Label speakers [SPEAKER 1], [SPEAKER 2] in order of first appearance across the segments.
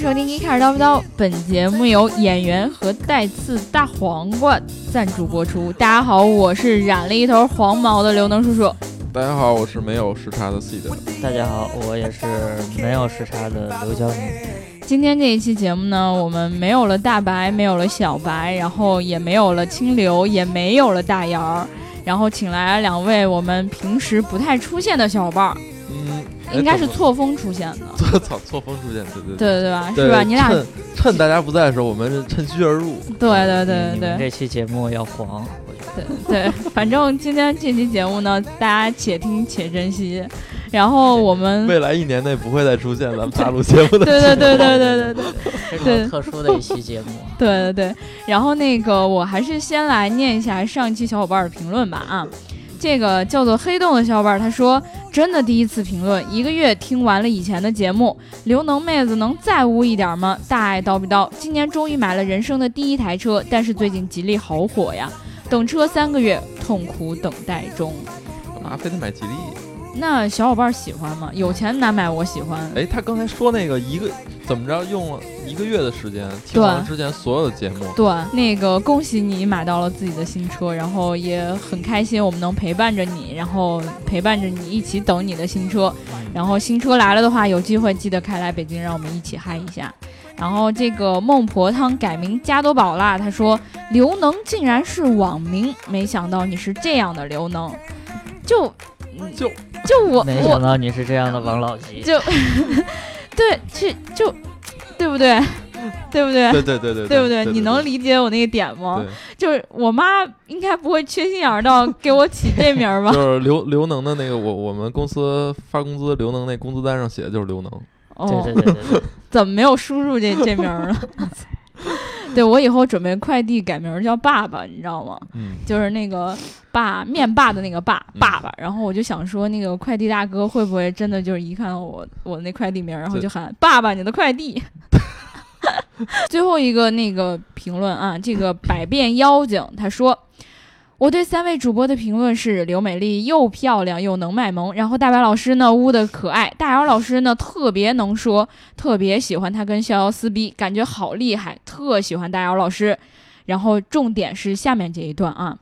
[SPEAKER 1] 收听《一开始叨不叨》，本节目由演员和带刺大黄瓜赞助播出。大家好，我是染了一头黄毛的刘能叔叔。
[SPEAKER 2] 大家好，我是没有时差的 C 的。
[SPEAKER 3] 大家好，我也是没有时差的刘娇女。
[SPEAKER 1] 今天这一期节目呢，我们没有了大白，没有了小白，然后也没有了清流，也没有了大姚儿，然后请来了两位我们平时不太出现的小伙伴儿，
[SPEAKER 2] 嗯，哎
[SPEAKER 1] 应该是
[SPEAKER 2] 怎么
[SPEAKER 1] 错峰出现的，
[SPEAKER 2] 错错错峰出现，对对
[SPEAKER 1] 对对吧？
[SPEAKER 2] 对
[SPEAKER 1] 是吧？你俩对
[SPEAKER 2] 趁趁大家不在的时候，我们趁虚而入。
[SPEAKER 1] 对对
[SPEAKER 3] 你
[SPEAKER 1] 对
[SPEAKER 3] 们这期节目要黄，我觉得
[SPEAKER 1] 对 对，反正今天这期节目呢，大家且听且珍惜。然后我们
[SPEAKER 2] 未来一年内不会再出现咱们大陆节目的。
[SPEAKER 1] 嗯 对对对对对对对
[SPEAKER 3] 非
[SPEAKER 1] 对
[SPEAKER 3] 常特殊的一期节目。
[SPEAKER 1] 对对对。然后那个，我还是先来念一下上一期小伙伴的评论吧啊。这个叫做黑洞的小伙伴他说：“真的第一次评论，一个月听完了以前的节目，刘能妹子能再污一点吗？大爱叨逼叨，今年终于买了人生的第一台车，但是最近吉利好火呀，等车三个月，痛苦等待中。”
[SPEAKER 2] 干嘛非得买吉利？
[SPEAKER 1] 那小伙伴喜欢吗？有钱难买我喜欢。
[SPEAKER 2] 哎，他刚才说那个一个怎么着用了一个月的时间听完了之前所有的节目，
[SPEAKER 1] 对，那个恭喜你买到了自己的新车，然后也很开心，我们能陪伴着你，然后陪伴着你一起等你的新车。
[SPEAKER 2] 嗯
[SPEAKER 1] 然后新车来了的话，有机会记得开来北京，让我们一起嗨一下。然后这个孟婆汤改名加多宝啦，他说刘能竟然是网名，没想到你是这样的刘能，就
[SPEAKER 2] 就
[SPEAKER 1] 就我
[SPEAKER 3] 没
[SPEAKER 1] 我
[SPEAKER 3] 想到你是这样的王老吉，
[SPEAKER 1] 就对，这就对不对？ 对不对？
[SPEAKER 2] 对对对对
[SPEAKER 1] 对
[SPEAKER 2] 对
[SPEAKER 1] 不对？你能理
[SPEAKER 2] 理
[SPEAKER 1] 解我那个点吗
[SPEAKER 2] 对？，
[SPEAKER 1] 就是我妈应该不会缺心眼儿到给我起这名儿吧？
[SPEAKER 2] 就是刘刘能的那个，我我们公司发工资，刘能那工资单上写的 就是刘能。
[SPEAKER 1] 哦，
[SPEAKER 3] 对对对对对，
[SPEAKER 1] 怎么没有叔叔这这名儿呢？ 对我以后准备快递改名儿叫爸爸，你知道吗？
[SPEAKER 2] 嗯，
[SPEAKER 1] 就是那个爸面霸的那个爸
[SPEAKER 2] 嗯
[SPEAKER 1] 爸爸，然后我就想说，那个快递大哥会不会真的就是一看到我我那快递名儿，然后
[SPEAKER 2] 对
[SPEAKER 1] 就喊爸爸你的快递。 最后一个那个评论啊，这个百变妖精他说。我对三位主播的评论是：刘美丽又漂亮又能卖萌，然后大白老师呢污的可爱，大姚老师呢特别能说，特别喜欢他跟逍遥撕逼，感觉好厉害，特喜欢大姚老师。然后重点是下面这一段啊，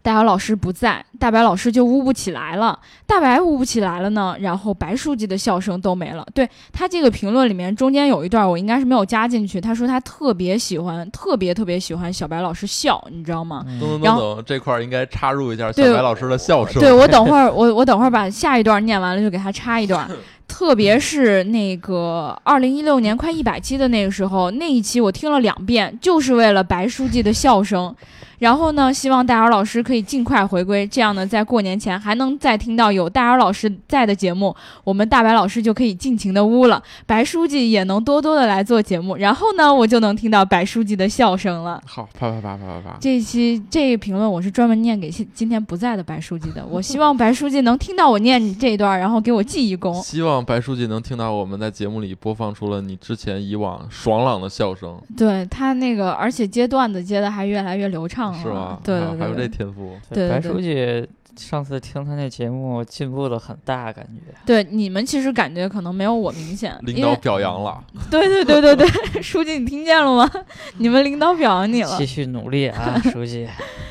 [SPEAKER 1] 大姚老师不在，大白老师就污不起来了。大白污不起来了呢，然后白书记的笑声都没了。对他这个评论里面中间有一段我应该是没有加进去，他说他特别喜欢，特别特别喜欢小白老师笑，你知道吗？
[SPEAKER 3] 嗯
[SPEAKER 2] 等等
[SPEAKER 1] 然
[SPEAKER 2] 等
[SPEAKER 1] 后
[SPEAKER 2] 等，这块儿应该插入一下小
[SPEAKER 1] 对
[SPEAKER 2] 白老师的笑声。
[SPEAKER 1] 对我等会儿，我我等会儿把下一段念完了，就给他插一段。特别是那个二零一六年快一百期的那个时候，那一期我听了两遍，就是为了白书记的笑声。然后呢，希望大姚老师可以尽快回归，这样呢，在过年前还能再听到有大姚老师在的节目，我们大白老师就可以尽情的污了，白书记也能多多的来做节目，然后呢，我就能听到白书记的笑声了。
[SPEAKER 2] 好，啪啪啪啪啪啪。
[SPEAKER 1] 这一期这个评论我是专门念给现今天不在的白书记的，我希望白书记能听到我念你这一段，然后给我记一功。
[SPEAKER 2] 希望白书记能听到我们在节目里播放出了你之前以往爽朗的笑声，
[SPEAKER 1] 对他那个，而且接段子接的还越来越流畅了，
[SPEAKER 2] 是吗？
[SPEAKER 1] 嗯对
[SPEAKER 2] 啊还
[SPEAKER 1] 对
[SPEAKER 2] 有
[SPEAKER 1] 对对，
[SPEAKER 2] 这天赋，
[SPEAKER 1] 对对
[SPEAKER 3] 白
[SPEAKER 1] 对
[SPEAKER 3] 书记上次听他那节目进步了很大，感觉。
[SPEAKER 1] 对你们其实感觉可能没有我明显，
[SPEAKER 2] 领
[SPEAKER 1] 因
[SPEAKER 2] 导
[SPEAKER 1] 为
[SPEAKER 2] 表扬 了，
[SPEAKER 1] 对对对对对， 书记你听见了吗？ 你们领导表扬你了
[SPEAKER 3] 继。续努力啊， 书记！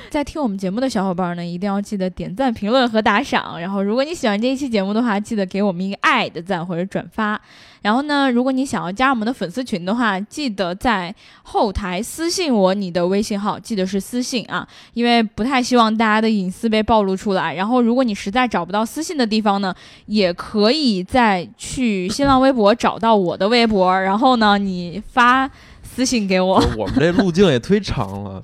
[SPEAKER 1] 在听我们节目的小伙伴呢，一定要记得点赞、评论和打赏。然后，如果你喜欢这一期节目的话，记得给我们一个爱的赞或者转发。然后呢，如果你想要加入我们的粉丝群的话，记得在后台私信我你的微信号，记得是私信啊，因为不太希望大家的隐私被暴露出来。然后，如果你实在找不到私信的地方呢，也可以再去新浪微博找到我的微博，然后呢，你发私信给我。
[SPEAKER 2] 我们这路径也忒长了，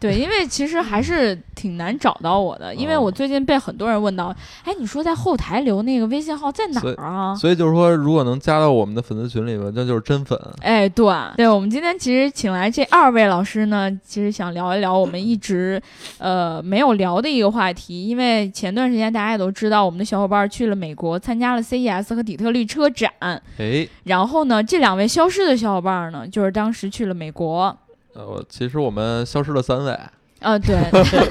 [SPEAKER 1] 对，因为其实还是挺难找到我的，因为我
[SPEAKER 2] 哦
[SPEAKER 1] 最近被很多人问到，哎，你说在后台留那个微信号在哪
[SPEAKER 2] 所以
[SPEAKER 1] 儿啊？
[SPEAKER 2] 所以就是说，如果能加到我们的粉丝群里边，那就是真粉。
[SPEAKER 1] 哎，对对，我们今天其实请来这二位老师呢，其实想聊一聊我们一直呃没有聊的一个话题，因为前段时间大家也都知道，我们的小伙伴去了美国，参加了 CES 和底特律车展，
[SPEAKER 2] 哎，
[SPEAKER 1] 然后呢，这两位消失的小伙伴呢，就是当时去了美国，
[SPEAKER 2] 呃，其实我们消失了三位，
[SPEAKER 1] 啊，对，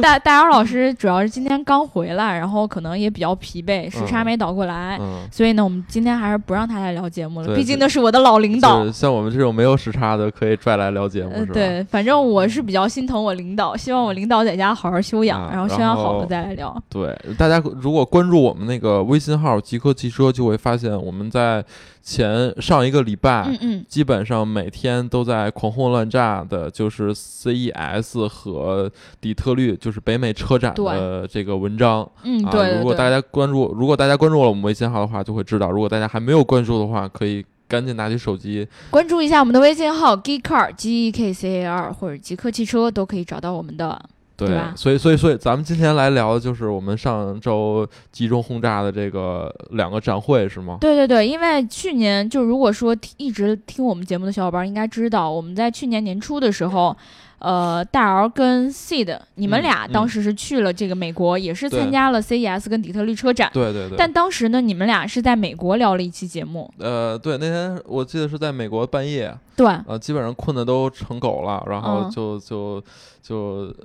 [SPEAKER 1] 大大姚老师主要是今天刚回来，然后可能也比较疲惫，时差
[SPEAKER 2] 嗯
[SPEAKER 1] 没倒过来，
[SPEAKER 2] 嗯，
[SPEAKER 1] 所以呢，我们今天还是不让他来聊节目了，
[SPEAKER 2] 对
[SPEAKER 1] 毕竟那是我的老领导
[SPEAKER 2] 就。是像我们这种没有时差的，可以拽来聊节目
[SPEAKER 1] 呃，
[SPEAKER 2] 是吧？嗯
[SPEAKER 1] 对，反正我是比较心疼我领导，希望我领导在家好好休养，
[SPEAKER 2] 啊
[SPEAKER 1] 然后休
[SPEAKER 2] 然
[SPEAKER 1] 养好
[SPEAKER 2] 后
[SPEAKER 1] 了再来聊。
[SPEAKER 2] 对，大家如果关注我们那个微信号“极客汽车”，就会发现我们在前上一个礼拜，
[SPEAKER 1] 嗯嗯，
[SPEAKER 2] 基本上每天都在狂轰乱炸的，就是 CES 和底特律，就是北美车展的这个文章。
[SPEAKER 1] 嗯，
[SPEAKER 2] 啊，
[SPEAKER 1] 对对
[SPEAKER 2] 如果
[SPEAKER 1] 对
[SPEAKER 2] 大家关注，如果大家关注了我们微信号的话，就会知道；如果大家还没有关注的话，可以赶紧拿起手机。
[SPEAKER 1] 关注一下我们的微信号 Geek Car G E K C A R 或者极客汽车都可以找到我们的。
[SPEAKER 2] 对，
[SPEAKER 1] 对吧
[SPEAKER 2] 所以所以所以，咱们今天来聊的就是我们上周集中轰炸的这个两个展会，是吗？
[SPEAKER 1] 对对对，因为去年就如果说听一直听我们节目的小伙伴应该知道，我们在去年年初的时候，呃，大 L 跟 Seed 你们
[SPEAKER 2] 嗯
[SPEAKER 1] 俩
[SPEAKER 2] 嗯
[SPEAKER 1] 当时是去了这个美国，也是参
[SPEAKER 2] 对
[SPEAKER 1] 加了 CES 跟底特律车展。
[SPEAKER 2] 对对对。
[SPEAKER 1] 但当时呢，你们俩是在美国聊了一期节目，
[SPEAKER 2] 呃，对，那天我记得是在美国半夜，
[SPEAKER 1] 对，
[SPEAKER 2] 呃，基本上困得都成狗了，然后
[SPEAKER 1] 嗯
[SPEAKER 2] 就、就就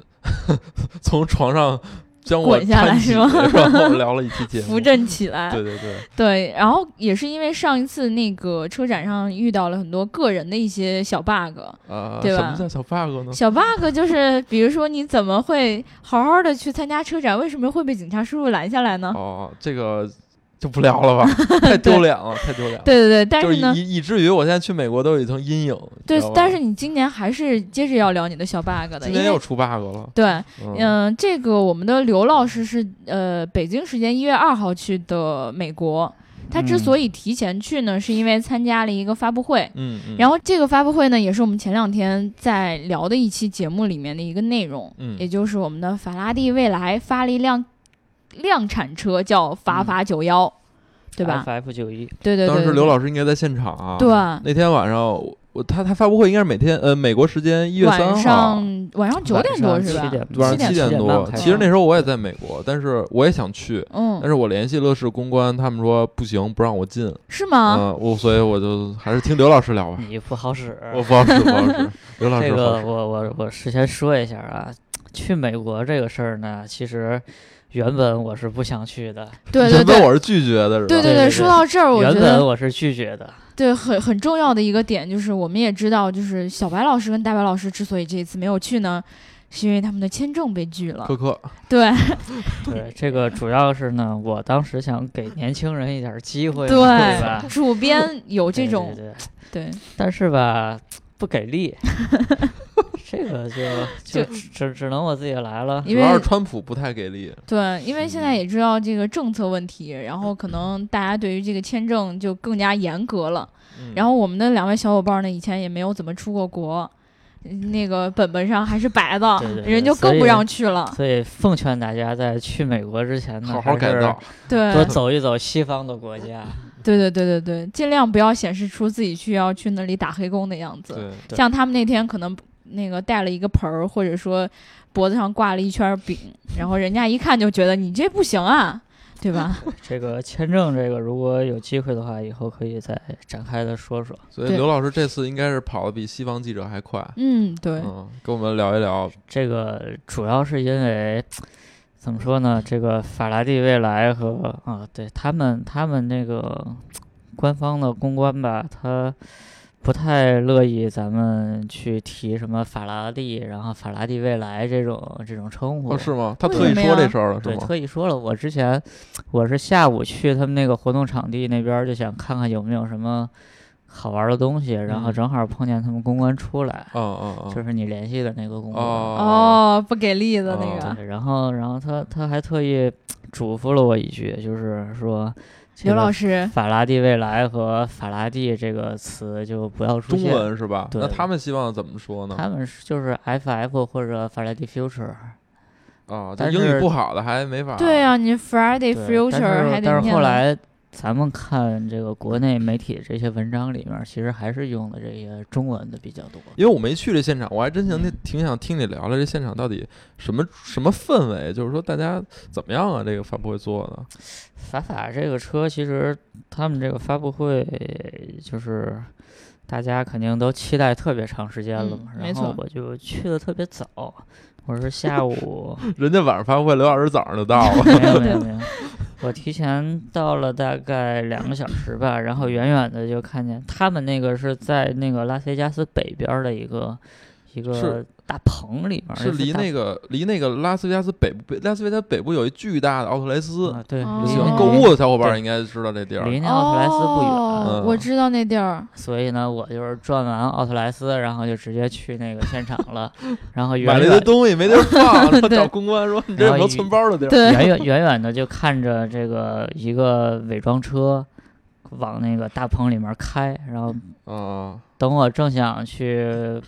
[SPEAKER 2] 从床上将我
[SPEAKER 1] 滚下来
[SPEAKER 2] 搀起
[SPEAKER 1] 是吗
[SPEAKER 2] 然后聊了一 期节目，
[SPEAKER 1] 扶正起来。
[SPEAKER 2] 对对对，
[SPEAKER 1] 对，然后也是因为上一次那个车展上遇到了很多个人的一些小 bug，
[SPEAKER 2] 呃，
[SPEAKER 1] 对
[SPEAKER 2] 什
[SPEAKER 1] 吧
[SPEAKER 2] 么叫小 bug 呢？
[SPEAKER 1] 小 bug 就是 比如说你怎么会好好的去参加车展，为什么会被警察叔叔拦下来呢？
[SPEAKER 2] 哦，这个就不聊了吧， 太丢脸了，太丢脸了。
[SPEAKER 1] 对对对，但
[SPEAKER 2] 就是
[SPEAKER 1] 呢，
[SPEAKER 2] 以以至于我现在去美国都有一层阴影，你
[SPEAKER 1] 对
[SPEAKER 2] 知道，吧
[SPEAKER 1] 但是你今年还是接着要聊你的小 bug 的，
[SPEAKER 2] 今
[SPEAKER 1] 因
[SPEAKER 2] 天又
[SPEAKER 1] 为
[SPEAKER 2] 出 bug 了，
[SPEAKER 1] 对，
[SPEAKER 2] 嗯，
[SPEAKER 1] 嗯、这个我们的刘老师是呃北京时间一月二号去的美国，他之
[SPEAKER 3] 嗯
[SPEAKER 1] 所以提前去呢，是因为参加了一个发布会，
[SPEAKER 2] 嗯嗯，
[SPEAKER 1] 然
[SPEAKER 2] 后
[SPEAKER 1] 后这个发布会呢，也是我们前两天在聊的一期节目里面的一个内容，
[SPEAKER 2] 嗯
[SPEAKER 1] 也就是我们的法拉第未来发了一辆量产车，叫法法九幺、对吧？
[SPEAKER 3] ？F 九一，
[SPEAKER 1] 对对对
[SPEAKER 2] 嗯当
[SPEAKER 1] 对
[SPEAKER 2] 时刘老师应该在现场啊，
[SPEAKER 1] 对
[SPEAKER 2] 那天晚上我我他他发布会应该是每天呃美国时间一月三
[SPEAKER 1] 晚
[SPEAKER 2] 号。
[SPEAKER 1] 上晚上九点多是吧
[SPEAKER 3] 七？点
[SPEAKER 2] 嗯晚上
[SPEAKER 1] 七
[SPEAKER 2] 点多，
[SPEAKER 1] 开始
[SPEAKER 2] 其实那时候我也在美国，但是我也想去，但
[SPEAKER 1] 嗯，
[SPEAKER 2] 是我联系乐视公关，他们说不行，不让我进。
[SPEAKER 1] 是吗？
[SPEAKER 2] 嗯，我所以我就还是听刘老师聊吧。
[SPEAKER 3] 你不好使。
[SPEAKER 1] 嗯
[SPEAKER 2] 我不好使，不好使。 刘老
[SPEAKER 3] 这
[SPEAKER 2] 师好
[SPEAKER 3] 个
[SPEAKER 2] 使，
[SPEAKER 3] 我我我事先说一下啊，去美国这个事儿呢，其实原本我是不想去的，
[SPEAKER 1] 对对
[SPEAKER 2] 原
[SPEAKER 1] 对
[SPEAKER 2] 本。我是拒绝的，是吧？
[SPEAKER 1] 对
[SPEAKER 3] 对
[SPEAKER 1] 对，
[SPEAKER 3] 对
[SPEAKER 1] 说到这哦儿，我觉得
[SPEAKER 3] 原本我是拒绝的。
[SPEAKER 1] 对很很重要的一个点就是，我们也知道，就是小白老师跟大白老师之所以这一次没有去呢，是因为他们的签证被拒了。
[SPEAKER 2] 科科，
[SPEAKER 1] 对
[SPEAKER 3] 对，这个主要是呢，我当时想给年轻人一点儿机会嘛，对吧
[SPEAKER 1] 对，？主编有这
[SPEAKER 3] 对
[SPEAKER 1] 种
[SPEAKER 3] 对
[SPEAKER 1] 对，
[SPEAKER 3] 对但是吧，不给力，这个就就只只只能我自己来了。
[SPEAKER 2] 主
[SPEAKER 1] 因
[SPEAKER 2] 要
[SPEAKER 1] 为
[SPEAKER 2] 是川普不太给力。
[SPEAKER 1] 对，因为现在也知道这个政策问题，然后可能大家对于这个签证就更加严格了。
[SPEAKER 2] 嗯
[SPEAKER 1] 然后我们的两位小伙伴呢，以前也没有怎么出过国，嗯那个本本上还是白的，
[SPEAKER 3] 对对对
[SPEAKER 1] 人就
[SPEAKER 3] 所
[SPEAKER 1] 更
[SPEAKER 3] 以
[SPEAKER 1] 不让去了。
[SPEAKER 3] 所以奉劝大家在去美国之前呢，
[SPEAKER 2] 好好改造，，
[SPEAKER 1] 对
[SPEAKER 3] 多走一走西方的国家。
[SPEAKER 1] 对对对对对，尽量不要显示出自己去要去那里打黑工的样子。
[SPEAKER 2] 对，
[SPEAKER 3] 对
[SPEAKER 1] 像他们那天可能那个带了一个盆儿，或者说脖子上挂了一圈饼，然后人家一看就觉得你这不行啊，对 吧？
[SPEAKER 3] 这个签证，这个如果有机会的话，以后可以再展开的说说。
[SPEAKER 2] 所以
[SPEAKER 1] 对
[SPEAKER 2] 刘老师这次应该是跑得比西方记者还快。
[SPEAKER 1] 嗯，对，
[SPEAKER 3] 哦
[SPEAKER 2] 嗯，跟我们聊一聊。
[SPEAKER 3] 这个主要是因为怎么说呢？这个法拉第未来和啊，对他们他们那个官方的公关吧，他不太乐意咱们去提什么法拉第，然后法拉第未来这种这种称呼。
[SPEAKER 2] 哦，是吗？他
[SPEAKER 1] 为
[SPEAKER 2] 特意
[SPEAKER 1] 什么
[SPEAKER 2] 说这
[SPEAKER 1] 呀
[SPEAKER 2] 事儿了，是
[SPEAKER 3] 对，
[SPEAKER 2] 吗？
[SPEAKER 3] 特意说了，我之前我是下午去他们那个活动场地那边儿，就想看看有没有什么好玩儿的东西，然后
[SPEAKER 2] 嗯
[SPEAKER 3] 正好碰见他们公关出来，
[SPEAKER 2] 嗯嗯
[SPEAKER 3] 就
[SPEAKER 2] 嗯。
[SPEAKER 3] 是你联系的那个公关。
[SPEAKER 2] 哦
[SPEAKER 1] 哦，不给力的那个。
[SPEAKER 3] 哦对，然后然后他他还特意嘱咐了我一句，就是说，
[SPEAKER 1] 刘老
[SPEAKER 3] 师，
[SPEAKER 1] 师，
[SPEAKER 3] 法拉第未来和法拉第这个词就不要出
[SPEAKER 2] 中
[SPEAKER 3] 现。
[SPEAKER 2] 文是吧？
[SPEAKER 3] 对
[SPEAKER 2] 那他们希望怎么说呢？
[SPEAKER 3] 他们是就是 FF 或者法拉第 Future，
[SPEAKER 2] 啊，就
[SPEAKER 3] 但
[SPEAKER 2] 英语
[SPEAKER 3] 是
[SPEAKER 2] 不好的还没法。
[SPEAKER 1] 对啊，你 Friday
[SPEAKER 3] 对但
[SPEAKER 1] Future 还
[SPEAKER 3] 是但
[SPEAKER 1] 得
[SPEAKER 3] 是
[SPEAKER 1] 念
[SPEAKER 3] 后
[SPEAKER 1] 呢。
[SPEAKER 3] 来咱们看这个国内媒体这些文章里面，其实还是用的这些中文的比较多。
[SPEAKER 2] 因为我没去这现场，我还真想
[SPEAKER 3] 嗯
[SPEAKER 2] 挺想听你聊聊这现场到底什么什么氛围，就是说大家怎么样啊？这个发布会做的，
[SPEAKER 3] 法法这个车，其实他们这个发布会就是大家肯定都期待特别长时间了嘛。
[SPEAKER 1] 嗯没
[SPEAKER 3] 然后
[SPEAKER 1] 错
[SPEAKER 3] 我就去的特别早，我是 下午
[SPEAKER 2] 人家晚上发布会，刘老师早上就 到了。
[SPEAKER 3] 没有没有没有，我提前到了大概两个小时吧，然后远远的就看见他们那个是在那个拉斯维加斯北边儿的一个一个
[SPEAKER 2] 是
[SPEAKER 3] 大棚里面儿，
[SPEAKER 2] 是离
[SPEAKER 3] 大
[SPEAKER 2] 那个离那个拉斯维加斯北部，拉斯维加斯北部有一巨大的奥特莱斯，
[SPEAKER 3] 啊对，
[SPEAKER 1] 哦
[SPEAKER 3] 离
[SPEAKER 2] 喜
[SPEAKER 3] 那
[SPEAKER 2] 欢
[SPEAKER 3] 个
[SPEAKER 2] 购物的小伙
[SPEAKER 3] 对
[SPEAKER 2] 伴应该知道这地儿。
[SPEAKER 3] 离那奥特莱斯不远。啊
[SPEAKER 1] 哦
[SPEAKER 2] 嗯
[SPEAKER 1] 我知道那地儿，
[SPEAKER 3] 所以呢，我就是转完奥特莱斯，然后就直接去那个现场 了，然后
[SPEAKER 2] 买
[SPEAKER 3] 远
[SPEAKER 2] 了一堆
[SPEAKER 3] 远
[SPEAKER 2] 东西没地儿放，然后
[SPEAKER 1] 对
[SPEAKER 2] 找公关说你这有没有存包的地儿？
[SPEAKER 1] 对，
[SPEAKER 3] 远远远远的就看着这个一个伪装车往那个大棚里面开，然后
[SPEAKER 2] 啊
[SPEAKER 3] 等我正想去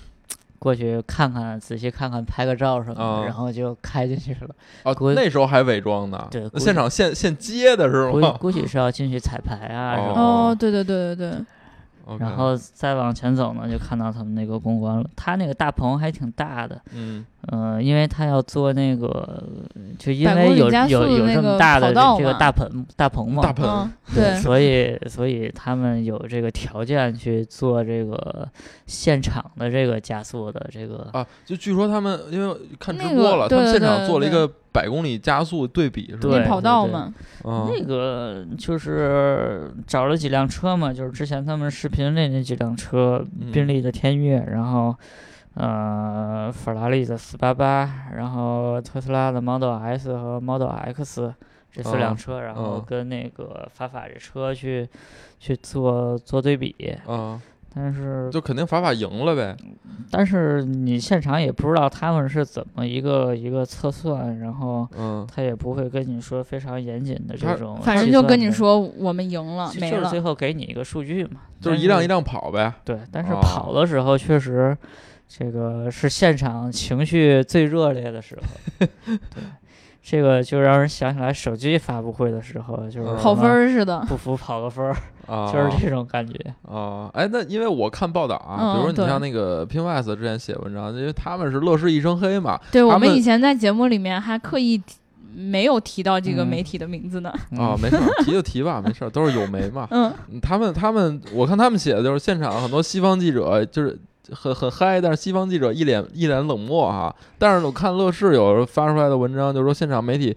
[SPEAKER 3] 过去看看、仔细看看、拍个照什么的，
[SPEAKER 2] 啊
[SPEAKER 3] 然后就开进去了。
[SPEAKER 2] 哦
[SPEAKER 3] 估，
[SPEAKER 2] 那时候还伪装呢，
[SPEAKER 3] 对
[SPEAKER 2] 那
[SPEAKER 3] 估计
[SPEAKER 2] 现场现现接的是
[SPEAKER 3] 估计
[SPEAKER 2] 吗？
[SPEAKER 3] 估计是要进去彩排啊什么的。
[SPEAKER 1] 哦，对对对对对，
[SPEAKER 2] OK，
[SPEAKER 3] 然后再往前走呢，就看到他们那个公关了。他那个大棚还挺大的，
[SPEAKER 2] 嗯，
[SPEAKER 3] 呃，因为他要做那个，就因
[SPEAKER 1] 百公
[SPEAKER 3] 为
[SPEAKER 1] 里
[SPEAKER 3] 有
[SPEAKER 1] 加
[SPEAKER 3] 有
[SPEAKER 1] 速的
[SPEAKER 3] 有
[SPEAKER 1] 那
[SPEAKER 3] 这么
[SPEAKER 1] 个
[SPEAKER 3] 大的
[SPEAKER 1] 跑道
[SPEAKER 3] 这个
[SPEAKER 1] 嘛
[SPEAKER 3] 大棚大棚嘛，
[SPEAKER 2] 大盆
[SPEAKER 1] 嗯，对，
[SPEAKER 3] 所以所以他们有这个条件去做这个现场的这个加速的这个，
[SPEAKER 2] 啊，就据说他们因为看直
[SPEAKER 1] 那
[SPEAKER 2] 播
[SPEAKER 1] 个
[SPEAKER 2] 了，
[SPEAKER 1] 对
[SPEAKER 2] 他们现
[SPEAKER 1] 对
[SPEAKER 2] 场
[SPEAKER 1] 对
[SPEAKER 2] 做了一
[SPEAKER 1] 对
[SPEAKER 2] 个百公里加速对比，是吧？
[SPEAKER 3] 对
[SPEAKER 1] 那跑道
[SPEAKER 3] 对
[SPEAKER 1] 嘛，
[SPEAKER 2] 嗯
[SPEAKER 3] 那个就是找了几辆车嘛，就是之前他们视频里那几辆车，
[SPEAKER 2] 嗯
[SPEAKER 3] 宾利的天越，然后呃法拉利的四八八，然后特斯拉的 Model S 和 Model X 这四
[SPEAKER 2] 嗯
[SPEAKER 3] 辆车，然后
[SPEAKER 2] 嗯
[SPEAKER 3] 跟那个法法这车去去做做对比，
[SPEAKER 2] 啊，
[SPEAKER 3] 但是
[SPEAKER 2] 就肯定法法赢了呗。
[SPEAKER 3] 但是你现场也不知道他们是怎么一个一个测算，然后。
[SPEAKER 2] 嗯，
[SPEAKER 3] 他也不会跟你说非常严谨的这
[SPEAKER 2] 他
[SPEAKER 3] 种计算的，
[SPEAKER 1] 反正就跟你说我们赢了，
[SPEAKER 3] 其实
[SPEAKER 1] 没
[SPEAKER 3] 就是
[SPEAKER 1] 了
[SPEAKER 3] 最。后给你一个数据嘛，
[SPEAKER 2] 就是
[SPEAKER 3] 但
[SPEAKER 2] 一辆一辆跑呗。
[SPEAKER 3] 对，但是
[SPEAKER 2] 哦
[SPEAKER 3] 跑的时候确实，这个是现场情绪最热烈的时候，对，这个就让人想起来手机发布会的时候，就是
[SPEAKER 2] 嗯
[SPEAKER 3] 什
[SPEAKER 1] 跑
[SPEAKER 3] 么
[SPEAKER 1] 分儿哦似的，
[SPEAKER 3] 不服跑个分儿，
[SPEAKER 2] 啊，
[SPEAKER 3] 就是这种感觉。
[SPEAKER 2] 啊，哎，那因为我看报道啊，比
[SPEAKER 1] 嗯
[SPEAKER 2] 如说
[SPEAKER 1] 对
[SPEAKER 2] 你像那个 Pinwise 之前写文章，因为他们是乐视一身黑嘛，
[SPEAKER 1] 对我
[SPEAKER 2] 他
[SPEAKER 1] 们
[SPEAKER 2] 们
[SPEAKER 1] 以前在节目里面还刻意提没有提到这个
[SPEAKER 3] 嗯
[SPEAKER 1] 媒体的名字呢。
[SPEAKER 2] 啊，
[SPEAKER 3] 嗯，
[SPEAKER 2] 没事儿，提就提吧，没事儿，都是有媒嘛。
[SPEAKER 1] 嗯，
[SPEAKER 2] 嗯他们他们，我看他们写的就是现场很多西方记者就是很很嗨，但是西方记者一脸一脸冷漠哈。但是我看乐视有时候发出来的文章，就是说现场媒体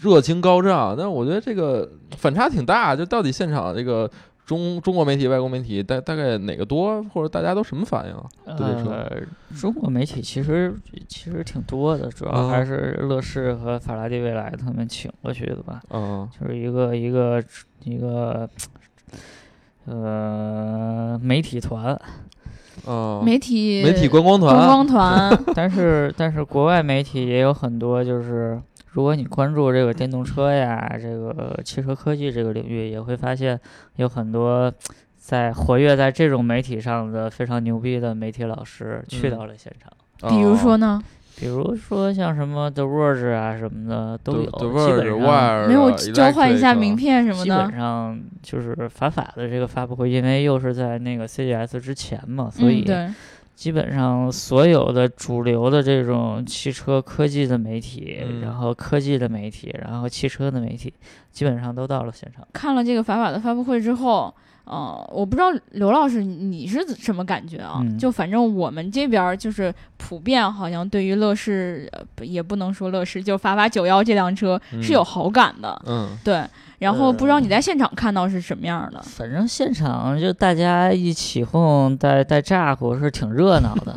[SPEAKER 2] 热情高涨，但是我觉得这个反差挺大，就到底现场这个。中中国媒体、外国媒体大大概哪个多，或者大家都什么反应啊？对这车
[SPEAKER 3] 呃，中国媒体其实其实挺多的，主要
[SPEAKER 2] 啊
[SPEAKER 1] 哦
[SPEAKER 3] 还是乐视和法拉利未来他们请过去的吧。
[SPEAKER 2] 嗯
[SPEAKER 3] 就是一个一个一个呃媒体团，哦
[SPEAKER 2] 嗯，
[SPEAKER 1] 媒体
[SPEAKER 2] 媒体观光团
[SPEAKER 1] 观
[SPEAKER 2] 啊，
[SPEAKER 1] 光团，
[SPEAKER 3] 但是但是国外媒体也有很多，就是如果你关注这个电动车呀，这个汽车科技这个领域，也会发现有很多。在活跃在这种媒体上的非常牛逼的媒体老师去
[SPEAKER 2] 嗯
[SPEAKER 3] 到了现场，
[SPEAKER 1] 比如说呢，
[SPEAKER 3] 比如说像什么 The Verge 啊什么的都有，
[SPEAKER 2] 对
[SPEAKER 3] 基本上
[SPEAKER 2] 哦
[SPEAKER 1] 没
[SPEAKER 2] 啊
[SPEAKER 1] 有交换一下名，片什么
[SPEAKER 3] 基
[SPEAKER 1] 的
[SPEAKER 3] 本。上就是法法的这个发布会，因为又是在那个 CES 之前嘛，所以
[SPEAKER 1] 嗯、对，
[SPEAKER 3] 基本上所有的主流的这种汽车科技的媒体，
[SPEAKER 2] 嗯
[SPEAKER 3] 然后科技的媒体，然后汽车的媒体，基本上都到了现场。
[SPEAKER 1] 看了这个法法的发布会之后，呃，我不知道刘老师你是怎什么感觉啊？
[SPEAKER 3] 嗯
[SPEAKER 1] 就反正我们这边儿就是普遍好像对于乐视，呃不也不能说乐视，就法法九幺这辆车
[SPEAKER 2] 嗯
[SPEAKER 1] 是有好感的。
[SPEAKER 2] 嗯，
[SPEAKER 1] 对，然后不知道你在现场看到是什么样的。
[SPEAKER 3] 反正现场就大家一起哄带带咋呼是挺热闹 的，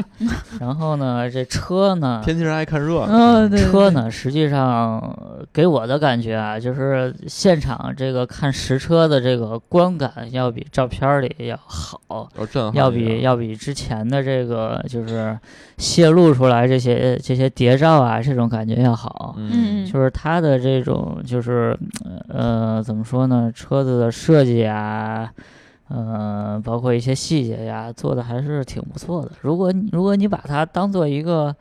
[SPEAKER 3] 然后呢，这车呢，
[SPEAKER 2] 天津人爱看热闹，
[SPEAKER 1] 嗯、对
[SPEAKER 3] 车？呢，实际上呃给我的感觉啊，就是现场这个看实车的这个观感要比照片儿里要好，
[SPEAKER 2] 有震撼力啊，
[SPEAKER 3] 要比要比之前的这个就是泄露出来这些这些谍照啊这种感觉要好。
[SPEAKER 1] 嗯，
[SPEAKER 3] 就是它的这种就是呃怎么说呢，车子的设计啊。呃，包括一些细节呀，做的还是挺不错的。如果你如果你把它当做一个，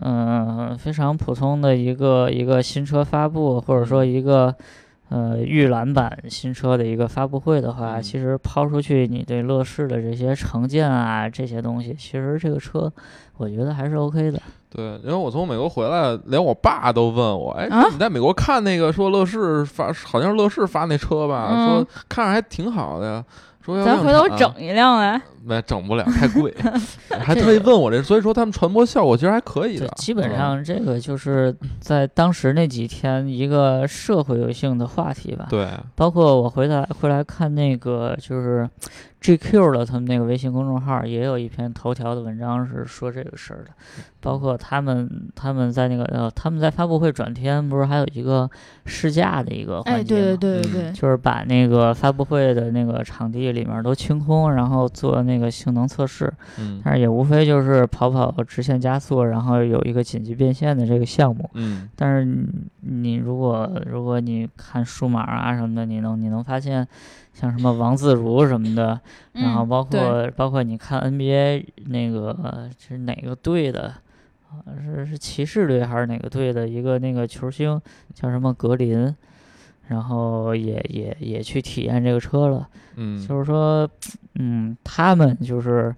[SPEAKER 3] 嗯、非常普通的一个一个新车发布，或者说一个呃预览版新车的一个发布会的话，
[SPEAKER 2] 嗯
[SPEAKER 3] 其实抛出去你对乐视的这些成见啊这些东西，其实这个车我觉得还是 OK 的。
[SPEAKER 2] 对，因为我从美国回来，连我爸都问我，哎，
[SPEAKER 1] 啊
[SPEAKER 2] 说你在美国看那个说乐视发，好像是乐视发那车吧，
[SPEAKER 1] 嗯
[SPEAKER 2] 说看着还挺好的呀，说要
[SPEAKER 1] 咱
[SPEAKER 2] 量
[SPEAKER 1] 回头
[SPEAKER 2] 产
[SPEAKER 1] 整一辆来。
[SPEAKER 2] 没整不了，太贵，还特意问我这，所以说他们传播效果其实还可以
[SPEAKER 3] 对
[SPEAKER 2] 的，，
[SPEAKER 3] 基本
[SPEAKER 2] 嗯
[SPEAKER 3] 上这个就是在当时那几天一个社会性的话题吧。
[SPEAKER 2] 嗯对，
[SPEAKER 3] 包括我回来回来看那个就是 GQ 的他们那个微信公众号也有一篇头条的文章是说这个事儿的，
[SPEAKER 2] 嗯
[SPEAKER 3] 包括他们他们在那个呃他们在发布会转天不是还有一个试驾的一个环节
[SPEAKER 1] 哎，对对
[SPEAKER 3] 吗
[SPEAKER 1] 对
[SPEAKER 2] 嗯
[SPEAKER 1] 对对，
[SPEAKER 3] 就是把那个发布会的那个场地里面都清空，然后做那个性能测试，
[SPEAKER 2] 嗯
[SPEAKER 3] 但是也无非就是跑跑直线加速，然后有一个紧急变现的这个项目。
[SPEAKER 2] 嗯
[SPEAKER 3] 但是你你如果如果你看数码啊什么的，你能你能发现，像什么王自如什么的，然后
[SPEAKER 1] 嗯
[SPEAKER 3] 包
[SPEAKER 1] 对
[SPEAKER 3] 括包括你看 NBA 那个呃是哪个队的，啊是是骑士队还是哪个队的一个那个球星叫什么格林，然后也也也去体验这个车了。
[SPEAKER 2] 嗯，
[SPEAKER 3] 就是说，嗯，他们就是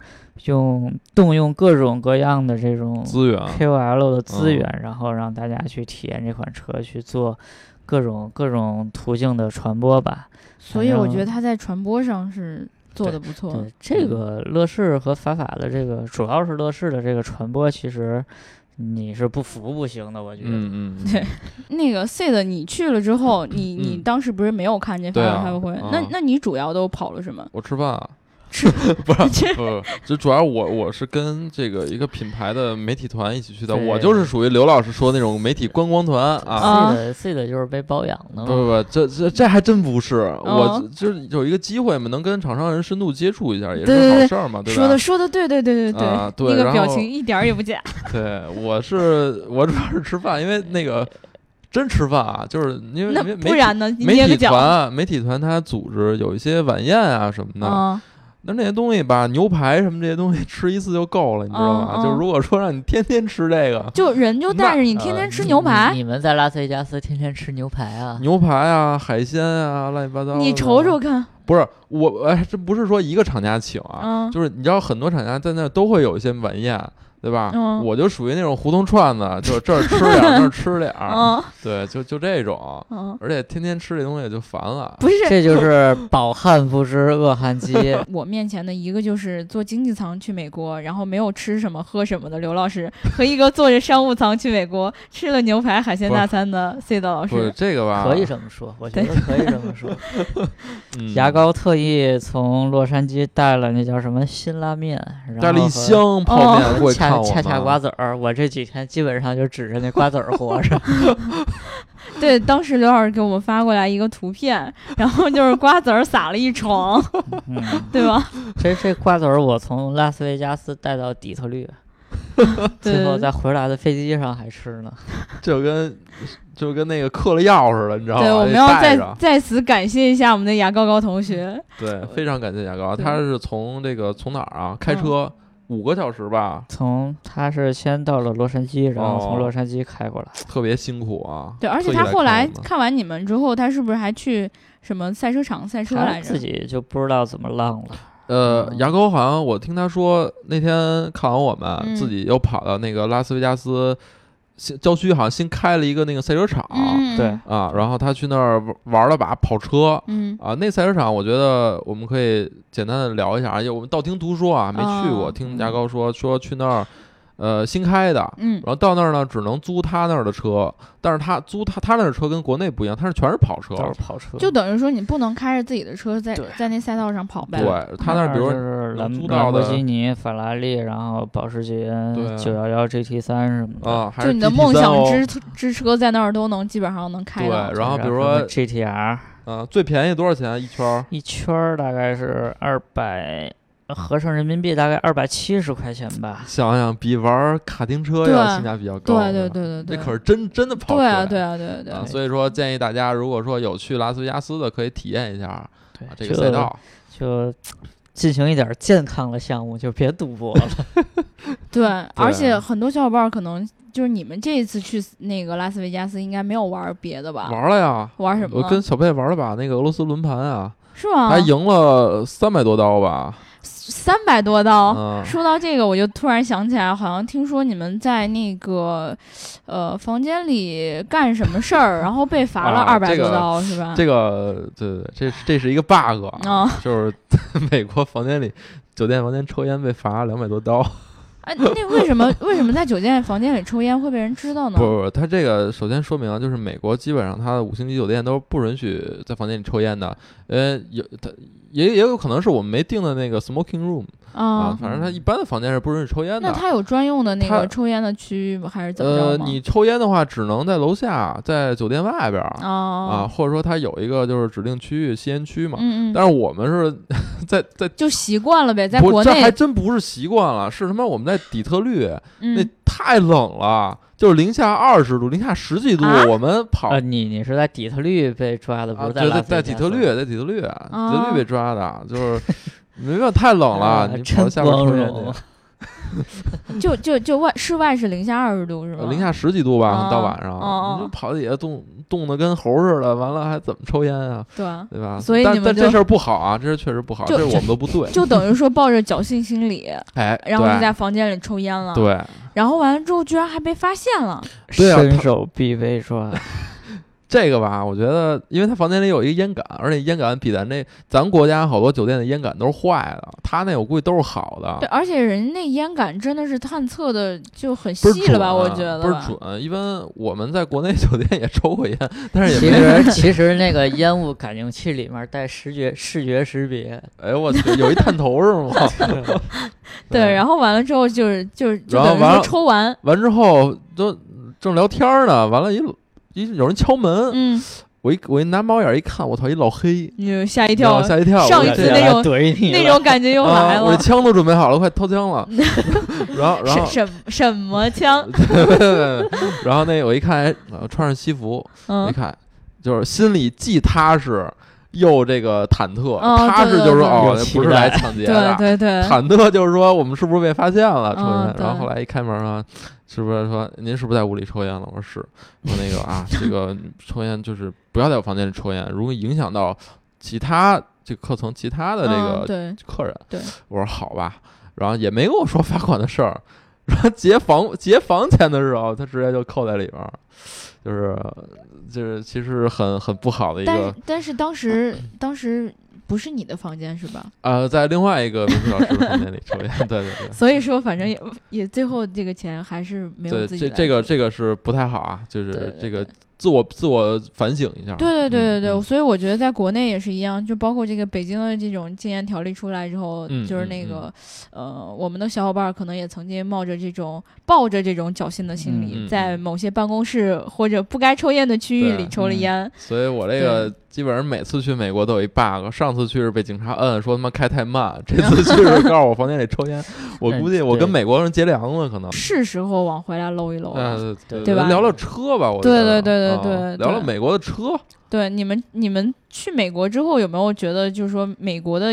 [SPEAKER 3] 用动用各种各样的这种
[SPEAKER 2] 资源，
[SPEAKER 3] KOL 的资
[SPEAKER 2] 嗯
[SPEAKER 3] 源，然后让大家去体验这款车，去做各种各种途径的传播吧。
[SPEAKER 1] 所以我
[SPEAKER 3] 反正
[SPEAKER 1] 觉得他在传播上是做的不错。
[SPEAKER 3] 对
[SPEAKER 2] 嗯
[SPEAKER 3] 这个乐视和法法的这个，主要是乐视的这个传播，其实你是不服不行的，我觉得。
[SPEAKER 2] 嗯嗯，
[SPEAKER 1] 对那个 Sid，你去了之后，你你
[SPEAKER 2] 嗯
[SPEAKER 1] 当时不是没有看见发
[SPEAKER 2] 对啊
[SPEAKER 1] 表发布会？
[SPEAKER 2] 啊
[SPEAKER 1] 那那你主要都跑了什么？
[SPEAKER 2] 我吃饭啊。
[SPEAKER 1] 吃
[SPEAKER 2] 不 是
[SPEAKER 1] 这
[SPEAKER 2] 不是，就主要我我是跟这个一个品牌的媒体团一起去的，
[SPEAKER 3] 对哦
[SPEAKER 2] 我就是属于刘老师说那种媒体观光团啊。嗯
[SPEAKER 1] 啊
[SPEAKER 3] C 的 C 的就是被包养的
[SPEAKER 2] 不
[SPEAKER 3] 嘛，
[SPEAKER 2] 不不，这这这还真不是，我
[SPEAKER 1] 哦
[SPEAKER 2] 就是有一个机会嘛，能跟厂商人深度接触一下，也
[SPEAKER 1] 对
[SPEAKER 2] 是
[SPEAKER 1] 对
[SPEAKER 2] 好
[SPEAKER 1] 对
[SPEAKER 2] 事儿嘛，对
[SPEAKER 1] 说
[SPEAKER 2] 吧
[SPEAKER 1] 的？说的对对对对
[SPEAKER 2] 啊对
[SPEAKER 1] 那个
[SPEAKER 2] 然
[SPEAKER 1] 表
[SPEAKER 2] 后
[SPEAKER 1] 情一点儿也不假。
[SPEAKER 2] 对，我是我主要是吃饭，因为那个真吃饭啊，就是因为
[SPEAKER 1] 那
[SPEAKER 2] 因为媒
[SPEAKER 1] 不
[SPEAKER 2] 体
[SPEAKER 1] 然呢？你捏
[SPEAKER 2] 媒
[SPEAKER 1] 个
[SPEAKER 2] 体
[SPEAKER 1] 脚
[SPEAKER 2] 团媒体团他组织有一些晚宴啊什么的，
[SPEAKER 1] 啊，
[SPEAKER 2] 那那些东西吧，牛排什么这些东西吃一次就够了，你知道吗？
[SPEAKER 1] 嗯嗯
[SPEAKER 2] 就如果说让你天天吃这个
[SPEAKER 1] 就人就带着你天
[SPEAKER 3] 呃
[SPEAKER 1] 天吃牛排
[SPEAKER 3] 你，你们在拉斯维加斯天天吃牛排啊？
[SPEAKER 2] 牛排啊、海鲜啊、乱七八糟的，
[SPEAKER 1] 你瞅瞅看，
[SPEAKER 2] 不是我哎，这不是说一个厂家请啊，
[SPEAKER 1] 嗯
[SPEAKER 2] 就是你知道很多厂家在那都会有一些晚宴。对吧？
[SPEAKER 1] 嗯
[SPEAKER 2] 我就属于那种胡同串 子，就这儿吃点儿，那儿吃点儿，
[SPEAKER 1] 嗯
[SPEAKER 2] 对，就就这种，
[SPEAKER 1] 嗯，
[SPEAKER 2] 而且天天吃这东西就烦了。
[SPEAKER 1] 不是。
[SPEAKER 3] 这就是饱汉不知饿 汉饥
[SPEAKER 1] 我面前的一个就是坐经济舱去美国，然后没有吃什么喝什么的刘老师，和一个坐着商务舱去美国吃了牛排海鲜大餐的 C 的老
[SPEAKER 2] 不是
[SPEAKER 1] 师。
[SPEAKER 2] 这个吧？
[SPEAKER 3] 可以这么说，我觉得可以这 么说。
[SPEAKER 2] 嗯
[SPEAKER 3] 牙膏特意从洛杉矶带了那叫什么辛拉面，然后
[SPEAKER 2] 带了一
[SPEAKER 3] 和
[SPEAKER 2] 箱泡面
[SPEAKER 1] 哦
[SPEAKER 2] 过去看
[SPEAKER 3] 恰
[SPEAKER 2] 我
[SPEAKER 3] 恰恰
[SPEAKER 2] 们
[SPEAKER 3] 瓜子儿，我这几天基本上就指着那瓜子儿活着。
[SPEAKER 1] 对，当时刘老师给我们发过来一个图片，然后就是瓜子儿撒了一床，
[SPEAKER 3] 嗯，
[SPEAKER 1] 对吧？
[SPEAKER 3] 这这瓜子儿我从拉斯维加斯带到底特 律，最后
[SPEAKER 1] 对，
[SPEAKER 3] 在回来的飞机上还吃呢。
[SPEAKER 2] 就跟就跟那个嗑了药似的，你知道吗？
[SPEAKER 1] 对，我们
[SPEAKER 2] 得
[SPEAKER 1] 要
[SPEAKER 2] 哦哎带
[SPEAKER 1] 在
[SPEAKER 2] 着
[SPEAKER 1] 在此感谢一下我们的牙膏膏同学。
[SPEAKER 2] 对，非常感谢牙膏，
[SPEAKER 1] 对嗯
[SPEAKER 2] 他是从这个从哪儿啊？开车五个小时吧，
[SPEAKER 3] 从他是先到了洛杉矶，然后
[SPEAKER 2] 哦
[SPEAKER 3] 从洛杉矶开过来。
[SPEAKER 2] 特别辛苦啊。
[SPEAKER 1] 对，而且
[SPEAKER 2] 特意
[SPEAKER 1] 他后来
[SPEAKER 2] 看我们
[SPEAKER 1] 看完你们之后，他是不是还去什么赛车场赛车
[SPEAKER 3] 他
[SPEAKER 1] 来着
[SPEAKER 3] 自？己就不知道怎么浪了，
[SPEAKER 2] 呃，
[SPEAKER 3] 嗯
[SPEAKER 2] 牙膏好像我听他说那天看完我们，
[SPEAKER 1] 嗯
[SPEAKER 2] 自己又跑到那个拉斯维加斯新郊区，好像新开了一个那个赛车场、
[SPEAKER 1] 嗯，
[SPEAKER 3] 对，
[SPEAKER 2] 啊，然后他去那儿玩玩了把跑车。
[SPEAKER 1] 嗯，
[SPEAKER 2] 啊，那赛车场我觉得我们可以简单的聊一下，而且我们道听途说啊，没去过，
[SPEAKER 1] 哦
[SPEAKER 2] 听牙膏说说去那儿，呃，新开的，
[SPEAKER 1] 嗯，
[SPEAKER 2] 然后到那儿呢，只能租他那儿的车，但是他租他他那儿的车跟国内不一样，他是全是跑车，
[SPEAKER 3] 都是跑车。
[SPEAKER 1] 就等于说你不能开着自己的车在
[SPEAKER 3] 对
[SPEAKER 1] 在那赛道上跑呗。
[SPEAKER 2] 对他那儿比如
[SPEAKER 3] 就。是
[SPEAKER 2] 能
[SPEAKER 3] 兰
[SPEAKER 2] 租到
[SPEAKER 3] 兰博
[SPEAKER 2] 的
[SPEAKER 3] 基尼、法拉利，然后保时捷
[SPEAKER 2] 对、
[SPEAKER 3] 九幺幺 GT 三什么的。
[SPEAKER 2] 啊，还
[SPEAKER 1] 就是你的
[SPEAKER 2] GT3
[SPEAKER 1] 梦想
[SPEAKER 2] 哦
[SPEAKER 1] 之之车在那儿都能基本上能开
[SPEAKER 2] 对，
[SPEAKER 1] 到。
[SPEAKER 2] 然后比如
[SPEAKER 3] 什么
[SPEAKER 2] 说，
[SPEAKER 3] GTR
[SPEAKER 2] 嗯，最便宜多少钱一圈儿？
[SPEAKER 3] 一圈儿大概是二百，合成人民币大概二百七十块钱吧。
[SPEAKER 2] 想想比玩卡丁车要
[SPEAKER 1] 对
[SPEAKER 2] 性价比较高，
[SPEAKER 1] 对对，对对对，
[SPEAKER 2] 这可是真真的跑车
[SPEAKER 1] 对啊
[SPEAKER 2] 呀，
[SPEAKER 1] 对啊对啊对
[SPEAKER 2] 啊
[SPEAKER 1] 啊。
[SPEAKER 2] 所以说建议大家，如果说有去拉斯维加斯的，可以体验一下啊
[SPEAKER 3] 对，
[SPEAKER 2] 这个赛道。
[SPEAKER 3] 就就进行一点健康的项目，就别赌博了。
[SPEAKER 1] 对，而且很多小伙伴可能就是你们这一次去那个拉斯维加斯，应该没有玩别的吧？
[SPEAKER 2] 玩了呀，
[SPEAKER 1] 玩什么
[SPEAKER 2] 我
[SPEAKER 1] 呢？
[SPEAKER 2] 跟小贝玩了把那个俄罗斯轮盘啊，
[SPEAKER 1] 是吗
[SPEAKER 2] 他？赢了三百多刀吧，
[SPEAKER 1] 三百多刀。
[SPEAKER 2] 啊，
[SPEAKER 1] 说到这个，我就突然想起来，好像听说你们在那个，呃，房间里干什么事儿，然后被罚了
[SPEAKER 2] 啊
[SPEAKER 1] 二百
[SPEAKER 2] 这
[SPEAKER 1] 多
[SPEAKER 2] 个
[SPEAKER 1] 刀，是吧？
[SPEAKER 2] 这个对对，对这是这是一个 bug，
[SPEAKER 1] 啊
[SPEAKER 2] 啊，就是 在美国房间里酒店房间抽烟被罚两百多刀。
[SPEAKER 1] 哎，那为什么为什么在酒店房间里抽烟会被人知道呢
[SPEAKER 2] 不？不不，他这个首先说明啊，就是美国基本上它的五星级酒店都不允许在房间里抽烟的，呃，有它也也有可能是我们没定的那个 smoking room 啊
[SPEAKER 1] 啊，，
[SPEAKER 2] 反正它一般的房间是不允许抽烟
[SPEAKER 1] 那
[SPEAKER 2] 的。
[SPEAKER 1] 他有专用的那个
[SPEAKER 2] 他
[SPEAKER 1] 抽烟的区域吗？还是怎么
[SPEAKER 2] 呃
[SPEAKER 1] 着，吗？
[SPEAKER 2] 你抽烟的话，只能在楼下，在酒店外边儿
[SPEAKER 1] 啊
[SPEAKER 2] 啊，
[SPEAKER 1] 啊，
[SPEAKER 2] 或者说它有一个就是指定区域吸烟区嘛。
[SPEAKER 1] 嗯嗯，
[SPEAKER 2] 但是我们是在在
[SPEAKER 1] 就习惯了呗，在
[SPEAKER 2] 不
[SPEAKER 1] 国
[SPEAKER 2] 这还
[SPEAKER 1] 内，
[SPEAKER 2] 真不是习惯了，是他妈我们在底特律、那
[SPEAKER 1] 嗯，
[SPEAKER 2] 太冷了，就是零下二十度、零下十几度，
[SPEAKER 1] 啊
[SPEAKER 2] 我们跑
[SPEAKER 3] 啊，你你是在底特律被抓的，不
[SPEAKER 2] 啊，
[SPEAKER 3] 是
[SPEAKER 2] 对，
[SPEAKER 3] 拉
[SPEAKER 2] 在
[SPEAKER 3] 斯维
[SPEAKER 2] 在
[SPEAKER 3] 加
[SPEAKER 2] 底
[SPEAKER 3] 斯
[SPEAKER 2] 特律，在底特律，啊底
[SPEAKER 1] 哦
[SPEAKER 2] 特律被抓的，就是没办法，太冷
[SPEAKER 3] 啊
[SPEAKER 2] 了，你跑
[SPEAKER 3] 真
[SPEAKER 2] 到下边
[SPEAKER 3] 光
[SPEAKER 2] 儿吹
[SPEAKER 3] 荣啊
[SPEAKER 2] 冷气，
[SPEAKER 1] 就就就外室外是零下二十度是吗？
[SPEAKER 2] 呃零下十几度吧
[SPEAKER 1] 啊，
[SPEAKER 2] 到晚
[SPEAKER 1] 啊
[SPEAKER 2] 上，你就跑底下冻冻得跟猴似的，完了还怎么抽烟啊，
[SPEAKER 1] 对啊，
[SPEAKER 2] 对吧？
[SPEAKER 1] 所以你
[SPEAKER 2] 但
[SPEAKER 1] 们
[SPEAKER 2] 但
[SPEAKER 1] 就
[SPEAKER 2] 这事儿不好啊，这事儿确实不好，
[SPEAKER 1] 就
[SPEAKER 2] 这是我们都不对，
[SPEAKER 1] 就等于说抱着侥幸心理，
[SPEAKER 2] 哎，
[SPEAKER 1] 然后就
[SPEAKER 2] 对
[SPEAKER 1] 在房间里抽烟了，，
[SPEAKER 2] 对，
[SPEAKER 1] 然后完了之后居然还被发现了，
[SPEAKER 2] 对啊
[SPEAKER 3] 伸
[SPEAKER 2] 他
[SPEAKER 3] 手必 被抓。
[SPEAKER 2] 这个吧，我觉得，因为他房间里有一个烟杆，而且烟杆比咱这咱国家好多酒店的烟杆都是坏的，他那我估计都是好
[SPEAKER 1] 对，
[SPEAKER 2] 的，
[SPEAKER 1] 而且人那烟感真的是探测的就很
[SPEAKER 2] 不是
[SPEAKER 1] 细
[SPEAKER 2] 准
[SPEAKER 1] 了吧？我
[SPEAKER 2] 啊
[SPEAKER 1] 觉得
[SPEAKER 2] 不
[SPEAKER 1] 吧
[SPEAKER 2] 是准。一般我们在国内酒店也抽过烟，但是
[SPEAKER 3] 其
[SPEAKER 2] 也没。
[SPEAKER 3] 实其实那个烟雾感应器里面带视觉视觉识别，
[SPEAKER 2] 哎呦我去，有一探头是 吗？
[SPEAKER 1] 对，然后完了之后就是就是就
[SPEAKER 2] 然后
[SPEAKER 1] 等于
[SPEAKER 2] 完
[SPEAKER 1] 说
[SPEAKER 2] 了
[SPEAKER 1] 抽完，
[SPEAKER 2] 完之后都正聊天呢，完了一一有人敲门，
[SPEAKER 1] 嗯，
[SPEAKER 2] 我一我一拿猫眼一看，我操，一老黑，
[SPEAKER 1] 你吓一
[SPEAKER 2] 然后
[SPEAKER 1] 跳，
[SPEAKER 2] 吓一跳，
[SPEAKER 1] 上
[SPEAKER 2] 我
[SPEAKER 1] 一
[SPEAKER 2] 就
[SPEAKER 1] 次
[SPEAKER 2] 这样
[SPEAKER 1] 那种
[SPEAKER 3] 怼你
[SPEAKER 1] 那
[SPEAKER 3] 了
[SPEAKER 1] 种感觉又来
[SPEAKER 2] 啊，我
[SPEAKER 1] 了
[SPEAKER 2] 这，枪都准备好了，快掏枪 了，然后然后
[SPEAKER 1] 什什什么 枪？
[SPEAKER 2] 然后那我一看，哎，呃穿上西服，一
[SPEAKER 1] 嗯，
[SPEAKER 2] 看就是心里既踏实又这个忐忑。
[SPEAKER 1] 哦对
[SPEAKER 2] 踏实就
[SPEAKER 1] 对
[SPEAKER 2] 是
[SPEAKER 1] 对
[SPEAKER 2] 哦
[SPEAKER 3] 有，期
[SPEAKER 2] 不是
[SPEAKER 3] 待
[SPEAKER 2] 来抢劫
[SPEAKER 1] 对
[SPEAKER 2] 的；
[SPEAKER 1] 对对，
[SPEAKER 2] 忐忑就是说我们是不是被发现了抽
[SPEAKER 1] 嗯
[SPEAKER 2] 烟。然后
[SPEAKER 1] 对
[SPEAKER 2] 后来一开门啊，是不是说您是不是在屋里抽烟了？我说是。我说那个啊，这个抽烟就是不要在我房间里抽烟，如果影响到其他这个客层其他的这个
[SPEAKER 1] 嗯对，
[SPEAKER 2] 客人。
[SPEAKER 1] 对，
[SPEAKER 2] 我说好吧，然后也没跟我说罚款的事儿。然后结房结房钱的时候，他直接就扣在里边儿，就是就是其实很很不好的一
[SPEAKER 1] 但是
[SPEAKER 2] 个
[SPEAKER 1] 但是当时当时不是你的房间是吧？
[SPEAKER 2] 呃，在另外一个民宿老师的房间里抽烟，对对对。
[SPEAKER 1] 所以说反正也也最后这个钱还是没有
[SPEAKER 2] 对，
[SPEAKER 1] 自己
[SPEAKER 2] 这
[SPEAKER 1] 来
[SPEAKER 2] 这个这个是不太好啊，就
[SPEAKER 3] 对
[SPEAKER 2] 是
[SPEAKER 3] 对
[SPEAKER 2] 这个自我自我反省一下。
[SPEAKER 1] 对对对对对，
[SPEAKER 2] 嗯，
[SPEAKER 1] 所以我觉得在国内也是一样，就包括这个北京的这种禁烟条例出来之后，
[SPEAKER 2] 嗯
[SPEAKER 1] 就是
[SPEAKER 2] 嗯
[SPEAKER 1] 那
[SPEAKER 2] 嗯
[SPEAKER 1] 个、呃，我们的小伙伴儿可能也曾经冒着这种抱着这种侥幸的心理，
[SPEAKER 2] 嗯嗯嗯
[SPEAKER 1] 在某些办公室或者不该抽烟的区域
[SPEAKER 2] 对
[SPEAKER 1] 里抽了
[SPEAKER 3] 嗯
[SPEAKER 1] 烟。
[SPEAKER 2] 所以我这个基本上每次去美国都有一 bug，上次去是被警察摁说他妈开太慢，这次去 是告诉我房间里抽烟，我估计我跟美国人结梁了，可能。
[SPEAKER 1] 哎是时候往回来搂一搂了。
[SPEAKER 2] 嗯，
[SPEAKER 3] 对
[SPEAKER 1] 对吧
[SPEAKER 2] 聊聊车吧，我觉
[SPEAKER 1] 对对
[SPEAKER 2] 得
[SPEAKER 1] 对对
[SPEAKER 2] 啊
[SPEAKER 1] 对对
[SPEAKER 2] 聊聊美国的车，
[SPEAKER 1] 对，你们你们去美国之后有没有觉得，就是说美国的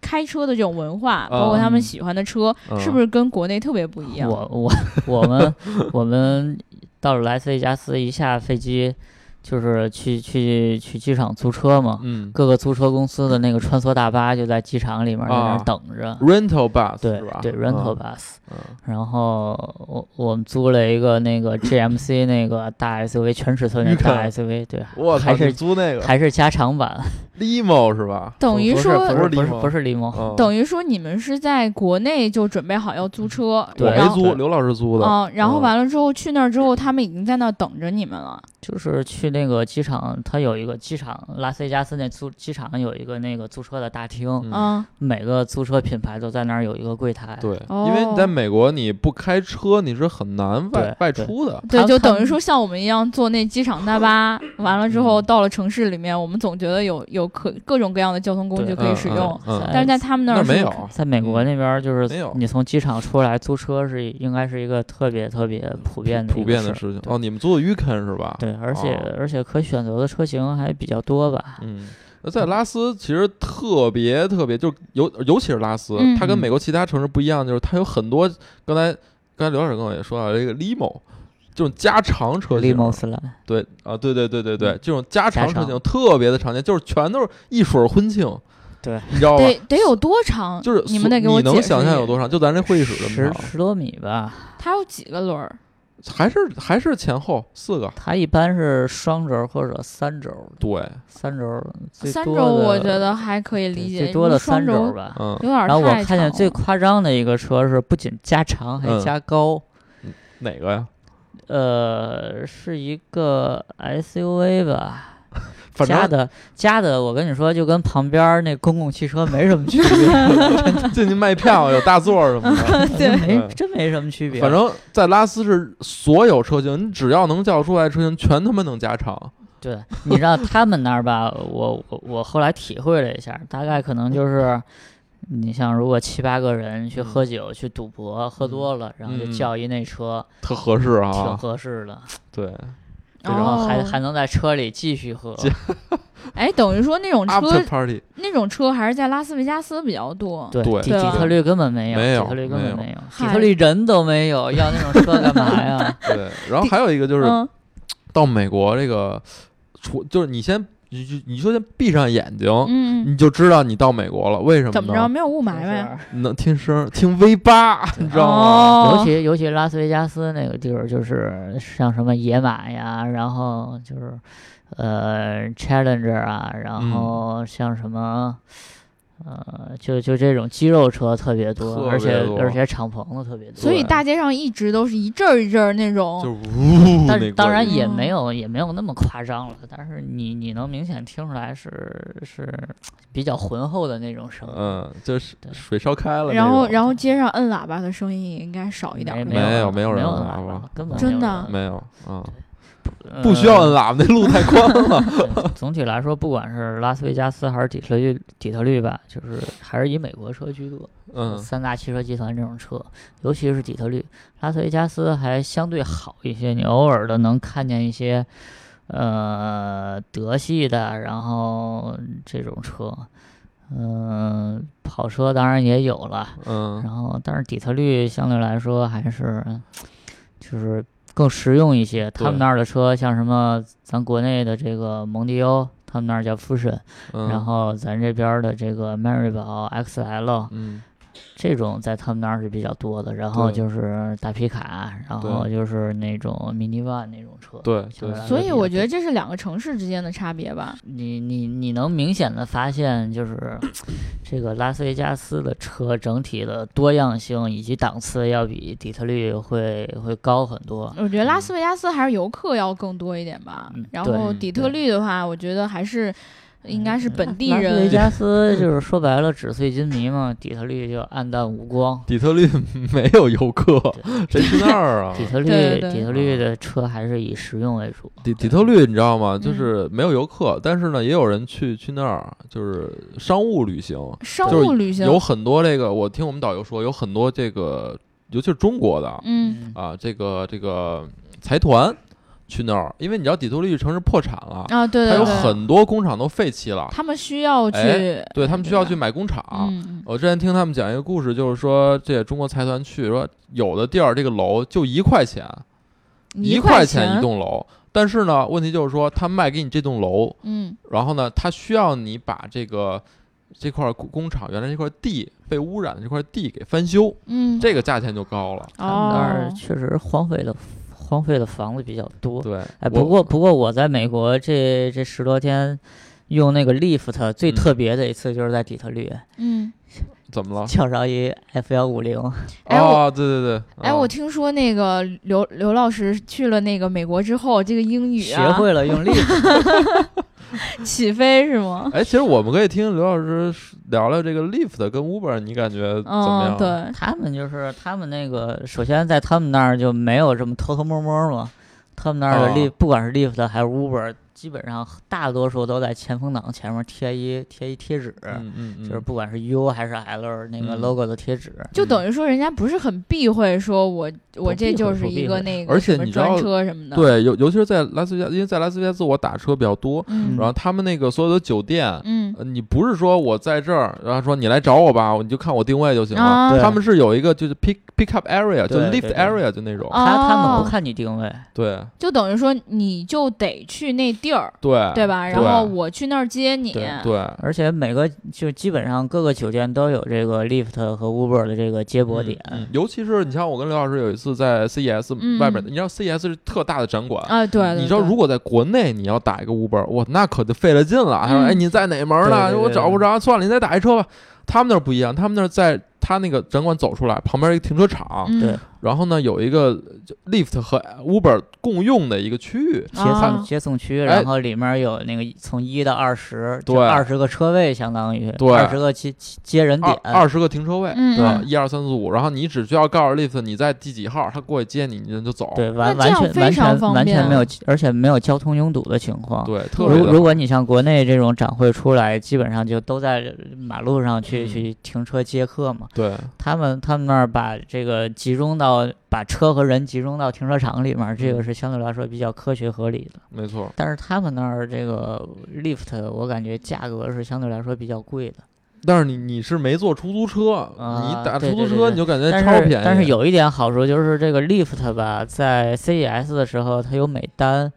[SPEAKER 1] 开车的这种文化，包括他们
[SPEAKER 3] 嗯
[SPEAKER 1] 喜欢的车，
[SPEAKER 2] 嗯
[SPEAKER 1] 是不是跟国内特别不一样？
[SPEAKER 3] 我我我们我们到了拉斯维加斯，一下飞机就是去去去机场租车嘛，
[SPEAKER 2] 嗯
[SPEAKER 3] 各个租车公司的那个穿梭大巴就在机场里面在那儿
[SPEAKER 2] 啊
[SPEAKER 3] 等着。
[SPEAKER 2] ，rental bus
[SPEAKER 3] 对
[SPEAKER 2] 是吧？
[SPEAKER 3] 对，rental bus，、
[SPEAKER 2] 嗯嗯
[SPEAKER 3] 然后我我们租了一个那个 GMC 那个大 SUV，全尺寸的大
[SPEAKER 2] Yukon
[SPEAKER 3] SUV，对，
[SPEAKER 2] 我操，
[SPEAKER 3] 还是
[SPEAKER 2] 你租那个
[SPEAKER 3] 还是加长版，
[SPEAKER 2] limo 是吧？
[SPEAKER 1] 等于
[SPEAKER 3] 不是
[SPEAKER 1] 说，
[SPEAKER 3] 不是
[SPEAKER 2] 不是
[SPEAKER 3] 不是
[SPEAKER 2] limo
[SPEAKER 3] 不是 limo，
[SPEAKER 2] 嗯，
[SPEAKER 1] 等于说你们是在国内就准备好要租车，
[SPEAKER 3] 对
[SPEAKER 2] 我
[SPEAKER 1] 然
[SPEAKER 2] 没
[SPEAKER 1] 后
[SPEAKER 2] 租，刘老师租的，
[SPEAKER 1] 嗯，然后
[SPEAKER 2] 嗯
[SPEAKER 1] 完了之后去那儿之后，他们已经在那儿等着你们了。
[SPEAKER 3] 就是去那个机场，它有一个机场，拉斯维加斯那租机场有一个那个租车的大厅，
[SPEAKER 2] 嗯
[SPEAKER 1] 嗯，
[SPEAKER 3] 每个租车品牌都在那儿有一个柜台。
[SPEAKER 2] 对，
[SPEAKER 1] 哦
[SPEAKER 2] 因为你在美国你不开车你是很难外
[SPEAKER 3] 对
[SPEAKER 2] 外
[SPEAKER 3] 对
[SPEAKER 2] 出的，
[SPEAKER 1] 对，
[SPEAKER 3] 他
[SPEAKER 1] 就
[SPEAKER 3] 他
[SPEAKER 1] 等于说像我们一样坐那机场大巴，完了之后到了城市里面，我们总觉得有有可各种各样的交通工具
[SPEAKER 3] 对
[SPEAKER 1] 可以
[SPEAKER 2] 嗯
[SPEAKER 1] 使
[SPEAKER 2] 嗯
[SPEAKER 1] 用，
[SPEAKER 2] 嗯
[SPEAKER 3] 在
[SPEAKER 1] 但是在他们那
[SPEAKER 2] 那
[SPEAKER 1] 儿是
[SPEAKER 2] 没
[SPEAKER 1] 不
[SPEAKER 2] 有
[SPEAKER 1] 可，
[SPEAKER 3] 在美国那边儿，就
[SPEAKER 2] 没
[SPEAKER 3] 是
[SPEAKER 2] 有
[SPEAKER 3] 你从机场出来租车是应该是一个特别特别普遍的
[SPEAKER 2] 普
[SPEAKER 3] 一个
[SPEAKER 2] 遍的
[SPEAKER 3] 事儿
[SPEAKER 2] 事情。
[SPEAKER 3] 对
[SPEAKER 2] 哦，你们租的 Yukon 是吧？
[SPEAKER 3] 对，而且、
[SPEAKER 2] 哦
[SPEAKER 3] 而且可选择的车型还比较多吧。
[SPEAKER 2] 嗯，那在拉斯其实特别特别，就尤尤其是拉斯，
[SPEAKER 1] 嗯
[SPEAKER 2] 它跟
[SPEAKER 3] 嗯
[SPEAKER 2] 美国其他城市不一样，就是它有很多刚才刚才刘老师跟我也说到这个 limo。这种加长车型，
[SPEAKER 3] limo 斯兰，
[SPEAKER 2] 对啊，对对对对对，
[SPEAKER 3] 嗯
[SPEAKER 2] 这种加长
[SPEAKER 3] 加
[SPEAKER 2] 车
[SPEAKER 3] 长
[SPEAKER 2] 型特别的常见，就是全都是一水儿婚庆，
[SPEAKER 3] 对，
[SPEAKER 2] 你知道吧？
[SPEAKER 1] 得得有多长？
[SPEAKER 2] 就是
[SPEAKER 1] 你们得给
[SPEAKER 2] 所
[SPEAKER 1] 我
[SPEAKER 2] 你能
[SPEAKER 1] 解释
[SPEAKER 2] 想象有多长？就咱这会议室这
[SPEAKER 3] 十
[SPEAKER 2] 么长，
[SPEAKER 3] 十多米吧。
[SPEAKER 1] 它有几个轮儿？
[SPEAKER 2] 还是还是前后四个？
[SPEAKER 3] 它一般是双轴或者三轴的，
[SPEAKER 2] 对，
[SPEAKER 3] 三轴最
[SPEAKER 1] 三
[SPEAKER 3] 多
[SPEAKER 1] 轴
[SPEAKER 3] 的
[SPEAKER 1] 我觉得还可以
[SPEAKER 3] 对
[SPEAKER 1] 理解，
[SPEAKER 3] 最多的
[SPEAKER 1] 你说
[SPEAKER 3] 三
[SPEAKER 1] 双
[SPEAKER 3] 轴
[SPEAKER 1] 轴
[SPEAKER 3] 吧。
[SPEAKER 2] 嗯，
[SPEAKER 1] 有点儿
[SPEAKER 3] 然后我
[SPEAKER 1] 太
[SPEAKER 3] 看
[SPEAKER 1] 长
[SPEAKER 3] 见
[SPEAKER 1] 了。
[SPEAKER 3] 最夸张的一个车是不仅加长还
[SPEAKER 2] 嗯
[SPEAKER 3] 加高，
[SPEAKER 2] 哪个呀？
[SPEAKER 3] 呃，是一个 SUV 吧，
[SPEAKER 2] 反
[SPEAKER 3] 加
[SPEAKER 2] 正
[SPEAKER 3] 的加的，我跟你说，就跟旁边儿那公共汽车没什么区别，
[SPEAKER 2] 最近卖票有大座什么的。
[SPEAKER 1] 对
[SPEAKER 3] 没真没什么区 别。
[SPEAKER 2] 反正，在拉丝是所有车型，你只要能叫出来车型，全他妈能加长。
[SPEAKER 3] 对，你知道他们那儿吧，我我我后来体会了一下，大概可能就是。你像，如果七八个人去喝酒、去赌博，喝多了，然后就
[SPEAKER 2] 嗯
[SPEAKER 3] 叫一那车，
[SPEAKER 2] 特合适
[SPEAKER 3] 挺
[SPEAKER 2] 啊！
[SPEAKER 3] 合适的，
[SPEAKER 2] 对
[SPEAKER 3] 然后还
[SPEAKER 1] 哦
[SPEAKER 3] 还能在车里继续喝。
[SPEAKER 2] 接
[SPEAKER 1] 哎，等于说那种车
[SPEAKER 2] ，After Party
[SPEAKER 1] 那种车还是在拉斯维加斯比较多。
[SPEAKER 3] 对，
[SPEAKER 2] 对
[SPEAKER 3] 底
[SPEAKER 1] 对
[SPEAKER 3] 底
[SPEAKER 1] 啊
[SPEAKER 3] 特律根本没有，
[SPEAKER 2] 没有
[SPEAKER 3] 底特律根
[SPEAKER 2] 没
[SPEAKER 3] 本
[SPEAKER 2] 有
[SPEAKER 3] 没有，底
[SPEAKER 1] 嗨
[SPEAKER 3] 特律人都没有，要那种车干嘛 呀？
[SPEAKER 2] 对，然后还有一个就是
[SPEAKER 1] 嗯，
[SPEAKER 2] 到美国这个，除就是你先你就你就先闭上眼睛，
[SPEAKER 1] 嗯，嗯
[SPEAKER 2] 你就知道你到美国了。为什
[SPEAKER 1] 怎么着
[SPEAKER 2] 呢？
[SPEAKER 1] 没有雾霾
[SPEAKER 3] 就是
[SPEAKER 1] 呗？
[SPEAKER 2] 能听声，听 V 八，你知道吗？
[SPEAKER 1] 哦，
[SPEAKER 3] 尤其尤其拉斯维加斯那个地儿，就是像什么野马呀，然后就是呃 Challenger 啊，然后像什么。呃，就就这种肌肉车特别多，
[SPEAKER 2] 特
[SPEAKER 3] 而
[SPEAKER 2] 别
[SPEAKER 3] 且
[SPEAKER 2] 多
[SPEAKER 3] 而且敞篷的特别多。
[SPEAKER 1] 所以大街上一直都是一阵儿一阵儿那
[SPEAKER 2] 就是
[SPEAKER 1] 种。
[SPEAKER 2] 呜，
[SPEAKER 3] 哦但
[SPEAKER 2] 那
[SPEAKER 3] 是
[SPEAKER 2] 个
[SPEAKER 3] 当然
[SPEAKER 2] 劲
[SPEAKER 3] 也
[SPEAKER 1] 嗯
[SPEAKER 3] 没有也没有那么夸张了，但是你你能明显听出来是是比较浑厚的那种声音。
[SPEAKER 2] 嗯，就是
[SPEAKER 3] 对
[SPEAKER 2] 水烧开了那种。
[SPEAKER 1] 然后，然后街上摁喇叭的声音也应该少一点儿
[SPEAKER 3] 没
[SPEAKER 1] 吧。
[SPEAKER 2] 没有
[SPEAKER 3] 有
[SPEAKER 2] 没
[SPEAKER 3] 有
[SPEAKER 2] 有人
[SPEAKER 3] 有
[SPEAKER 2] 摁
[SPEAKER 3] 了
[SPEAKER 2] 喇叭
[SPEAKER 3] 吧根本
[SPEAKER 1] 真
[SPEAKER 3] 没有
[SPEAKER 1] 的
[SPEAKER 3] 人
[SPEAKER 2] 没有，嗯，
[SPEAKER 3] 呃
[SPEAKER 2] 不需要 摁喇叭，那路太宽了。
[SPEAKER 3] 对嗯总体来说，不管是拉斯维加斯还是底特律，底特律吧，就是还是以美国车居多。
[SPEAKER 2] 嗯，
[SPEAKER 3] 三大汽车集团这种车，尤其是底特律、拉斯维加斯还相对好一些，你偶尔的能看见一些，呃，德系的，然后这种车，嗯、跑车当然也有了，
[SPEAKER 2] 嗯，
[SPEAKER 3] 然后，但是底特律相对来说还是就是更实用一些。他们
[SPEAKER 2] 对
[SPEAKER 3] 那儿的车，像什么咱国内的这个蒙迪欧，他们那儿叫 Fusion，、
[SPEAKER 2] 嗯
[SPEAKER 3] 然，后咱这边儿的这个迈锐宝 XL
[SPEAKER 2] 嗯，
[SPEAKER 3] 这种在他们那儿是比较多的。然后
[SPEAKER 2] 对
[SPEAKER 3] 就是大皮卡，然
[SPEAKER 2] 对
[SPEAKER 3] 后就是那种 minivan 那种车。
[SPEAKER 2] 对
[SPEAKER 3] 相
[SPEAKER 2] 对
[SPEAKER 3] 对来说
[SPEAKER 1] 所
[SPEAKER 3] 比
[SPEAKER 1] 以
[SPEAKER 3] 较
[SPEAKER 1] 我
[SPEAKER 3] 多
[SPEAKER 1] 觉得这是两个城市之间的差别吧。
[SPEAKER 3] 你你你能明显的发现，就是这个拉斯维加斯的车整体的多样性以及档次要比底特律会会高很多。
[SPEAKER 1] 我觉得拉斯维加斯还是游客要更多一点吧。
[SPEAKER 3] 嗯
[SPEAKER 1] 然
[SPEAKER 3] 对
[SPEAKER 1] 后
[SPEAKER 2] 嗯
[SPEAKER 1] 底特律的话，我觉得还是应该是本地
[SPEAKER 3] 拉斯维
[SPEAKER 1] 人。
[SPEAKER 3] 加斯就是说白了纸醉金迷嘛，底特律就暗淡无光。
[SPEAKER 2] 底特律 没有游客，谁去那儿啊？
[SPEAKER 3] 底特律
[SPEAKER 1] 对对
[SPEAKER 3] 底特律的车还是以实用为主。
[SPEAKER 2] 底底特律你知道吗？
[SPEAKER 1] 嗯
[SPEAKER 2] 就是没有游客，但是呢，也有人去去那儿，就是商务旅行，
[SPEAKER 1] 商
[SPEAKER 2] 就是
[SPEAKER 1] 务旅行，
[SPEAKER 2] 有很多这个，我听我们导游说，有很多这个，尤其是中国的啊
[SPEAKER 1] 嗯，
[SPEAKER 2] 啊，这个这个财团去那儿，因为你知道底特律城市破产了，
[SPEAKER 1] 啊，对
[SPEAKER 2] 它
[SPEAKER 1] 对
[SPEAKER 2] 有
[SPEAKER 1] 对，
[SPEAKER 2] 很多工厂都废弃了，
[SPEAKER 1] 他们需要去，
[SPEAKER 2] 哎对他们需要去
[SPEAKER 1] 吧
[SPEAKER 2] 买工厂。
[SPEAKER 1] 嗯，嗯
[SPEAKER 2] 我之前听他们讲一个故事，就是说这些中国财团去说，有的地儿这个楼就一块钱，一
[SPEAKER 1] 啊块
[SPEAKER 2] 钱一，栋楼，但是呢，问题就是说他卖给你这栋楼，
[SPEAKER 1] 嗯，
[SPEAKER 2] 然后呢，他需要你把这个这块工工厂原来这块地被污染的这块地给翻修，
[SPEAKER 1] 嗯，
[SPEAKER 2] 这个价钱就高了。
[SPEAKER 3] 他们那儿
[SPEAKER 1] 哦，
[SPEAKER 3] 确实荒废的荒废的房子比较多。
[SPEAKER 2] 对，
[SPEAKER 3] 哎，
[SPEAKER 2] 我
[SPEAKER 3] 不过不过我在美国这这十多天，用那个 Lyft 最
[SPEAKER 2] 嗯
[SPEAKER 3] 特别的一次就是在底特律，
[SPEAKER 1] 嗯，
[SPEAKER 2] 怎么了？
[SPEAKER 3] 叫上一 F 幺五零，
[SPEAKER 1] 哎
[SPEAKER 2] 哦，对对对，
[SPEAKER 1] 哎，
[SPEAKER 2] 嗯
[SPEAKER 1] 我听说那个刘刘老师去了那个美国之后，这个英语
[SPEAKER 3] 学
[SPEAKER 1] 啊
[SPEAKER 3] 会了用 Lyft。
[SPEAKER 1] 起飞是吗？
[SPEAKER 2] 哎，其实我们可以听刘老师聊聊这个 Lyft 跟 Uber，你感觉怎
[SPEAKER 1] 嗯
[SPEAKER 2] 么样？，，啊
[SPEAKER 1] 对，
[SPEAKER 3] 他们就是他们那个，首先在他们那儿就没有这么偷偷摸摸嘛，他们那儿的
[SPEAKER 2] 哦
[SPEAKER 3] Lyft，、不管是 Lyft 还是 Uber，基本上大多数都在前风挡前面贴一贴一贴纸。
[SPEAKER 2] 嗯嗯嗯，
[SPEAKER 3] 就是不管是 U 还是 L 那个
[SPEAKER 2] 嗯
[SPEAKER 3] logo 的贴纸，
[SPEAKER 1] 就等于说人家不是很避讳，说我我
[SPEAKER 3] 不
[SPEAKER 1] 这
[SPEAKER 3] 避
[SPEAKER 1] 就
[SPEAKER 3] 讳
[SPEAKER 1] 是
[SPEAKER 3] 不
[SPEAKER 1] 一
[SPEAKER 3] 避
[SPEAKER 1] 个
[SPEAKER 3] 讳
[SPEAKER 1] 那个
[SPEAKER 2] 而
[SPEAKER 1] 什
[SPEAKER 2] 且
[SPEAKER 1] 么
[SPEAKER 2] 你知
[SPEAKER 1] 专
[SPEAKER 2] 道
[SPEAKER 1] 车什么的，，
[SPEAKER 2] 对，尤尤其是在拉斯维加，因为在拉斯维加斯我打车比较多，
[SPEAKER 1] 嗯
[SPEAKER 2] 然后他们那个所有的酒店，
[SPEAKER 1] 嗯
[SPEAKER 2] 呃你不是说我在这儿，然后说你来找我吧，你就看我定位就行了。
[SPEAKER 1] 啊，
[SPEAKER 3] 对
[SPEAKER 2] 他们是有一个就是 pick pick up area，就
[SPEAKER 3] 对啊
[SPEAKER 2] lift
[SPEAKER 3] 对对
[SPEAKER 2] area，就那种。
[SPEAKER 1] 啊
[SPEAKER 3] 他他们
[SPEAKER 1] 哦
[SPEAKER 3] 不看你定位，
[SPEAKER 2] 对
[SPEAKER 1] 就等于说你就得去那地儿，
[SPEAKER 2] 对
[SPEAKER 1] 对吧？然
[SPEAKER 2] 对
[SPEAKER 1] 后我去那儿接你，
[SPEAKER 3] 对
[SPEAKER 2] 对，
[SPEAKER 3] 而且每个就基本上各个酒店都有这个 Lyft 和 Uber 的这个接驳点，
[SPEAKER 2] 嗯嗯尤其是你像我跟刘老师有一次在 CES
[SPEAKER 1] 嗯
[SPEAKER 2] 外面的，你知道 CES 是特大的展馆。
[SPEAKER 1] 啊，对对对，
[SPEAKER 2] 你知道，如果在国内你要打一个 Uber，哇，那可就费了劲了。他说：“
[SPEAKER 1] 嗯
[SPEAKER 2] 哎，你在哪门儿呢？
[SPEAKER 3] 对对对
[SPEAKER 2] 我找不着，算了，你再打一车吧。”他们那儿不一样，他们那儿在他那个展馆走出来，旁边一个停车场，
[SPEAKER 1] 嗯
[SPEAKER 3] 对
[SPEAKER 2] 然后呢有一个就 Lyft 和 Uber 共用的一个区域。
[SPEAKER 3] 接
[SPEAKER 1] 啊
[SPEAKER 3] 送接送区，
[SPEAKER 2] 哎
[SPEAKER 3] 然后里面有那个从一到二十，
[SPEAKER 2] 对
[SPEAKER 3] 二十个车位相当于，
[SPEAKER 2] 对
[SPEAKER 3] 二十个接接接人
[SPEAKER 2] 二
[SPEAKER 3] 点，
[SPEAKER 2] 二十个停车位，
[SPEAKER 1] 嗯
[SPEAKER 2] 对吧
[SPEAKER 1] 嗯？
[SPEAKER 2] 一二三四五，然后你只需要告诉 Lyft 你在第几号，他过去接你，你人就走。
[SPEAKER 3] 对，
[SPEAKER 1] 那
[SPEAKER 3] 完
[SPEAKER 1] 这
[SPEAKER 3] 完
[SPEAKER 1] 样
[SPEAKER 3] 全
[SPEAKER 1] 非
[SPEAKER 3] 完
[SPEAKER 1] 常
[SPEAKER 3] 全
[SPEAKER 1] 方
[SPEAKER 3] 完全
[SPEAKER 1] 便
[SPEAKER 3] 没有，而且没有交通拥堵的情况。
[SPEAKER 2] 对，特
[SPEAKER 1] 如
[SPEAKER 2] 别
[SPEAKER 3] 如
[SPEAKER 2] 的
[SPEAKER 3] 如果你像国内这种展会出来，基本上就都在马路上去、
[SPEAKER 2] 嗯
[SPEAKER 3] 去停车接客嘛。
[SPEAKER 2] 对，
[SPEAKER 3] 他们他们那儿把这个集中到把车和人集中到停车场里面儿，这个是相对来说比较科学合理的。
[SPEAKER 2] 没错。
[SPEAKER 3] 但是他们那儿这个 Lyft，我感觉价格是相对来说比较贵的。
[SPEAKER 2] 但是你你是没坐出租车，你打
[SPEAKER 3] 啊对
[SPEAKER 2] 出租
[SPEAKER 3] 对对
[SPEAKER 2] 车
[SPEAKER 3] 对
[SPEAKER 2] 你就感觉
[SPEAKER 3] 但
[SPEAKER 2] 呃超
[SPEAKER 3] 是
[SPEAKER 2] 便宜。
[SPEAKER 3] 但是有一点好处就是这个 Lyft 吧，在 CES 的时候它有每单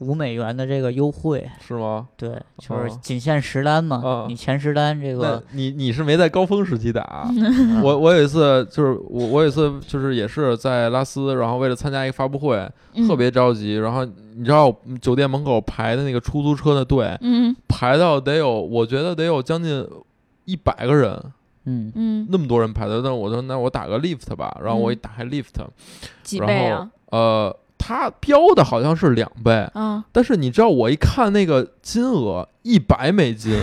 [SPEAKER 3] 五美元的这个优惠，
[SPEAKER 2] 是吗？
[SPEAKER 3] 对，就是
[SPEAKER 2] 哦
[SPEAKER 3] 仅限十单嘛，
[SPEAKER 2] 哦
[SPEAKER 3] 你前十单这
[SPEAKER 2] 那
[SPEAKER 3] 个
[SPEAKER 2] 你你是没在高峰时期打。
[SPEAKER 1] 嗯
[SPEAKER 2] 我我有一次就是我我有一次就是也是在拉斯，然后为了参加一个发布会，
[SPEAKER 1] 嗯
[SPEAKER 2] 特别着急。然后你知道酒店门口排的那个出租车的队，
[SPEAKER 1] 嗯
[SPEAKER 2] 排到得有，我觉得得有将近一百个人，
[SPEAKER 3] 嗯，
[SPEAKER 1] 嗯
[SPEAKER 2] 那么多人排队。但我说那我打个 Lyft 吧，然后我一打开 Lyft，、
[SPEAKER 1] 几
[SPEAKER 2] 然
[SPEAKER 1] 倍
[SPEAKER 2] 后
[SPEAKER 1] 啊，
[SPEAKER 2] 呃，它标的好像是两倍，
[SPEAKER 1] 嗯，
[SPEAKER 2] 但是你知道我一看那个金额一百美金，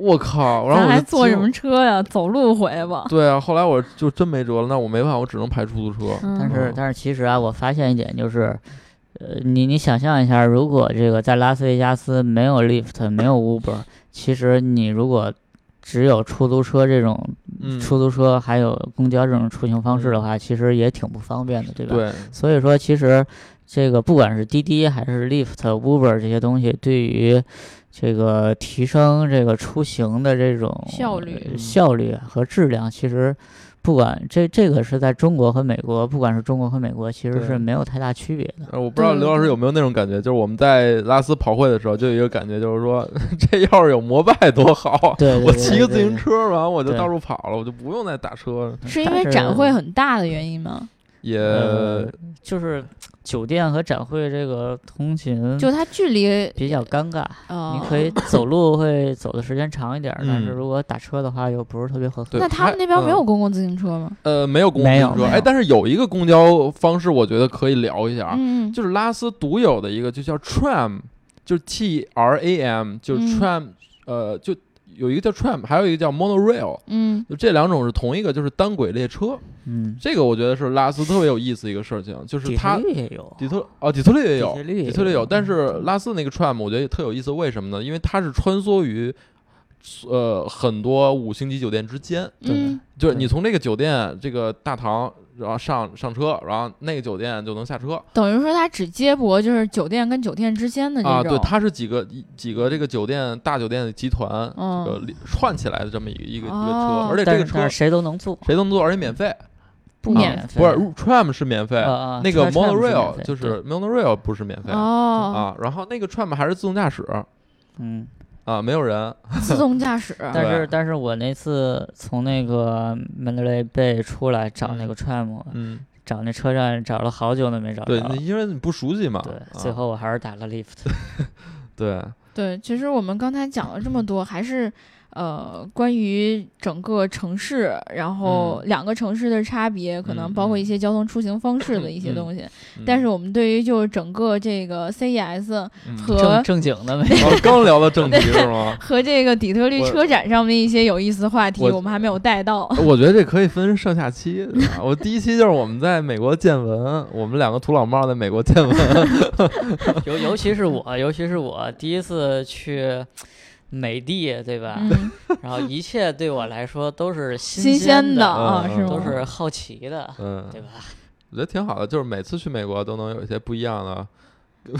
[SPEAKER 2] 我靠！然后
[SPEAKER 1] 咱
[SPEAKER 2] 我
[SPEAKER 1] 还
[SPEAKER 2] 就
[SPEAKER 1] 坐
[SPEAKER 2] 惊
[SPEAKER 1] 什么
[SPEAKER 2] 了？
[SPEAKER 1] 车呀？走路回吧。
[SPEAKER 2] 对啊，后来我就真没辙了，那我没办法，我只能排出租车。
[SPEAKER 1] 嗯，
[SPEAKER 3] 但是
[SPEAKER 2] 嗯
[SPEAKER 3] 但是其实啊，我发现一点就是。呃，你你想象一下，如果这个在拉斯维加斯没有 Lyft，没有 Uber，其实你如果只有出租车这种
[SPEAKER 2] 嗯，
[SPEAKER 3] 出租车还有公交这种出行方式的话，其实也挺不方便的，对吧？
[SPEAKER 2] 对，
[SPEAKER 3] 所以说，其实这个不管是滴滴还是 Lyft、Uber 这些东西，对于这个提升这个出行的这种
[SPEAKER 1] 效率
[SPEAKER 3] 呃效率和质量，其实不管这这个是在中国和美国，不管是中国和美国，其实
[SPEAKER 2] 对
[SPEAKER 3] 是没有太大区别的。
[SPEAKER 2] 呃我不知道
[SPEAKER 1] 对
[SPEAKER 2] 刘老师有没有那种感觉，就是我们在拉斯跑会的时候，就有一个感觉，就是说 这要是有摩拜多好啊！
[SPEAKER 3] 对 对
[SPEAKER 2] 我
[SPEAKER 3] 对
[SPEAKER 2] 骑个自
[SPEAKER 3] 对
[SPEAKER 2] 行车，完我就
[SPEAKER 3] 对
[SPEAKER 2] 到处跑了，我就不用再打车了。
[SPEAKER 1] 是因为
[SPEAKER 3] 但
[SPEAKER 1] 展会很大的原因吗？
[SPEAKER 2] 也
[SPEAKER 3] 呃，就是酒店和展会这个通勤
[SPEAKER 1] 就它距离，
[SPEAKER 3] 比较尴尬。
[SPEAKER 1] 呃，
[SPEAKER 3] 你可以走路会走的时间长一点儿，但是
[SPEAKER 2] 嗯
[SPEAKER 3] 如果打车的话又不是特别合算。
[SPEAKER 2] 对
[SPEAKER 1] 那他
[SPEAKER 2] 还
[SPEAKER 1] 们那边没
[SPEAKER 2] 嗯
[SPEAKER 1] 有公共自行车吗？
[SPEAKER 2] 呃没有公共
[SPEAKER 3] 没
[SPEAKER 2] 自
[SPEAKER 3] 有
[SPEAKER 2] 行车，
[SPEAKER 3] 没
[SPEAKER 2] 哎，
[SPEAKER 3] 有
[SPEAKER 2] 但是有一个公交方式，我觉得可以聊一下啊，
[SPEAKER 1] 嗯，
[SPEAKER 2] 就是拉斯独有的一个，就叫 tram，就是 T R A M，就是
[SPEAKER 1] 嗯
[SPEAKER 2] tram，、呃，就有一个叫 tram，还有一个叫 monorail，
[SPEAKER 1] 嗯
[SPEAKER 2] 就这两种是同一个，就是单轨列车。
[SPEAKER 3] 嗯，
[SPEAKER 2] 这个我觉得是拉斯特别有意思一个事情，就是
[SPEAKER 3] 底
[SPEAKER 2] 它
[SPEAKER 3] 特律也有，啊
[SPEAKER 2] 底特哦底特律也有
[SPEAKER 3] 底特律也
[SPEAKER 2] 底特律有，
[SPEAKER 3] 有嗯
[SPEAKER 2] 但是
[SPEAKER 3] 对
[SPEAKER 2] 拉斯那个 tram 我觉得也特有意思，为什么呢？因为它是穿梭于呃很多五星级酒店之间，
[SPEAKER 1] 嗯
[SPEAKER 2] 就是
[SPEAKER 3] 对
[SPEAKER 2] 你从这个酒店这个大堂，然后上上车，然后那个酒店就能下车。
[SPEAKER 1] 等于说它只接驳就是酒店跟酒店之间的
[SPEAKER 2] 啊，
[SPEAKER 1] 这
[SPEAKER 2] 对，
[SPEAKER 1] 种，
[SPEAKER 2] 它是几个一几个这个酒店大酒店的集团、
[SPEAKER 1] 嗯
[SPEAKER 2] 这个里串起来的这么一个一个、一个
[SPEAKER 1] 哦
[SPEAKER 2] 车，而且
[SPEAKER 3] 哦但
[SPEAKER 2] 这个
[SPEAKER 3] 是
[SPEAKER 2] 车
[SPEAKER 3] 但是谁都能坐，
[SPEAKER 2] 谁都能坐，而且免费，
[SPEAKER 1] 不
[SPEAKER 3] 啊
[SPEAKER 1] 免
[SPEAKER 3] 费
[SPEAKER 2] 不是 tram 是免费，
[SPEAKER 3] 啊啊
[SPEAKER 2] 那个
[SPEAKER 3] 车站不是免
[SPEAKER 2] monorail
[SPEAKER 3] 费
[SPEAKER 2] 就
[SPEAKER 3] 对
[SPEAKER 2] 是 monorail 不是免费、
[SPEAKER 1] 哦，
[SPEAKER 2] 啊，然后那个 tram 还是自动驾驶
[SPEAKER 3] 嗯，
[SPEAKER 2] 啊，没有人，
[SPEAKER 1] 自动驾驶，
[SPEAKER 3] 但
[SPEAKER 2] 对
[SPEAKER 3] 是但是我那次从那个门德雷贝出来找那
[SPEAKER 2] 嗯
[SPEAKER 3] 个 tram，
[SPEAKER 2] 嗯，
[SPEAKER 3] 找那车站找了好久都没找
[SPEAKER 2] 对，
[SPEAKER 3] 着
[SPEAKER 2] 你，因为你不熟悉嘛，
[SPEAKER 3] 对
[SPEAKER 2] 啊，
[SPEAKER 3] 最后我还是打了 lift，
[SPEAKER 2] 对，
[SPEAKER 1] 对，其实我们刚才讲了这么多，还是呃，关于整个城市，然后两个城市的差别，可能包括
[SPEAKER 2] 嗯嗯嗯
[SPEAKER 1] 一些交通出行方式的一些
[SPEAKER 2] 嗯
[SPEAKER 1] 东西。
[SPEAKER 2] 嗯
[SPEAKER 1] 但是我们对于就是整个这个 CES
[SPEAKER 2] 嗯
[SPEAKER 1] 和？
[SPEAKER 3] 正正经的没
[SPEAKER 2] 哦刚聊到正题是吗
[SPEAKER 1] 和这个底特律
[SPEAKER 2] 我
[SPEAKER 1] 车展上面一些有意思的话题，
[SPEAKER 2] 我
[SPEAKER 1] 我们还没有带 到。
[SPEAKER 2] 呃我觉得这可以分上下期。 对吧我第一期就是我们在美国见闻，我们两个土老帽在美国见闻，
[SPEAKER 3] 尤 尤其是我，尤其是我第一次去美的，对吧？
[SPEAKER 1] 嗯，
[SPEAKER 3] 然后一切对我来说都是
[SPEAKER 1] 新
[SPEAKER 3] 鲜
[SPEAKER 1] 鲜的啊，
[SPEAKER 2] 嗯
[SPEAKER 1] 是
[SPEAKER 2] 嗯
[SPEAKER 3] 都
[SPEAKER 1] 吗？
[SPEAKER 3] 是好奇的，
[SPEAKER 2] 嗯，
[SPEAKER 3] 对吧？
[SPEAKER 2] 我觉得挺好的，就是每次去美国都能有一些不一样的。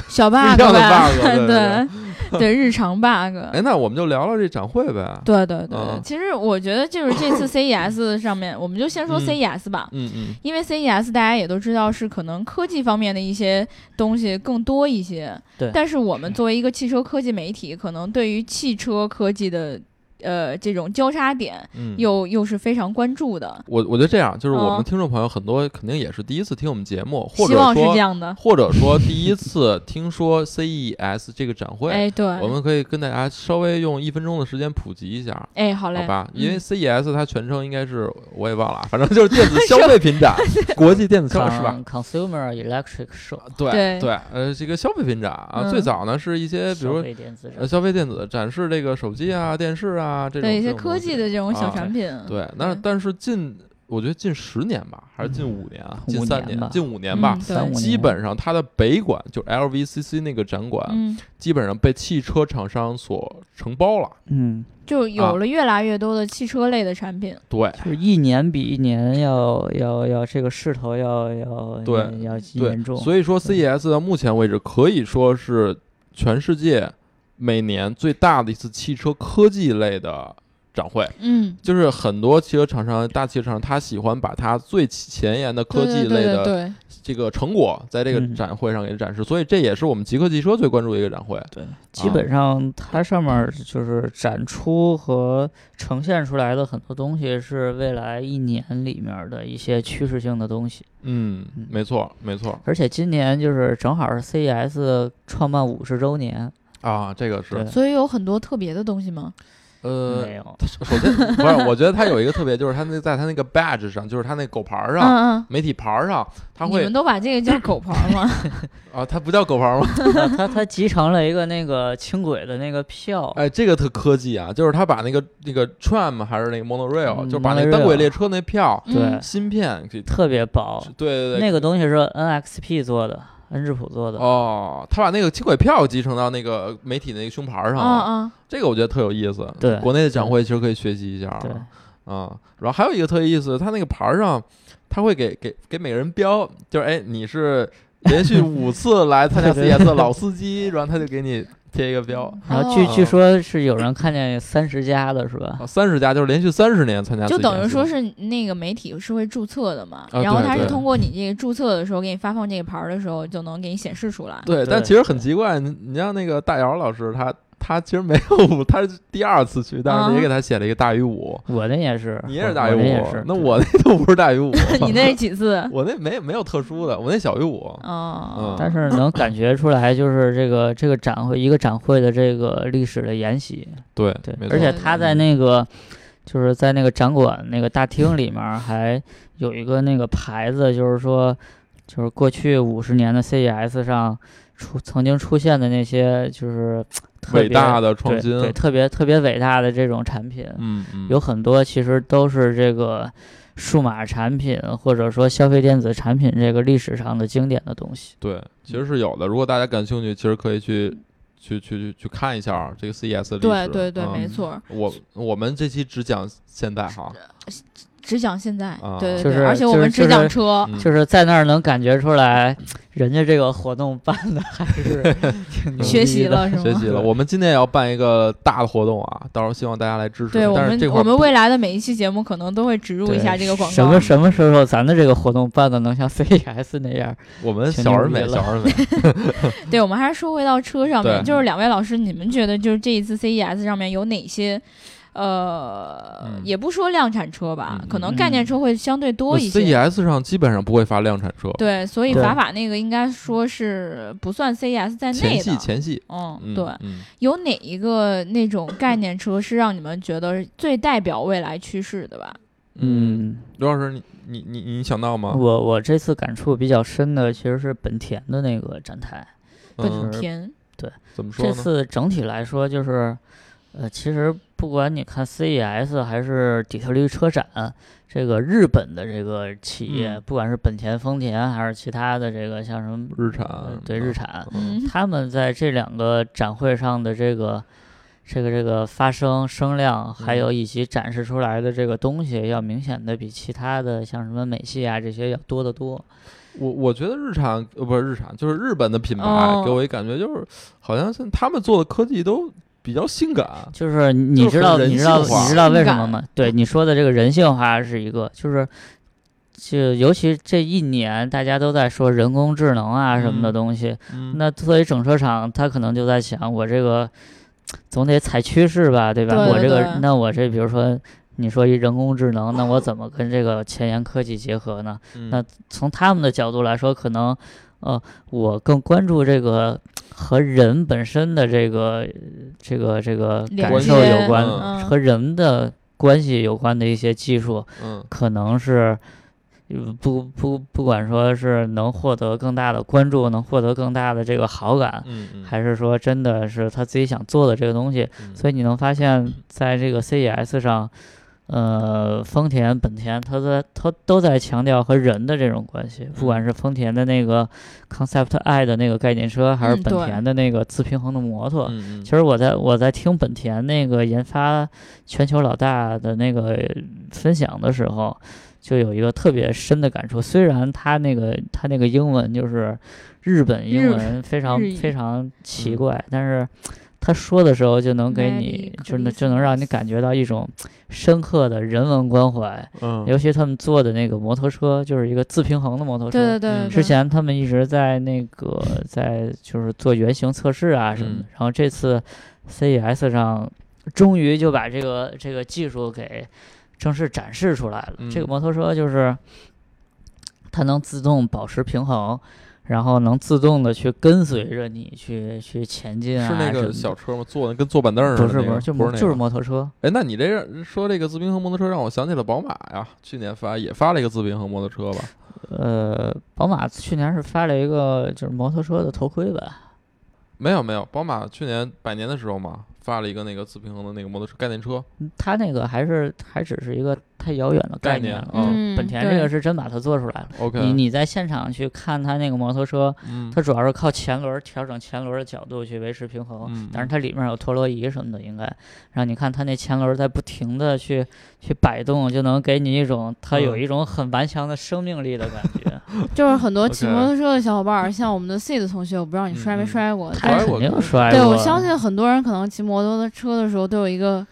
[SPEAKER 1] 小
[SPEAKER 2] 不一
[SPEAKER 1] bug
[SPEAKER 2] 样的
[SPEAKER 1] 吧
[SPEAKER 2] bug，对对
[SPEAKER 1] 对日常 bug。
[SPEAKER 2] 哎，那我们就聊聊这展会呗。
[SPEAKER 1] 对对对，
[SPEAKER 2] 嗯
[SPEAKER 1] 其实我觉得就是这 次 CES 上面，我们就先说
[SPEAKER 2] 嗯
[SPEAKER 1] CES 吧，
[SPEAKER 2] 嗯嗯，
[SPEAKER 1] 因为 CES 大家也都知道是可能科技方面的一些东西更多一些，
[SPEAKER 3] 对
[SPEAKER 1] 但是我
[SPEAKER 2] 嗯
[SPEAKER 1] 们作为一个汽车科技媒体，可能对于汽车科技的呃这种交叉点
[SPEAKER 2] 嗯，
[SPEAKER 1] 又又是非常关注的，
[SPEAKER 2] 我我觉得这样，就是我
[SPEAKER 1] 嗯
[SPEAKER 2] 们听众朋友很多肯定也是第一次听我们节目，或
[SPEAKER 1] 希
[SPEAKER 2] 者
[SPEAKER 1] 望是这
[SPEAKER 2] 说
[SPEAKER 1] 样的。
[SPEAKER 2] 或者说第一次听说 CES 这个展会，
[SPEAKER 1] 哎，对，
[SPEAKER 2] 我们可以跟大家稍微用一分钟的时间普及一下，
[SPEAKER 1] 哎，好嘞，
[SPEAKER 2] 好吧？因为
[SPEAKER 1] 嗯
[SPEAKER 2] CES 它全称应该是我也忘了，反正就是电子消费 品展，国际电子消费是吧？
[SPEAKER 3] ？Consumer Electric Show，
[SPEAKER 2] 对
[SPEAKER 1] 对
[SPEAKER 2] 对，呃，这个消费品展啊，
[SPEAKER 1] 嗯
[SPEAKER 2] 最早呢是一些比
[SPEAKER 3] 消
[SPEAKER 2] 如
[SPEAKER 3] 费电子
[SPEAKER 2] 呃
[SPEAKER 3] 展，
[SPEAKER 2] 消费电子展示这个手机啊、电视啊这种
[SPEAKER 1] 对一些
[SPEAKER 2] 这种
[SPEAKER 1] 科
[SPEAKER 2] 东西
[SPEAKER 1] 技的这种小
[SPEAKER 2] 啊
[SPEAKER 1] 产品，
[SPEAKER 3] 嗯
[SPEAKER 2] 对，那但是近我觉得近十年吧，还是近五年啊，近
[SPEAKER 3] 嗯五
[SPEAKER 2] 三
[SPEAKER 3] 年吧
[SPEAKER 2] 近五年
[SPEAKER 1] 嗯
[SPEAKER 2] 吧，
[SPEAKER 1] 对
[SPEAKER 3] 三五年
[SPEAKER 2] 基本上它的北馆就是 LVCC 那个展馆，
[SPEAKER 1] 嗯，
[SPEAKER 2] 基本上被汽车厂商所承包了。
[SPEAKER 3] 嗯，
[SPEAKER 1] 就
[SPEAKER 2] 啊
[SPEAKER 1] 有了越来越多的汽车类的产品，
[SPEAKER 2] 对，
[SPEAKER 3] 就是一年比一年要要要这个势头要要
[SPEAKER 2] 对
[SPEAKER 3] 要严
[SPEAKER 2] 对，
[SPEAKER 3] 重，
[SPEAKER 2] 所以说 CES 到目前为止可以说是全世界每年最大的一次汽车科技类的展会。
[SPEAKER 1] 嗯，
[SPEAKER 2] 就是很多汽车厂商、大汽车厂商，他喜欢把它最前沿的科技类
[SPEAKER 1] 对对对
[SPEAKER 2] 的
[SPEAKER 1] 对
[SPEAKER 2] 这个成果在这个
[SPEAKER 3] 嗯
[SPEAKER 2] 展会上给展示，所以这也是我们极客汽车最关注的一个展会。
[SPEAKER 3] 对，基啊本上它上面儿就是展出和呈现出来的很多东西是未来一年里面儿的一些趋势性的东西，
[SPEAKER 2] 嗯
[SPEAKER 3] 嗯，
[SPEAKER 2] 没错，没错
[SPEAKER 3] 而且今年就是正好是 CES 创办五十周年，
[SPEAKER 2] 啊，这个是
[SPEAKER 3] 对
[SPEAKER 1] 所以有很多特别的东西吗？
[SPEAKER 2] 呃
[SPEAKER 3] 没，有，
[SPEAKER 2] 它首首先不是，我觉得它有一个特别，就是它那在它那个 badge 上，就是它那狗牌儿上。
[SPEAKER 1] 嗯嗯，
[SPEAKER 2] 媒体牌儿上，它
[SPEAKER 1] 你
[SPEAKER 2] 会
[SPEAKER 1] 们都把这个叫狗刨 吗？
[SPEAKER 2] 啊，它不叫狗牌儿吗？
[SPEAKER 3] 它它它集成了一个那个轻轨的那个票，
[SPEAKER 2] 哎，这个特科技啊，就是它把那个那个 tram 还是那个 monorail，、
[SPEAKER 3] 嗯
[SPEAKER 2] 就是把那个单轨列车那票、
[SPEAKER 3] 对
[SPEAKER 1] 嗯
[SPEAKER 2] 芯片给，
[SPEAKER 3] 特别薄，
[SPEAKER 2] 对对对，
[SPEAKER 3] 那个东西是 NXP 做的，恩智浦做的，
[SPEAKER 2] 哦，他把那个轻轨票集成到那个媒体那个胸牌儿上了，
[SPEAKER 1] 嗯
[SPEAKER 2] 这个我觉得特有意思。
[SPEAKER 3] 对
[SPEAKER 2] 国内的展会其实可以学习一下。
[SPEAKER 3] 对，
[SPEAKER 2] 啊、然后还有一个特有意思，它那个牌儿上，他会给给给每个人标，就是哎，你是连续五次来参加
[SPEAKER 3] 对对
[SPEAKER 2] CES
[SPEAKER 3] 对
[SPEAKER 2] 的老司机，然后他就给你贴一个标。
[SPEAKER 1] 嗯，
[SPEAKER 3] 然后据
[SPEAKER 1] 哦
[SPEAKER 3] 据说是有人看见三十加的是吧？
[SPEAKER 2] 啊，三十家就是连续三十年参加 CES，
[SPEAKER 1] 就等于说是那个媒体是会注册的嘛，
[SPEAKER 2] 啊
[SPEAKER 1] 然后
[SPEAKER 2] 对
[SPEAKER 1] 它是
[SPEAKER 2] 对
[SPEAKER 1] 通过你这个注册的时候给你发放这个牌儿的时候，就能给你显示出来。，
[SPEAKER 2] 对，但
[SPEAKER 3] 对
[SPEAKER 2] 其实很奇怪，你你像那个大姚老师，他他其实没有，他是第二次去，
[SPEAKER 3] 啊
[SPEAKER 2] 但是也给他写了一个大于五。
[SPEAKER 3] 我那也是，
[SPEAKER 2] 你
[SPEAKER 3] 也
[SPEAKER 2] 也是大于五，
[SPEAKER 3] 啊也是。
[SPEAKER 2] 那我那都不是大于 五
[SPEAKER 1] 你那是几次？
[SPEAKER 2] 我那没没有特殊的，我那小于五。
[SPEAKER 1] 哦，
[SPEAKER 2] 嗯
[SPEAKER 3] 但是能感觉出来，就是这个这个展会一个展会的这个历史的沿袭，
[SPEAKER 2] 对
[SPEAKER 3] 对
[SPEAKER 2] 没，错
[SPEAKER 3] 而且他在那个就是在那个展馆那个大厅里面儿还有一个那个牌子，就是说就是过去五十年的 CES 上出曾经出现的那些就是特
[SPEAKER 2] 伟
[SPEAKER 3] 别
[SPEAKER 2] 大的创
[SPEAKER 3] 对
[SPEAKER 2] 新，
[SPEAKER 3] 对，特别特别伟大的这种产品，
[SPEAKER 2] 嗯嗯，
[SPEAKER 3] 有很多其实都是这个数码产品或者说消费电子产品这个历史上的经典的东西。
[SPEAKER 2] 对，其实是有的。如果大家感兴趣，其实可以去去去去去看一下啊儿这个 CES 的历
[SPEAKER 1] 对
[SPEAKER 2] 史
[SPEAKER 1] 对对，
[SPEAKER 2] 嗯
[SPEAKER 1] 没错，
[SPEAKER 2] 我我们这期只讲现在哈，
[SPEAKER 1] 只讲现在
[SPEAKER 2] 啊，
[SPEAKER 1] 对
[SPEAKER 3] 就
[SPEAKER 1] 对
[SPEAKER 3] 是
[SPEAKER 1] 对，而且我
[SPEAKER 3] 就是
[SPEAKER 1] 们只
[SPEAKER 3] 就
[SPEAKER 1] 讲
[SPEAKER 3] 是
[SPEAKER 1] 车，
[SPEAKER 2] 嗯
[SPEAKER 3] 哦就是在那儿能感觉出来，人家这个活动办的 还是挺牛
[SPEAKER 1] 学习
[SPEAKER 3] 逼的
[SPEAKER 1] 了是
[SPEAKER 2] 嗯学
[SPEAKER 1] 吗？
[SPEAKER 2] 习了。我们今年也要办一个大的活动啊，到时候希望大家来支持。
[SPEAKER 1] 对我
[SPEAKER 2] 但是
[SPEAKER 1] 们
[SPEAKER 2] 这块
[SPEAKER 1] 我
[SPEAKER 2] 儿
[SPEAKER 1] 们
[SPEAKER 2] 不
[SPEAKER 1] 未来的每一期节目可能都会植入一下这个广
[SPEAKER 3] 什
[SPEAKER 1] 告
[SPEAKER 3] 么。什么时候咱的这个活动办的能像 CES 那样？
[SPEAKER 2] 我们
[SPEAKER 3] 挺
[SPEAKER 2] 小
[SPEAKER 3] 牛
[SPEAKER 2] 而
[SPEAKER 3] 逼
[SPEAKER 2] 美，
[SPEAKER 3] 了
[SPEAKER 2] 小 而美。
[SPEAKER 1] 对，我们还是说回到车上面，
[SPEAKER 2] 对
[SPEAKER 1] 就是两位老师，你们觉得就是这一次 CES 上面有哪些？呃，
[SPEAKER 2] 嗯
[SPEAKER 1] 也不说量产车吧，
[SPEAKER 2] 嗯
[SPEAKER 1] 可能概念车会相对多一些。
[SPEAKER 2] CES E 上基本上不会发量产车，
[SPEAKER 1] 对，所以
[SPEAKER 3] 对
[SPEAKER 1] 法法那个应该说是不算 CES 在内
[SPEAKER 2] 前戏
[SPEAKER 1] 的。
[SPEAKER 2] 前戏。
[SPEAKER 1] 嗯，
[SPEAKER 2] 嗯，
[SPEAKER 1] 对，
[SPEAKER 2] 嗯，
[SPEAKER 1] 有哪一个那种概念车是让你们觉得最代表未来趋势的吧？
[SPEAKER 2] 嗯，刘老师，你你你你想到吗？
[SPEAKER 3] 嗯我我这次感触比较深的其实是本田的那个展台，
[SPEAKER 1] 本
[SPEAKER 2] 嗯，
[SPEAKER 1] 田，
[SPEAKER 2] 怎么说
[SPEAKER 3] 这
[SPEAKER 2] 呢？
[SPEAKER 3] 次整体来说就是，呃，其实不管你看 CES 还是底特律车展，这个日本的这个企业，
[SPEAKER 2] 嗯
[SPEAKER 3] 不管是本田、丰田还是其他的这个像什么，
[SPEAKER 2] 日产
[SPEAKER 3] 呃，对日产，
[SPEAKER 2] 嗯，
[SPEAKER 1] 嗯
[SPEAKER 3] 他们在这两个展会上的这个。这个这个发声声量，还
[SPEAKER 2] 嗯
[SPEAKER 3] 有以及展示出来的这个东西，要明显的比其他的像什么美系啊这些要多得多。
[SPEAKER 2] 我我觉得日产呃不是日产，就是日本的品牌、
[SPEAKER 1] 哦
[SPEAKER 2] 给我一感觉就是，好像像他们做的科技都比较性感，
[SPEAKER 3] 就
[SPEAKER 2] 就
[SPEAKER 3] 是你
[SPEAKER 2] 是
[SPEAKER 3] 知
[SPEAKER 2] 很
[SPEAKER 3] 道
[SPEAKER 2] 人
[SPEAKER 3] 你知道
[SPEAKER 2] 性化
[SPEAKER 3] 你知道为什
[SPEAKER 1] 性
[SPEAKER 3] 么
[SPEAKER 1] 感
[SPEAKER 3] 吗？对你说的这个人性化是一个，就是就尤其这一年大家都在说人工智能啊什么的
[SPEAKER 2] 嗯
[SPEAKER 3] 东西，
[SPEAKER 2] 嗯，
[SPEAKER 3] 那作为整车厂，他可能就在想，我这个总得踩趋势吧，对吧？
[SPEAKER 1] 对
[SPEAKER 3] 我这
[SPEAKER 1] 对
[SPEAKER 3] 个，那我这比如说，你说一人工智能，那我怎么跟这个前沿科技结合呢？
[SPEAKER 2] 嗯
[SPEAKER 3] 那从他们的角度来说，可能，呃，我更关注这个和人本身的这个这个这个
[SPEAKER 1] 连
[SPEAKER 3] 感受有
[SPEAKER 1] 接
[SPEAKER 3] 关，
[SPEAKER 1] 嗯
[SPEAKER 3] 和人的关系有关的一些技术，
[SPEAKER 2] 嗯
[SPEAKER 3] 可能是呃不不不管说是能获得更大的关注，能获得更大的这个好感，
[SPEAKER 2] 嗯嗯，
[SPEAKER 3] 还是说真的是他自己想做的这个东西。
[SPEAKER 2] 嗯
[SPEAKER 3] 所以你能发现，在这个 CES 上，呃，丰田、本田，它在它都在强调和人的这种关系，
[SPEAKER 1] 嗯
[SPEAKER 3] 不管是丰田的那个 Concept i 的那个概念车，还是
[SPEAKER 1] 嗯
[SPEAKER 3] 本
[SPEAKER 1] 对
[SPEAKER 3] 田的那个自平衡的摩托，
[SPEAKER 2] 嗯嗯
[SPEAKER 3] 其实我在我在听本田那个研发全球老大的那个分享的时候，就有一个特别深的感触。虽然他那个他那个英文就是日本英
[SPEAKER 1] 日
[SPEAKER 3] 文，非常
[SPEAKER 1] 日语
[SPEAKER 3] 非常奇
[SPEAKER 2] 嗯
[SPEAKER 3] 怪，但是他说的时候就能给
[SPEAKER 1] Merry
[SPEAKER 3] 你，就能就能让你感觉到一种深刻的人文关怀。
[SPEAKER 2] 嗯
[SPEAKER 3] 尤其他们做的那个摩托车，就是一个自平衡的摩托车，
[SPEAKER 1] 对对对对，对
[SPEAKER 2] 嗯
[SPEAKER 3] 之前他们一直在那个在就是做原型测试啊什么的，
[SPEAKER 2] 嗯
[SPEAKER 3] 然后这次 CES 上终于就把这个这个技术给正式展示出来了。这个
[SPEAKER 2] 嗯
[SPEAKER 3] 摩托车就是它能自动保持平衡，然后能自动的去跟随着你去去前进啊
[SPEAKER 2] 是那
[SPEAKER 3] 什么
[SPEAKER 2] 个
[SPEAKER 3] 的
[SPEAKER 2] 小车吗？坐的跟坐板凳似的那
[SPEAKER 3] 不是
[SPEAKER 2] 个，
[SPEAKER 3] 不是就摩
[SPEAKER 2] 不是
[SPEAKER 3] 就是
[SPEAKER 2] 那个。
[SPEAKER 3] 摩托车，
[SPEAKER 2] 哎，那你这让说这个自平衡摩托车，让我想起了宝马呀，去年发也发了一个自平衡摩托车吧？
[SPEAKER 3] 呃，宝马去年是发了一个就是摩托车的头盔吧。
[SPEAKER 2] 没有没有，宝马去年百年的时候嘛，发了一个那个自平衡的那个摩托车概念车，
[SPEAKER 3] 嗯它那个还是还只是一个太遥远的
[SPEAKER 2] 概
[SPEAKER 3] 念
[SPEAKER 2] 念
[SPEAKER 3] 了，
[SPEAKER 2] 嗯
[SPEAKER 1] 嗯，
[SPEAKER 3] 本田这个
[SPEAKER 1] 对
[SPEAKER 3] 是真把它做出来了。
[SPEAKER 2] OK，
[SPEAKER 3] 你你在现场去看它那个摩托车，
[SPEAKER 2] 嗯
[SPEAKER 3] 它主要是靠前轮调整前轮的角度去维持平衡，
[SPEAKER 2] 嗯，
[SPEAKER 3] 但是它里面有陀螺仪什么的，应该让你看它那前轮在不停的去去摆动，就能给你一种它有
[SPEAKER 2] 嗯
[SPEAKER 3] 一种很顽强的生命力的感觉。
[SPEAKER 1] 就是很多骑
[SPEAKER 2] OK
[SPEAKER 1] 摩托车的小伙伴儿，像我们的 C 的同学，我不知道你摔
[SPEAKER 2] 嗯
[SPEAKER 1] 没
[SPEAKER 2] 嗯
[SPEAKER 1] 摔过，
[SPEAKER 3] 它
[SPEAKER 1] 但
[SPEAKER 2] 摔
[SPEAKER 1] 是
[SPEAKER 2] 过
[SPEAKER 3] 肯定摔
[SPEAKER 1] 对
[SPEAKER 3] 过
[SPEAKER 1] 我相信很多人可能骑摩托车的时候都有一个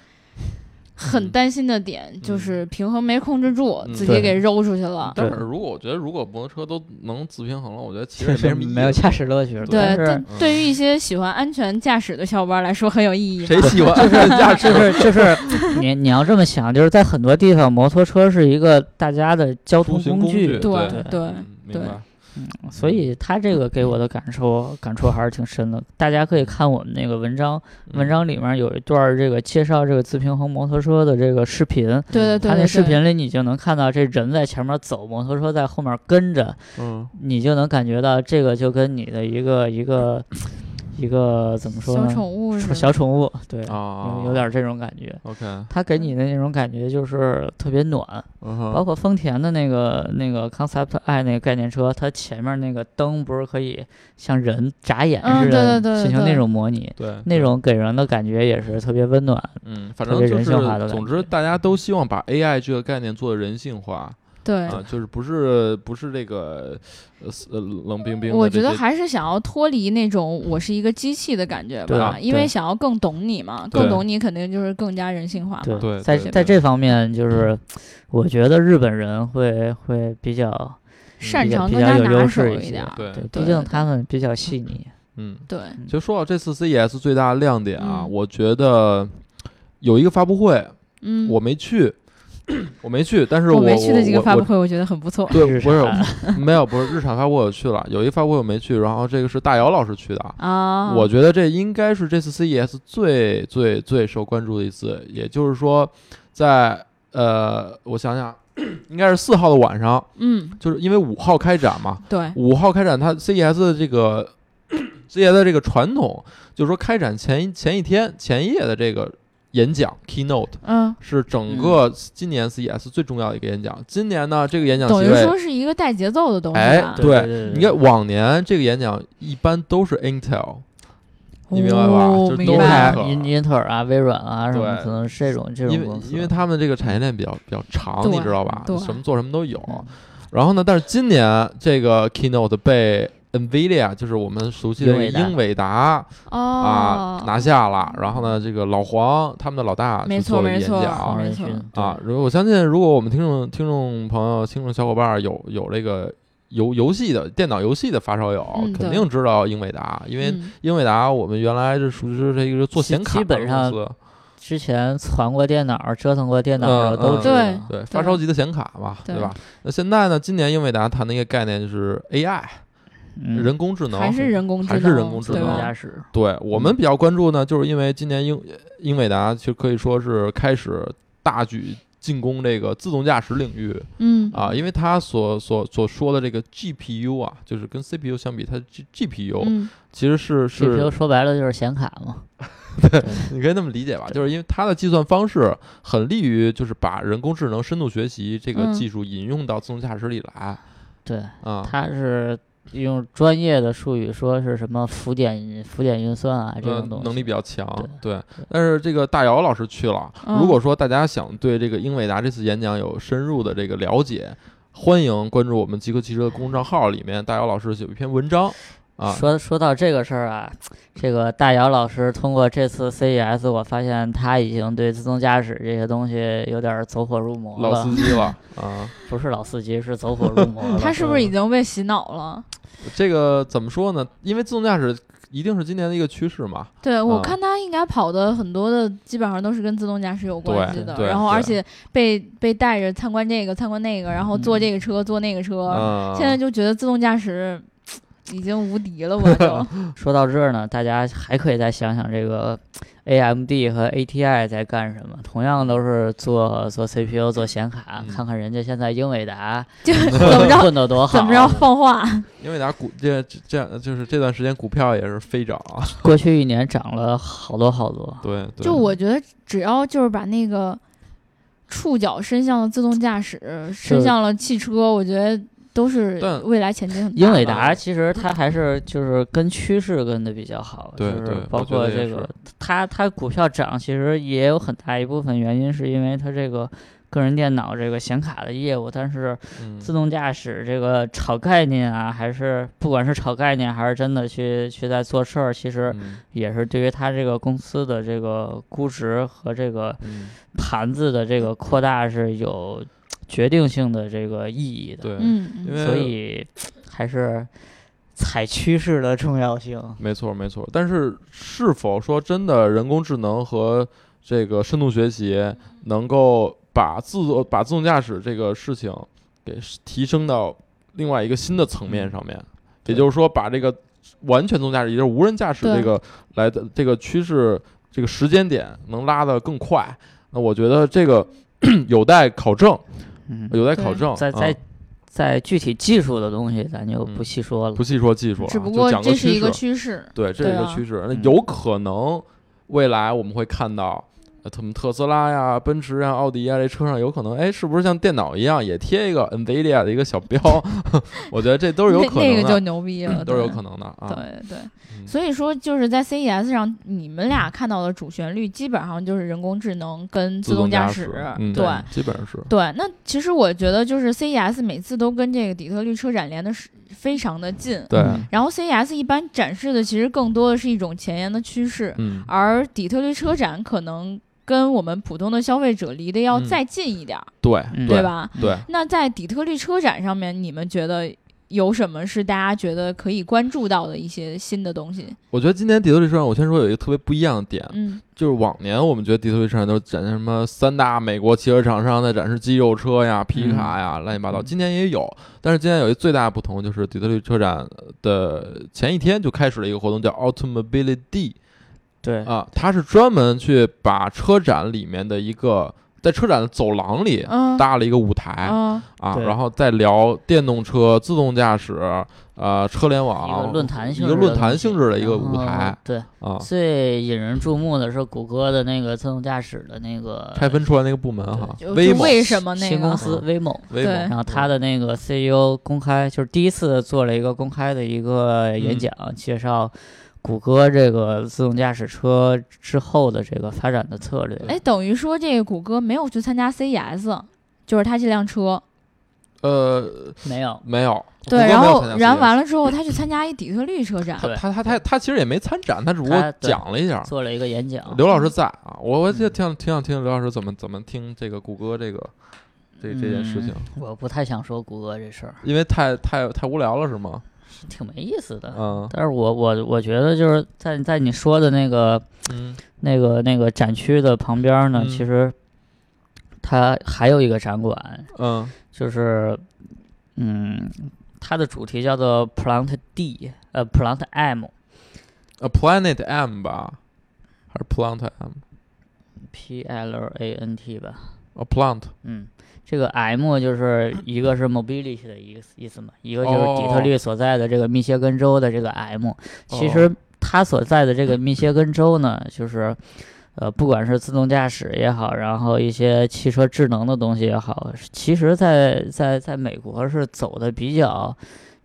[SPEAKER 1] 很
[SPEAKER 2] 嗯
[SPEAKER 1] 担心的点，就
[SPEAKER 2] 嗯
[SPEAKER 1] 是平衡没控制住，
[SPEAKER 2] 嗯
[SPEAKER 1] 自
[SPEAKER 3] 对
[SPEAKER 1] 己给揉出去了。
[SPEAKER 2] 但
[SPEAKER 3] 对
[SPEAKER 2] 是如果我觉得如果摩托车都能自平衡了，我觉得其实
[SPEAKER 3] 确
[SPEAKER 2] 也没
[SPEAKER 3] 实
[SPEAKER 2] 什么意义。
[SPEAKER 3] 没有驾驶乐趣了，
[SPEAKER 1] 对，
[SPEAKER 3] 但是
[SPEAKER 1] 但对于一些喜欢安全驾驶的小伙伴儿来说很有意义。
[SPEAKER 2] 谁喜欢安全驾驶
[SPEAKER 3] 啊就？是就是你你要这么想，就是在很多地方，摩托车是一个大家的交
[SPEAKER 2] 出
[SPEAKER 3] 通
[SPEAKER 2] 行
[SPEAKER 3] 工
[SPEAKER 2] 具，
[SPEAKER 1] 对
[SPEAKER 3] 对
[SPEAKER 1] 对
[SPEAKER 2] 嗯明白。
[SPEAKER 3] 所以他这个给我的感受感触还是挺深的。大家可以看我们那个文章，
[SPEAKER 2] 嗯
[SPEAKER 3] 文章里面有一段儿这个介绍这个自平衡摩托车的这个视频，
[SPEAKER 1] 对对对，
[SPEAKER 3] 他那
[SPEAKER 1] 对
[SPEAKER 3] 视，频里你就能看到这人在前面走，摩托车在后面跟着，
[SPEAKER 2] 嗯，
[SPEAKER 3] 你就能感觉到这个就跟你的一个一个一个怎么说
[SPEAKER 1] 小
[SPEAKER 3] 呢？
[SPEAKER 1] 宠物是吧
[SPEAKER 3] 小宠物，对，
[SPEAKER 2] 嗯啊
[SPEAKER 3] 有，有点儿这种感觉。
[SPEAKER 2] OK，
[SPEAKER 3] 他给你的那种感觉就是特别暖，
[SPEAKER 2] 嗯
[SPEAKER 3] 包
[SPEAKER 2] 哼，
[SPEAKER 3] 括丰田的那个那个 Concept i 那个概念车，它前面那个灯不是可以像人眨眼
[SPEAKER 1] 嗯
[SPEAKER 3] 似
[SPEAKER 1] 对对对
[SPEAKER 3] 的
[SPEAKER 1] 对
[SPEAKER 3] 进行那
[SPEAKER 1] 对
[SPEAKER 3] 种模拟，
[SPEAKER 2] 对，
[SPEAKER 3] 那种给人的感觉也是特别温暖。
[SPEAKER 2] 嗯，反
[SPEAKER 3] 嗯特
[SPEAKER 2] 正
[SPEAKER 3] 别
[SPEAKER 2] 就
[SPEAKER 3] 人
[SPEAKER 2] 是
[SPEAKER 3] 性化的，
[SPEAKER 2] 总
[SPEAKER 3] 感
[SPEAKER 2] 之
[SPEAKER 3] 觉
[SPEAKER 2] 大家都希望把 AI 这个概念做得人性化
[SPEAKER 1] 对。
[SPEAKER 2] 啊，就是不是不是这个呃死呃冷冰冰的这些。
[SPEAKER 1] 我觉得还是想要脱离那种我是一个机器的感觉
[SPEAKER 3] 对
[SPEAKER 1] 吧
[SPEAKER 3] 啊，
[SPEAKER 1] 因为
[SPEAKER 3] 对
[SPEAKER 1] 想要更懂你嘛，
[SPEAKER 2] 对
[SPEAKER 1] 更懂你肯定就是更加人性化嘛。
[SPEAKER 3] 对，
[SPEAKER 2] 啊对
[SPEAKER 3] 在
[SPEAKER 2] 对
[SPEAKER 3] 在
[SPEAKER 2] 对嗯
[SPEAKER 3] 这方面，就是我觉得日本人会会比较
[SPEAKER 1] 擅
[SPEAKER 3] 比较
[SPEAKER 1] 长
[SPEAKER 3] 比
[SPEAKER 1] 更
[SPEAKER 3] 较
[SPEAKER 1] 加
[SPEAKER 3] 有优
[SPEAKER 1] 拿手
[SPEAKER 3] 势一
[SPEAKER 1] 一
[SPEAKER 3] 些
[SPEAKER 1] 点儿。
[SPEAKER 2] 对
[SPEAKER 3] 对，
[SPEAKER 1] 对
[SPEAKER 3] 毕竟他们比较细腻。
[SPEAKER 2] 嗯，
[SPEAKER 1] 对，
[SPEAKER 2] 其实说到这次 CES 最大的亮点啊，
[SPEAKER 1] 嗯
[SPEAKER 2] 我觉得有一个发布会
[SPEAKER 1] 嗯，
[SPEAKER 2] 我没去， 我没去，但是
[SPEAKER 3] 哦
[SPEAKER 1] 我
[SPEAKER 2] 我
[SPEAKER 1] 没去的这个
[SPEAKER 2] 我
[SPEAKER 1] 发布
[SPEAKER 2] 我
[SPEAKER 1] 会，我觉得很不错。
[SPEAKER 2] 对，不是
[SPEAKER 3] 日
[SPEAKER 2] 没有，不是日产发布会我去了，有一发布会我没去，然后这个是大姚老师去的啊。
[SPEAKER 1] 啊，
[SPEAKER 2] 我觉得这应该是这次 CES 最最最受关注的一次，也就是说在，呃，我想 想，应该是四号的晚上，
[SPEAKER 1] 嗯，
[SPEAKER 2] 就是因为五号开展嘛，
[SPEAKER 1] 对，
[SPEAKER 2] 五号开展它 CES 的这个 CES 的这个传统，就是说开展前一前一天前夜的这个演讲 keynote
[SPEAKER 1] 嗯，
[SPEAKER 2] 是整个今年 CES 最重要的一个演讲。今年呢，这个演讲
[SPEAKER 1] 等
[SPEAKER 2] 席
[SPEAKER 1] 于
[SPEAKER 2] 位
[SPEAKER 1] 说是一个带节奏的东西啊
[SPEAKER 2] 哎
[SPEAKER 1] 吧。
[SPEAKER 2] 对对
[SPEAKER 3] 对
[SPEAKER 2] 你看往年这个演讲一般都是 Intel，你明白吧
[SPEAKER 1] 哦
[SPEAKER 2] 就是
[SPEAKER 1] 明
[SPEAKER 2] 都是
[SPEAKER 3] 英特
[SPEAKER 1] 白
[SPEAKER 2] 那
[SPEAKER 1] 了
[SPEAKER 2] 个
[SPEAKER 3] 尔、英英特尔啊、微软啊什么，
[SPEAKER 2] 对
[SPEAKER 3] 可能是这种这种
[SPEAKER 2] 因
[SPEAKER 3] 公
[SPEAKER 2] 为
[SPEAKER 3] 司。
[SPEAKER 2] 因为他们这个产业链比较比较长，
[SPEAKER 1] 对
[SPEAKER 2] 你知道吧？
[SPEAKER 1] 对
[SPEAKER 2] 什么做什么都有。
[SPEAKER 3] 嗯
[SPEAKER 2] 然后呢，但是今年这个 Keynote 被 NVIDIA，就是我们熟悉的
[SPEAKER 3] 英伟达
[SPEAKER 2] 英伟达啊
[SPEAKER 1] 哦，
[SPEAKER 2] 拿下了。然后呢，这个老黄他们的老大去
[SPEAKER 1] 没错
[SPEAKER 2] 做了
[SPEAKER 1] 没
[SPEAKER 2] 演
[SPEAKER 1] 错
[SPEAKER 2] 讲
[SPEAKER 1] 哦没
[SPEAKER 3] 人
[SPEAKER 1] 错
[SPEAKER 3] 群
[SPEAKER 2] 啊。如果我相信，如果我们听众听众朋友、听众小伙伴儿有有这个游游戏的电脑游戏的发烧友，
[SPEAKER 1] 嗯对
[SPEAKER 2] 肯定知道英伟达，因为
[SPEAKER 1] 嗯
[SPEAKER 2] 英伟达我们原来是熟知这一个做
[SPEAKER 3] 基
[SPEAKER 2] 显卡
[SPEAKER 3] 基
[SPEAKER 2] 的
[SPEAKER 3] 本上
[SPEAKER 2] 公司，
[SPEAKER 3] 之前攒过电脑、折腾过电脑
[SPEAKER 2] 嗯
[SPEAKER 3] 的都
[SPEAKER 2] 嗯
[SPEAKER 3] 知道。
[SPEAKER 1] 对
[SPEAKER 2] 对发烧级的显卡嘛，对
[SPEAKER 1] 对
[SPEAKER 2] 吧？那现在呢，今年英伟达谈的一个概念就是 AI，
[SPEAKER 3] 嗯
[SPEAKER 2] 人工智能
[SPEAKER 1] 还是人工智
[SPEAKER 2] 还
[SPEAKER 1] 能，
[SPEAKER 2] 是人工智
[SPEAKER 3] 自
[SPEAKER 1] 对
[SPEAKER 3] 动
[SPEAKER 2] 能
[SPEAKER 1] 吧
[SPEAKER 3] 驾驶，
[SPEAKER 2] 对我
[SPEAKER 3] 嗯
[SPEAKER 2] 们比较关注呢，就是因为今年英英伟达其实可以说是开始大举进攻这个自动驾驶领域
[SPEAKER 1] 嗯
[SPEAKER 2] 啊，因为它所所所说的这个 GPU 啊，就是跟 CPU 相比，它 G GPU、
[SPEAKER 1] 嗯
[SPEAKER 2] 其实是，
[SPEAKER 3] 这不就是说白了就是显卡嘛。
[SPEAKER 2] 你可以那么理解吧，就是因为它的计算方式很利于就是把人工智能深度学习这个
[SPEAKER 1] 嗯
[SPEAKER 2] 技术引用到自动驾驶里来
[SPEAKER 3] 对，
[SPEAKER 2] 啊。
[SPEAKER 3] 它是用专业的术语说是什么浮点浮点运算啊这种
[SPEAKER 2] 嗯
[SPEAKER 3] 东，西。
[SPEAKER 2] 能力比较强，对。
[SPEAKER 3] 对
[SPEAKER 2] 但是这个大姚老师去了，
[SPEAKER 1] 嗯
[SPEAKER 2] 如果说大家想对这个英伟达这次演讲有深入的这个了解，欢迎关注我们极客汽车的公众账号，里面大姚老师有一篇文章啊，
[SPEAKER 3] 说说到这个事儿啊，这个大姚老师通过这次 CES，我发现他已经对自动驾驶这些东西有点走火入魔
[SPEAKER 2] 老
[SPEAKER 3] 了
[SPEAKER 2] 司，机了啊。
[SPEAKER 3] 不是老司机，是走火入魔了。
[SPEAKER 1] 他是不是已
[SPEAKER 3] 嗯
[SPEAKER 1] 经被洗脑了？
[SPEAKER 2] 这个怎么说呢？因为自动驾驶一定是今年的一个趋势嘛，
[SPEAKER 1] 对，我
[SPEAKER 2] 嗯
[SPEAKER 1] 看他应该跑的很多的，基本上都是跟自动驾驶有关系的
[SPEAKER 2] 对。对
[SPEAKER 1] 然后，
[SPEAKER 2] 对嗯
[SPEAKER 1] 而且被被带着参观这个、参观那个，然后坐这个车、坐那个
[SPEAKER 3] 嗯
[SPEAKER 1] 车。
[SPEAKER 2] 啊，
[SPEAKER 1] 现在就觉得自动驾驶嘖已经无敌了吧？ 就
[SPEAKER 3] 说到这儿呢，大家还可以再想想这个 AMD 和 ATI 在干什么，同样都是做做 CPU、做显卡，
[SPEAKER 2] 嗯
[SPEAKER 3] 看看人家现在英 伟达
[SPEAKER 1] 就怎么
[SPEAKER 3] 混
[SPEAKER 1] 着
[SPEAKER 3] 混得多好，啊
[SPEAKER 1] 怎么着放话，
[SPEAKER 2] 英伟达股这这这样就是这段时间股票也是飞涨 啊，
[SPEAKER 3] 过去一年涨了好多好多。
[SPEAKER 2] 对，对
[SPEAKER 1] 就我觉得只要就是把那个触角伸向了自动驾驶，伸向了汽车，我觉得都是
[SPEAKER 2] 但
[SPEAKER 1] 未来前景很大。
[SPEAKER 3] 英伟达其实它还是就是跟趋势跟的比较好，
[SPEAKER 2] 对
[SPEAKER 3] 就是
[SPEAKER 2] 对
[SPEAKER 3] 包
[SPEAKER 2] 我觉得
[SPEAKER 3] 括
[SPEAKER 2] 也
[SPEAKER 3] 这
[SPEAKER 2] 是
[SPEAKER 3] 个它它股票涨，其实也有很大一部分原因是因为它这个个人电脑这个显卡的业务，但是
[SPEAKER 2] 嗯
[SPEAKER 3] 自动驾驶这个炒概念啊，还是不管是炒概念还是真的去去在做事儿，其实
[SPEAKER 2] 嗯
[SPEAKER 3] 也是对于它这个公司的这个估值和这个
[SPEAKER 2] 嗯
[SPEAKER 3] 盘子的这个扩大是有决定性的这个意义的。
[SPEAKER 2] 对，
[SPEAKER 1] 嗯，
[SPEAKER 2] 因
[SPEAKER 1] 嗯，
[SPEAKER 2] 为
[SPEAKER 3] 所以还是踩趋势的重要性。
[SPEAKER 2] 没错，没错。但是，是否说真的人工智能和这个深度学习能够把自动把自动驾驶这个事情给提升到另外一个新的层面上面？也
[SPEAKER 3] 对
[SPEAKER 2] 就是说，把这个完全自动驾驶，也就是无人驾驶
[SPEAKER 1] 对
[SPEAKER 2] 这个来的这个趋势，这个时间点能拉得更快？那我觉得这个 有待考证，
[SPEAKER 3] 嗯，
[SPEAKER 2] 有待考证。
[SPEAKER 3] 在
[SPEAKER 2] 啊
[SPEAKER 3] 在在具体技术的东西，咱就
[SPEAKER 2] 嗯
[SPEAKER 3] 不细说了
[SPEAKER 2] 不。细说技术啊，
[SPEAKER 1] 只不
[SPEAKER 2] 就
[SPEAKER 1] 过
[SPEAKER 2] 讲
[SPEAKER 1] 这是
[SPEAKER 2] 趋
[SPEAKER 1] 一个
[SPEAKER 2] 势
[SPEAKER 1] 趋势。
[SPEAKER 2] 对，这是一
[SPEAKER 1] 对
[SPEAKER 2] 个
[SPEAKER 1] 啊
[SPEAKER 2] 趋势。那
[SPEAKER 3] 嗯
[SPEAKER 2] 有可能未来我们会看到，呃，他们特斯拉呀、奔驰呀、奥迪呀，这车上有可能，哎，是不是像电脑一样也贴一个 NVIDIA 的一个小标？ 我觉得这都是有
[SPEAKER 1] 那
[SPEAKER 2] 可
[SPEAKER 1] 那
[SPEAKER 2] 能
[SPEAKER 1] 个就
[SPEAKER 2] 的，嗯
[SPEAKER 1] 牛逼了，
[SPEAKER 2] 都是有
[SPEAKER 1] 对
[SPEAKER 2] 可能的啊。
[SPEAKER 1] 对对，
[SPEAKER 2] 嗯
[SPEAKER 1] 所以说就是在 CES 上，你们俩看到的主旋律基本上就是人工智能跟自动驾
[SPEAKER 2] 驾
[SPEAKER 1] 驶。
[SPEAKER 2] 嗯，
[SPEAKER 1] 对
[SPEAKER 2] 基本上是。
[SPEAKER 1] 对，那其实我觉得就是 CES 每次都跟这个底特律车展连的是非常的近。
[SPEAKER 2] 对，
[SPEAKER 3] 嗯
[SPEAKER 1] 然后 CES 一般展示的其实更多的是一种前沿的趋势，
[SPEAKER 2] 嗯，
[SPEAKER 1] 而底特律车展可能跟我们普通的消费者离得要
[SPEAKER 2] 嗯
[SPEAKER 1] 再近一点儿，
[SPEAKER 2] 对，
[SPEAKER 3] 嗯
[SPEAKER 1] 对？吧？
[SPEAKER 2] 对，
[SPEAKER 1] 那在底特律车展上面，你们觉得有什么是大家觉得可以关注到的一些新的东西？
[SPEAKER 2] 我觉得今年底特律车展，我先说有一个特别不一样的点，
[SPEAKER 1] 嗯
[SPEAKER 2] 就是往年我们觉得底特律车展都展示什么三大美国汽车厂商在展示肌肉车呀、皮卡呀，乱七八糟。
[SPEAKER 3] 嗯
[SPEAKER 2] 今年也有，但是今年有一最大的不同就是底特律车展的前一天就开始了一个活动，叫 Automobility
[SPEAKER 3] 对，
[SPEAKER 2] 啊，它是专门去把车展里面的一个在车展的走廊里
[SPEAKER 1] 嗯
[SPEAKER 2] 搭了一个舞台
[SPEAKER 1] 嗯
[SPEAKER 2] 啊，
[SPEAKER 3] 对
[SPEAKER 2] 然后再聊电动车、自动驾驶、呃车联
[SPEAKER 3] 一个
[SPEAKER 2] 网
[SPEAKER 3] 论坛性
[SPEAKER 2] 一
[SPEAKER 3] 质
[SPEAKER 2] 个
[SPEAKER 3] 的
[SPEAKER 2] 论坛
[SPEAKER 3] 东西
[SPEAKER 2] 性质的一个
[SPEAKER 3] 然
[SPEAKER 2] 舞台
[SPEAKER 3] 后对，
[SPEAKER 2] 啊，
[SPEAKER 3] 最引人注目的是谷歌的那个自动驾驶的那个
[SPEAKER 2] 拆分出来那个部门啊哈
[SPEAKER 1] 就，
[SPEAKER 2] 威
[SPEAKER 1] 就
[SPEAKER 2] 猛。
[SPEAKER 1] 为什么那
[SPEAKER 3] 新公
[SPEAKER 1] 个？
[SPEAKER 3] 司 Waymo。
[SPEAKER 2] 威
[SPEAKER 1] 对
[SPEAKER 2] 猛
[SPEAKER 3] 然后他的那个 CEO 公开就是第一次做了一个公开的一个演
[SPEAKER 2] 嗯
[SPEAKER 3] 讲，介绍谷歌这个自动驾驶车之后的这个发展的策略。
[SPEAKER 1] E 哎，等于说这个谷歌没有去参加 CES，就是他这辆车
[SPEAKER 2] 呃，
[SPEAKER 3] 没有，
[SPEAKER 2] 没有，
[SPEAKER 1] 对，
[SPEAKER 2] 胡歌
[SPEAKER 1] 然
[SPEAKER 2] 没有
[SPEAKER 1] 后
[SPEAKER 2] 参
[SPEAKER 1] 然后
[SPEAKER 2] 加 E 世界
[SPEAKER 1] 完了之后，他去参加一底特律车展，
[SPEAKER 2] 他
[SPEAKER 3] 对
[SPEAKER 2] 他他他他其实也没参展，他只不过
[SPEAKER 3] 他对
[SPEAKER 2] 讲了一下。
[SPEAKER 3] 做了一个演讲。
[SPEAKER 2] 刘老师在啊，我我就
[SPEAKER 3] 嗯
[SPEAKER 2] 挺想挺想听刘老师怎么怎么听这个谷歌这个这这件事情，
[SPEAKER 3] 嗯我不太想说谷歌这事儿，
[SPEAKER 2] 因为太太太无聊了是
[SPEAKER 3] 嗯
[SPEAKER 2] 吗？
[SPEAKER 3] 挺没意思的。
[SPEAKER 2] 嗯
[SPEAKER 3] 但是我我我觉得就是在在你说的那个
[SPEAKER 2] 嗯
[SPEAKER 3] 那个那个展区的旁边儿呢，
[SPEAKER 2] 嗯
[SPEAKER 3] 其实它还有一个展馆，
[SPEAKER 2] 嗯
[SPEAKER 3] 就是嗯，它的主题叫做 Plant D，呃，Plant M。
[SPEAKER 2] 呃，Planet M 吧，还是 Plant M？
[SPEAKER 3] P L A N T 吧，
[SPEAKER 2] 哦，Plant
[SPEAKER 3] 嗯，这个 M 就是一个是 mobility 的意思意思嘛，一个就是底特
[SPEAKER 2] 哦
[SPEAKER 3] 律所在的这个密歇根州的这个 M，、其实它所在的这个密歇根州呢，就是呃，不管是自动驾驶也好，然后一些汽车智能的东西也好，其实在在在美国是走的比较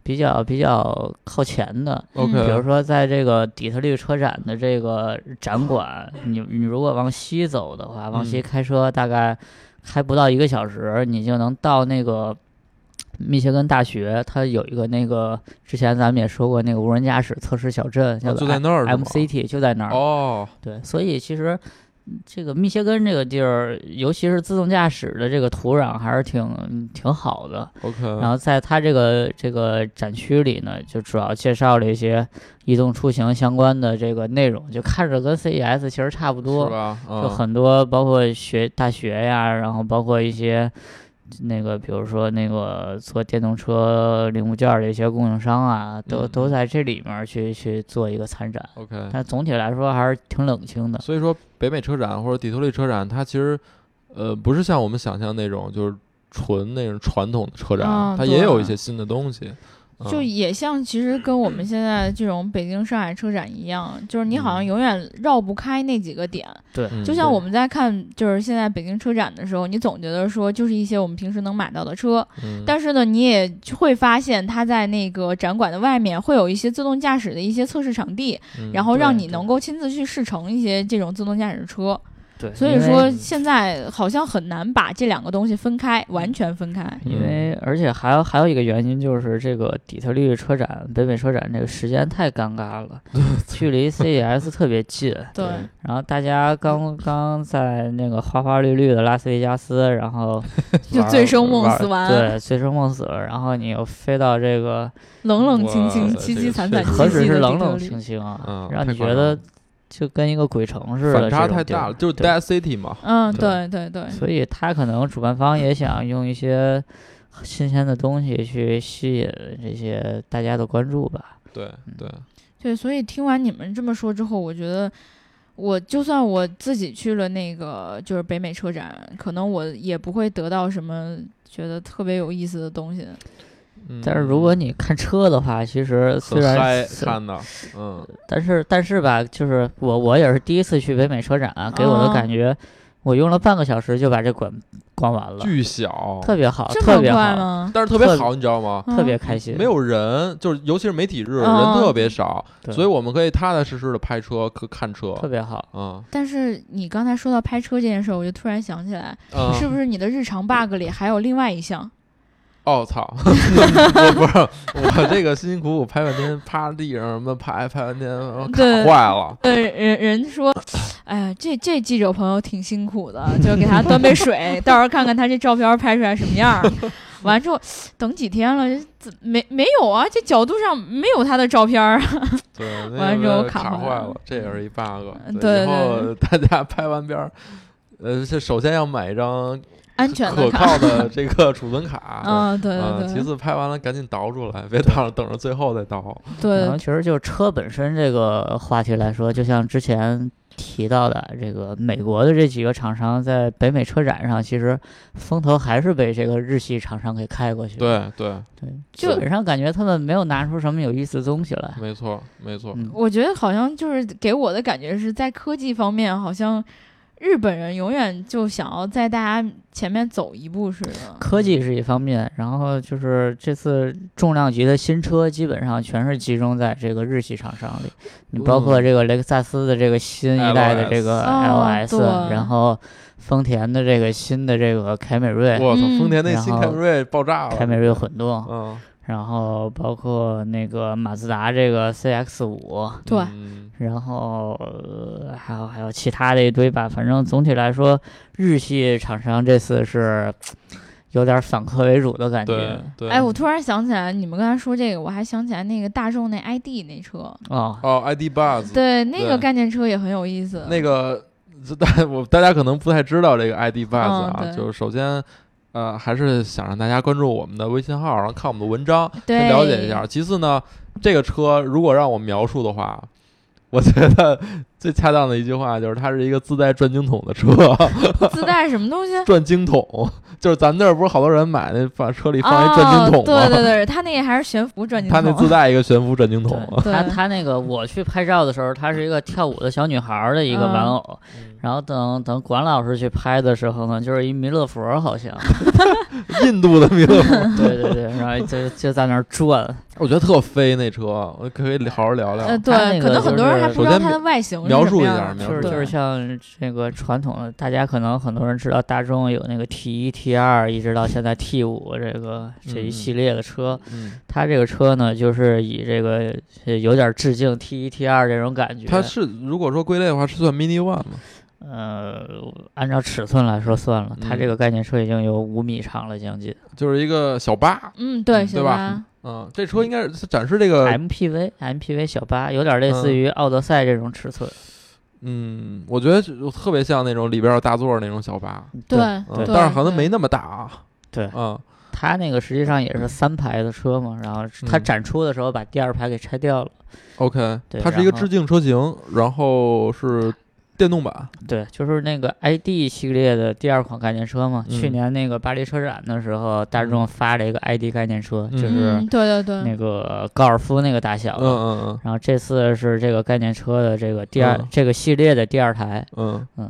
[SPEAKER 3] 比较比较靠前的。
[SPEAKER 2] OK，
[SPEAKER 3] 比如说，在这个底特律车展的这个 展馆，你你如果往西走的话，往西
[SPEAKER 2] 嗯
[SPEAKER 3] 开车大概开不到一个小时，你就能到那个密歇根大学。它有一个那个之前咱们也说过那个无人驾驶测试小镇，叫
[SPEAKER 2] 哦就
[SPEAKER 3] 做
[SPEAKER 2] 在那儿是
[SPEAKER 3] M
[SPEAKER 2] 吗
[SPEAKER 3] C T，就在那儿。
[SPEAKER 2] 哦，
[SPEAKER 3] 对，所以其实嗯这个密歇根这个地儿，尤其是自动驾驶的这个土壤，还是挺挺好的。
[SPEAKER 2] OK，
[SPEAKER 3] 然后在它这个这个展区里呢，就主要介绍了一些移动出行相关的这个内容，就看着跟 CES 其实差不
[SPEAKER 2] 是
[SPEAKER 3] 多，
[SPEAKER 2] 吧？
[SPEAKER 3] 就
[SPEAKER 2] 嗯
[SPEAKER 3] 很多包括学大学呀，然后包括一些那个比如说那个做电动车零部件儿的一些供应商啊，都、
[SPEAKER 2] 嗯
[SPEAKER 3] 都在这里面儿去去做一个参展。
[SPEAKER 2] ，OK。
[SPEAKER 3] 但总体来说还是挺冷清的，
[SPEAKER 2] 所以说，北美车展或者底特律车展，它其实呃不是像我们想象那种就是纯那种传统的车展，
[SPEAKER 1] 嗯
[SPEAKER 2] 它
[SPEAKER 1] 对
[SPEAKER 2] 也有一些新的东西。嗯
[SPEAKER 1] 就也像其实跟我们现在这种北京、上海车展一样，就是你好像
[SPEAKER 2] 嗯
[SPEAKER 1] 永远绕不开那几个点。
[SPEAKER 3] 对，
[SPEAKER 2] 嗯
[SPEAKER 1] 就像我们在看就是现在北京车展的时候，你总觉得说就是一些我们平时能买到的车，
[SPEAKER 2] 嗯
[SPEAKER 1] 但是呢，你也会发现它在那个展馆的外面会有一些自动驾驶的一些测试场地，
[SPEAKER 2] 嗯
[SPEAKER 1] 然后
[SPEAKER 3] 对
[SPEAKER 1] 让你
[SPEAKER 3] 对
[SPEAKER 1] 能够亲自去试乘一些这种自动驾驶车。
[SPEAKER 3] 对，
[SPEAKER 1] 所以
[SPEAKER 3] 因为
[SPEAKER 1] 说现在好像很难把这两个东西分开，完全分开。
[SPEAKER 3] 因
[SPEAKER 2] 嗯
[SPEAKER 3] 为而且还有还有一个原因就是这个底特律车展、北美车展这个时间太尴 尬了，距离 CES 特别近，
[SPEAKER 1] 对，
[SPEAKER 3] 然后大家刚刚在那个花花绿绿的拉斯维加斯，然后
[SPEAKER 1] 就
[SPEAKER 3] 玩儿
[SPEAKER 1] 醉生梦
[SPEAKER 3] 玩儿
[SPEAKER 1] 死完
[SPEAKER 3] 对，醉生梦死了，然后你又飞到这 个，
[SPEAKER 1] 冷冷清
[SPEAKER 2] 哇
[SPEAKER 1] 清、
[SPEAKER 2] 塞
[SPEAKER 1] 凄
[SPEAKER 2] 这
[SPEAKER 1] 凄
[SPEAKER 2] 个
[SPEAKER 1] 惨
[SPEAKER 2] 确
[SPEAKER 1] 惨
[SPEAKER 2] 实
[SPEAKER 1] 戚戚
[SPEAKER 3] 何
[SPEAKER 1] 的
[SPEAKER 3] 止是
[SPEAKER 1] 底
[SPEAKER 3] 冷
[SPEAKER 1] 特
[SPEAKER 3] 冷
[SPEAKER 1] 律
[SPEAKER 3] 清清啊，
[SPEAKER 2] 嗯
[SPEAKER 3] 让
[SPEAKER 2] 太
[SPEAKER 3] 你
[SPEAKER 2] 夸
[SPEAKER 3] 觉
[SPEAKER 2] 张
[SPEAKER 3] 得
[SPEAKER 2] 了
[SPEAKER 3] 就跟一个鬼城似的，
[SPEAKER 2] 反差太大了，就是 d
[SPEAKER 3] 对
[SPEAKER 2] a City 嘛。
[SPEAKER 1] 嗯，
[SPEAKER 2] 对
[SPEAKER 1] 对对对，
[SPEAKER 3] 所以他可能主办方也想用一些新鲜的东西去吸引这些大家的关注吧。
[SPEAKER 2] 对
[SPEAKER 3] 嗯
[SPEAKER 2] 对，
[SPEAKER 1] 对，所以听完你们这么说之后，我觉得。我就算我自己去了那个就是北美车展，可能我也不会得到什么觉得特别有意思的东西。
[SPEAKER 3] 啊
[SPEAKER 2] 嗯
[SPEAKER 3] 但是如果你看车的话，其实虽
[SPEAKER 2] 很
[SPEAKER 3] 然
[SPEAKER 2] 嗨
[SPEAKER 3] 虽
[SPEAKER 2] 看的，嗯
[SPEAKER 3] 但是但是吧，就是我我也是第一次去北美车展、啊给我的
[SPEAKER 1] 哦
[SPEAKER 3] 感觉，我用了半个小时就把这馆逛完了，
[SPEAKER 2] 巨小，
[SPEAKER 3] 特别好，
[SPEAKER 1] 这
[SPEAKER 3] 特
[SPEAKER 1] 么
[SPEAKER 3] 别
[SPEAKER 1] 快
[SPEAKER 3] 好，
[SPEAKER 1] 吗？
[SPEAKER 2] 但是特别
[SPEAKER 3] 特
[SPEAKER 2] 好，你知道吗？
[SPEAKER 1] 嗯
[SPEAKER 3] 特别开心。
[SPEAKER 2] 没有人，就是尤其是媒体日，人
[SPEAKER 1] 嗯
[SPEAKER 2] 特别少，
[SPEAKER 3] 对，
[SPEAKER 2] 所以我们可以踏踏实实的拍车、可看车。
[SPEAKER 3] 特别好。
[SPEAKER 2] 嗯
[SPEAKER 1] 但是你刚才说到拍车这件事儿，我就突然想起来，
[SPEAKER 2] 嗯，
[SPEAKER 1] 是不是你的日常 bug 里还有另外一项？
[SPEAKER 2] 哦操！ 我 不是我这个辛辛苦苦拍半天，趴地上什么拍拍半天，然后卡
[SPEAKER 1] 对
[SPEAKER 2] 坏了。
[SPEAKER 1] 呃，人人说，哎呀，这这记者朋友挺辛苦的，就给他端杯水，到时候看看他这照片拍出来什么样儿。完之后，等几天了，这怎没没有啊？这角度上没有他的照片儿啊。
[SPEAKER 2] 对，那
[SPEAKER 1] 完
[SPEAKER 2] 个
[SPEAKER 1] 之后
[SPEAKER 2] 卡
[SPEAKER 1] 卡坏
[SPEAKER 2] 坏
[SPEAKER 1] 了
[SPEAKER 2] 了，这也是一 bug
[SPEAKER 1] 嗯。对
[SPEAKER 2] 以后大家拍完片儿，呃，是首先要买一张
[SPEAKER 1] 安全
[SPEAKER 2] 可
[SPEAKER 1] 的看。
[SPEAKER 2] 靠的这个储存卡。
[SPEAKER 1] 嗯，对
[SPEAKER 2] 啊，
[SPEAKER 1] 对
[SPEAKER 2] 其
[SPEAKER 1] 对，
[SPEAKER 2] 次拍完了赶紧倒出来，别到等着最后再倒。
[SPEAKER 3] 然后
[SPEAKER 2] 嗯
[SPEAKER 1] 对
[SPEAKER 3] 其实就车本身这个话题来说，就像之前提到的，这个美国的这几个厂商在北美车展上，其实风头还是被这个日系厂商给开过去了。
[SPEAKER 2] 对对，
[SPEAKER 3] 对，
[SPEAKER 1] 就
[SPEAKER 3] 基本上感觉他们没有拿出什么有意思的东西来。
[SPEAKER 2] 没错没错。
[SPEAKER 3] 嗯，
[SPEAKER 1] 我觉得好像就是给我的感觉是在科技方面，好像日本人永远就想要在大家前面走一步似的。
[SPEAKER 3] 科技是一方面，然后就是这次重量级的新车基本上全是集中在这个日系厂商里，你包
[SPEAKER 2] 嗯
[SPEAKER 3] 括这个雷克萨斯的这个新一代的这个
[SPEAKER 1] LS
[SPEAKER 3] LS，、
[SPEAKER 1] 哦对
[SPEAKER 3] 然后丰田的这个新的这个凯美瑞，
[SPEAKER 2] 我操，
[SPEAKER 1] 嗯
[SPEAKER 2] 丰田那新
[SPEAKER 3] 然后
[SPEAKER 2] 凯美瑞爆炸了，
[SPEAKER 3] 凯美瑞混动，
[SPEAKER 2] 嗯，
[SPEAKER 3] 然后包括那个马自达这个 CX 五，
[SPEAKER 1] 对
[SPEAKER 2] 嗯
[SPEAKER 3] 然后、呃还有还有其他的一堆吧，反正总体来说，日系厂商这次是有点反客为主的感
[SPEAKER 2] 对
[SPEAKER 3] 觉。
[SPEAKER 2] 对，
[SPEAKER 1] 哎，我突然想起来，你们刚才说这个，我还想起来那个大众那 ID 那车，
[SPEAKER 3] 哦，
[SPEAKER 2] 哦，ID Buzz
[SPEAKER 1] 对，那个
[SPEAKER 2] 对
[SPEAKER 1] 概念车也很有意思。
[SPEAKER 2] 那个， 这大我大家可能不太知道这个 ID Buzz 啊，
[SPEAKER 1] 嗯对
[SPEAKER 2] 就是首先。呃，还是想让大家关注我们的微信号，然后看我们的文章，
[SPEAKER 1] 对
[SPEAKER 2] 先了解一下。其次呢，这个车如果让我描述的话，我觉得 最恰当的一句话就是它是一个自带转经筒的车，？
[SPEAKER 1] 自带什么东西
[SPEAKER 2] 转经筒就是咱们那儿不是好多人买那把车里 放一转
[SPEAKER 1] 哦
[SPEAKER 2] 经，筒吗？
[SPEAKER 1] 对对对，他那个还是悬浮转经
[SPEAKER 2] 它
[SPEAKER 1] 筒。
[SPEAKER 2] 那自带一个悬浮转经筒，
[SPEAKER 1] 对
[SPEAKER 3] 他他那个我去拍照的时候，他是一个跳舞的小女孩儿的一个玩
[SPEAKER 1] 嗯
[SPEAKER 3] 偶，然后等等管老师去拍的时候呢，就是一弥勒佛儿 好像，
[SPEAKER 2] 印度的弥勒佛，
[SPEAKER 3] 对对对，然后就就在那儿转，
[SPEAKER 2] 我觉得特飞那车，我可以好好聊聊。
[SPEAKER 1] 呃，对
[SPEAKER 3] 它那，
[SPEAKER 1] 可
[SPEAKER 3] 个
[SPEAKER 1] 能很多人
[SPEAKER 3] 就是
[SPEAKER 1] 还不知
[SPEAKER 2] 首
[SPEAKER 1] 道
[SPEAKER 2] 先
[SPEAKER 1] 它的外形是
[SPEAKER 2] 描
[SPEAKER 1] 什
[SPEAKER 2] 述
[SPEAKER 1] 么
[SPEAKER 2] 一
[SPEAKER 1] 样
[SPEAKER 2] 下
[SPEAKER 1] 的
[SPEAKER 2] 描
[SPEAKER 3] 就是
[SPEAKER 2] 述
[SPEAKER 1] 对
[SPEAKER 3] 就是像这个传统的，大家可能很多人知道，大众有那个 T 一、T 二，一直到现在 T 五这个这
[SPEAKER 2] 嗯
[SPEAKER 3] 一
[SPEAKER 2] 嗯
[SPEAKER 3] 系列的车，
[SPEAKER 2] 嗯，
[SPEAKER 3] 它这个车呢，就是以这个呃有点致敬 T 一、T 二这种感觉。
[SPEAKER 2] 它是如果说归类的话，是算 Mini One 吗？
[SPEAKER 3] 呃，按照尺寸来说算了，它这
[SPEAKER 2] 嗯
[SPEAKER 3] 个概念车已经有五米长了，将近
[SPEAKER 2] 就是一个小巴，
[SPEAKER 1] 嗯，对，
[SPEAKER 2] 嗯
[SPEAKER 1] 行
[SPEAKER 2] 对吧
[SPEAKER 1] 吧？
[SPEAKER 2] 嗯，这车应该是展示这个，
[SPEAKER 3] MPV、MPV 小巴，有点类似
[SPEAKER 2] 呃嗯
[SPEAKER 3] 于奥德赛这种尺寸。
[SPEAKER 2] 嗯，我觉得就特别像那种里边有大座那种小巴，
[SPEAKER 1] 对
[SPEAKER 2] 嗯，，
[SPEAKER 1] 对
[SPEAKER 2] 但是可能没那么大啊，
[SPEAKER 3] 对，
[SPEAKER 2] 嗯，
[SPEAKER 3] 它那个实际上也是三排的车嘛，然后它
[SPEAKER 2] 嗯
[SPEAKER 3] 展出的时候把第二排给拆掉了。
[SPEAKER 2] OK，
[SPEAKER 3] 对
[SPEAKER 2] 它是一个
[SPEAKER 3] 然后
[SPEAKER 2] 致敬车型，然后是电动版，
[SPEAKER 3] 对，就是那个 ID 系列的第二款概念车嘛。去
[SPEAKER 2] 嗯
[SPEAKER 3] 年那个巴黎车展的时候，大众发了一个 ID 概念车，就
[SPEAKER 2] 嗯
[SPEAKER 3] 是
[SPEAKER 1] 嗯，对对对，
[SPEAKER 3] 那个高尔夫那个大小
[SPEAKER 2] 嗯
[SPEAKER 3] 的。
[SPEAKER 2] 嗯
[SPEAKER 3] 然后这次是这个概念车的这个第二、
[SPEAKER 2] 嗯
[SPEAKER 3] 这个系列的第二台，
[SPEAKER 2] 嗯嗯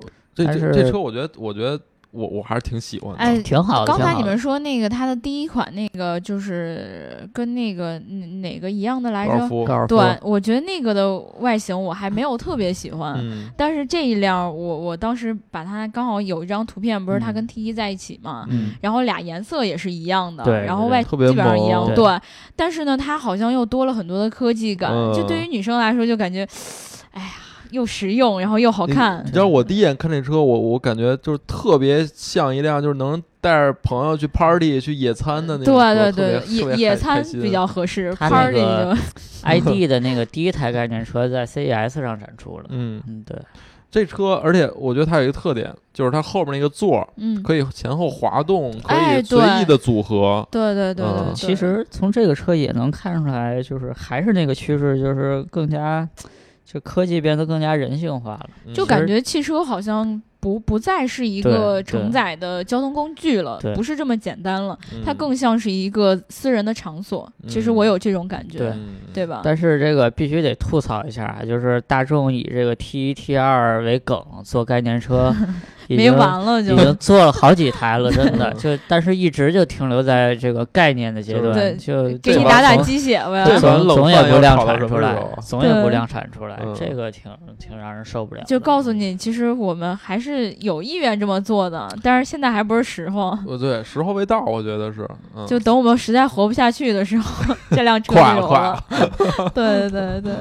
[SPEAKER 3] 嗯，
[SPEAKER 2] 这
[SPEAKER 3] 但
[SPEAKER 2] 这
[SPEAKER 3] 是
[SPEAKER 2] 这车，我觉得，我觉得我我还是挺喜欢的，
[SPEAKER 1] 哎，
[SPEAKER 3] 挺好的。
[SPEAKER 1] 刚
[SPEAKER 3] 挺
[SPEAKER 1] 才
[SPEAKER 3] 好
[SPEAKER 1] 你
[SPEAKER 3] 的
[SPEAKER 1] 们说那个它的第一款那个就是跟那个哪哪个一样的来
[SPEAKER 2] 高尔
[SPEAKER 1] 着？
[SPEAKER 2] 夫
[SPEAKER 3] 高，尔夫
[SPEAKER 1] 对，我觉得那个的外形我还没有特别喜欢。
[SPEAKER 2] 嗯
[SPEAKER 1] 但是这一辆，我我当时把它刚好有一张图片，不是它
[SPEAKER 3] 嗯
[SPEAKER 1] 跟 T 一在一起嘛，
[SPEAKER 2] 嗯，
[SPEAKER 1] 然后俩颜色也是一样的，
[SPEAKER 3] 对
[SPEAKER 1] 然后外
[SPEAKER 2] 特别
[SPEAKER 1] 基本上一样，
[SPEAKER 2] 萌
[SPEAKER 1] 对。但是呢，它好像又多了很多的科技感，
[SPEAKER 2] 嗯
[SPEAKER 1] 就对于女生来说，就感觉，哎呀，又实用，然后又好看
[SPEAKER 2] 你。知道我第一眼看这车，我我感觉就是特别像一辆就是能带着朋友去 party 去野餐的那种
[SPEAKER 1] 对对
[SPEAKER 2] 车，特
[SPEAKER 1] 对，
[SPEAKER 2] 别特别
[SPEAKER 1] 野
[SPEAKER 2] 开
[SPEAKER 1] 野餐
[SPEAKER 2] 开心
[SPEAKER 1] 比较合适
[SPEAKER 3] 它那
[SPEAKER 1] ，party
[SPEAKER 3] 个
[SPEAKER 1] 就
[SPEAKER 3] ID 的那个第一台概念车在 CES 上展出了。
[SPEAKER 2] 嗯，
[SPEAKER 3] 嗯，对，
[SPEAKER 2] 这车，而且我觉得它有一个特点，就是它后面那个座儿
[SPEAKER 1] 嗯，
[SPEAKER 2] 可以前后滑动，可
[SPEAKER 1] 哎
[SPEAKER 2] 以随
[SPEAKER 1] 对
[SPEAKER 2] 意的组合。
[SPEAKER 1] 对对对对
[SPEAKER 2] 嗯
[SPEAKER 1] 对，
[SPEAKER 3] 其实从这个车也能看出来，就是还是那个趋势，就是更加，就科技变得更加人性化了。
[SPEAKER 2] 嗯
[SPEAKER 1] 就
[SPEAKER 3] 其
[SPEAKER 1] 感
[SPEAKER 3] 实
[SPEAKER 1] 觉汽车好像不不再是一个
[SPEAKER 3] 对
[SPEAKER 1] 承
[SPEAKER 3] 对
[SPEAKER 1] 载的交通工具了，
[SPEAKER 3] 对
[SPEAKER 1] 不是这么简单了，它
[SPEAKER 2] 嗯
[SPEAKER 1] 更像是一个私人的场所。其实
[SPEAKER 2] 嗯
[SPEAKER 1] 我有这种感觉，
[SPEAKER 3] 对
[SPEAKER 2] 嗯
[SPEAKER 1] 对吧？
[SPEAKER 3] 但是这个必须得吐槽一下啊，就是大众以这个 T 一 T 二为梗做概 念车，已
[SPEAKER 1] 没
[SPEAKER 3] 经
[SPEAKER 1] 完了就
[SPEAKER 3] 已经做了好几台了，真 的
[SPEAKER 2] 嗯
[SPEAKER 3] 就，但是一直就停留在这个概念的阶
[SPEAKER 2] 就是
[SPEAKER 3] 段，就
[SPEAKER 1] 给
[SPEAKER 3] 这
[SPEAKER 1] 你
[SPEAKER 3] 玩
[SPEAKER 1] 打
[SPEAKER 3] 意儿
[SPEAKER 1] 打
[SPEAKER 3] 总
[SPEAKER 1] 鸡血呗。
[SPEAKER 2] 这碗
[SPEAKER 3] 总
[SPEAKER 2] 冷
[SPEAKER 3] 总也
[SPEAKER 2] 饭
[SPEAKER 3] 不
[SPEAKER 2] 要
[SPEAKER 3] 量
[SPEAKER 2] 炒到
[SPEAKER 3] 产
[SPEAKER 2] 什
[SPEAKER 3] 出
[SPEAKER 2] 么时
[SPEAKER 3] 来
[SPEAKER 2] 候啊，
[SPEAKER 3] 总也不
[SPEAKER 1] 对
[SPEAKER 3] 量产出来，
[SPEAKER 2] 嗯
[SPEAKER 3] 这个挺挺让人受不了的。
[SPEAKER 1] 就告诉你，其实我们还是有意愿这么做的，但是现在还不是时候。
[SPEAKER 3] 嗯
[SPEAKER 2] 呃对，时候未到，我觉得是，嗯，
[SPEAKER 1] 就等我们实在活不下去的时 候，这辆车就
[SPEAKER 2] 快了
[SPEAKER 1] 有
[SPEAKER 2] 快
[SPEAKER 1] 了。 对对对对，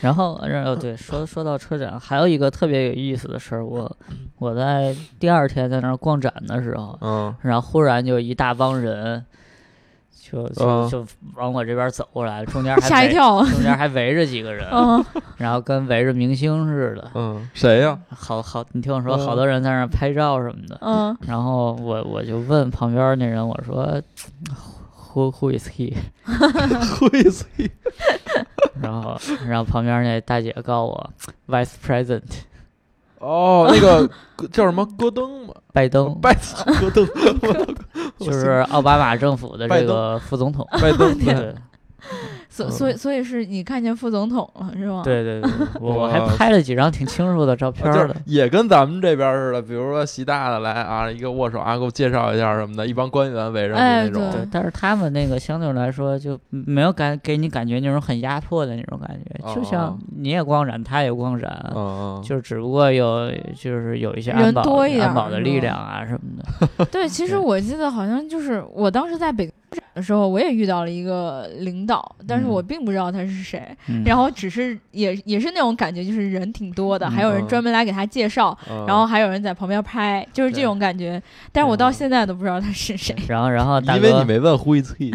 [SPEAKER 3] 然后，然后对，说说到车展，还有一个特别有意思的事儿，我我在第二天在那儿逛展的时候，
[SPEAKER 2] 嗯，
[SPEAKER 3] 然后忽然就一大帮人就
[SPEAKER 2] 嗯
[SPEAKER 3] 就就往我这边走过来，中间还
[SPEAKER 1] 吓一
[SPEAKER 3] 围，
[SPEAKER 1] 跳。
[SPEAKER 3] 中间还围着几个人，
[SPEAKER 1] 嗯，
[SPEAKER 3] 然后跟围着明星似的，
[SPEAKER 2] 嗯，谁 呀、
[SPEAKER 3] 好好，你听我说，
[SPEAKER 2] 嗯
[SPEAKER 3] 好多人在那儿拍照什么的。
[SPEAKER 1] 嗯，
[SPEAKER 3] 然后我我就问旁边那人，我说，Who who is he？
[SPEAKER 2] 会催
[SPEAKER 3] 然后然后旁边那大姐告我，Vice President
[SPEAKER 2] 哦，那个叫什么戈登嘛，
[SPEAKER 3] 拜
[SPEAKER 1] 嗯
[SPEAKER 3] 登，
[SPEAKER 2] 拜戈登，我
[SPEAKER 3] 就是奥巴马政府的
[SPEAKER 2] 拜
[SPEAKER 3] 这
[SPEAKER 2] 登
[SPEAKER 3] 个副总统。
[SPEAKER 2] 拜登，
[SPEAKER 3] 对，
[SPEAKER 1] 所所以所以是你看见副总统了是吗？，
[SPEAKER 3] 嗯对对对， 我我还
[SPEAKER 2] 哇
[SPEAKER 3] 拍了几张挺清楚的照片
[SPEAKER 2] 啊就是
[SPEAKER 3] 的。
[SPEAKER 2] 也跟咱们这边似的，比如说习大的来啊，一个握手啊，给我介绍一下什么的，一帮官员围着你
[SPEAKER 1] 哎
[SPEAKER 2] 那种，
[SPEAKER 1] 对
[SPEAKER 3] 对，但是他们那个相对来说就没有感给你感觉那种很压迫的那种感觉，就像
[SPEAKER 2] 哦
[SPEAKER 3] 你也光染，他也光染，
[SPEAKER 2] 嗯，嗯
[SPEAKER 3] 就是只不过有就是有一些安
[SPEAKER 1] 人
[SPEAKER 3] 保
[SPEAKER 1] 多一点
[SPEAKER 3] 安
[SPEAKER 1] 儿
[SPEAKER 3] 保的
[SPEAKER 1] 是
[SPEAKER 3] 力
[SPEAKER 1] 吧
[SPEAKER 3] 量啊什么的。
[SPEAKER 1] 对，其实
[SPEAKER 3] 对
[SPEAKER 1] 我记得好像就是我当时在北京的时候，我也遇到了一个领导，但是
[SPEAKER 3] 嗯
[SPEAKER 1] 我并不知道他是谁，
[SPEAKER 3] 嗯
[SPEAKER 1] 然后只是也也是那种感觉，就是人挺多的，
[SPEAKER 3] 嗯
[SPEAKER 1] 还有人专门来给他介绍，
[SPEAKER 2] 嗯
[SPEAKER 1] 然后还有人在旁边拍，就是这
[SPEAKER 2] 对
[SPEAKER 1] 种感觉。但是我到
[SPEAKER 2] 嗯
[SPEAKER 1] 现在都不知道他是 谁。
[SPEAKER 3] 然后然后大
[SPEAKER 2] 因为
[SPEAKER 3] 哥
[SPEAKER 2] 你没问 who is he，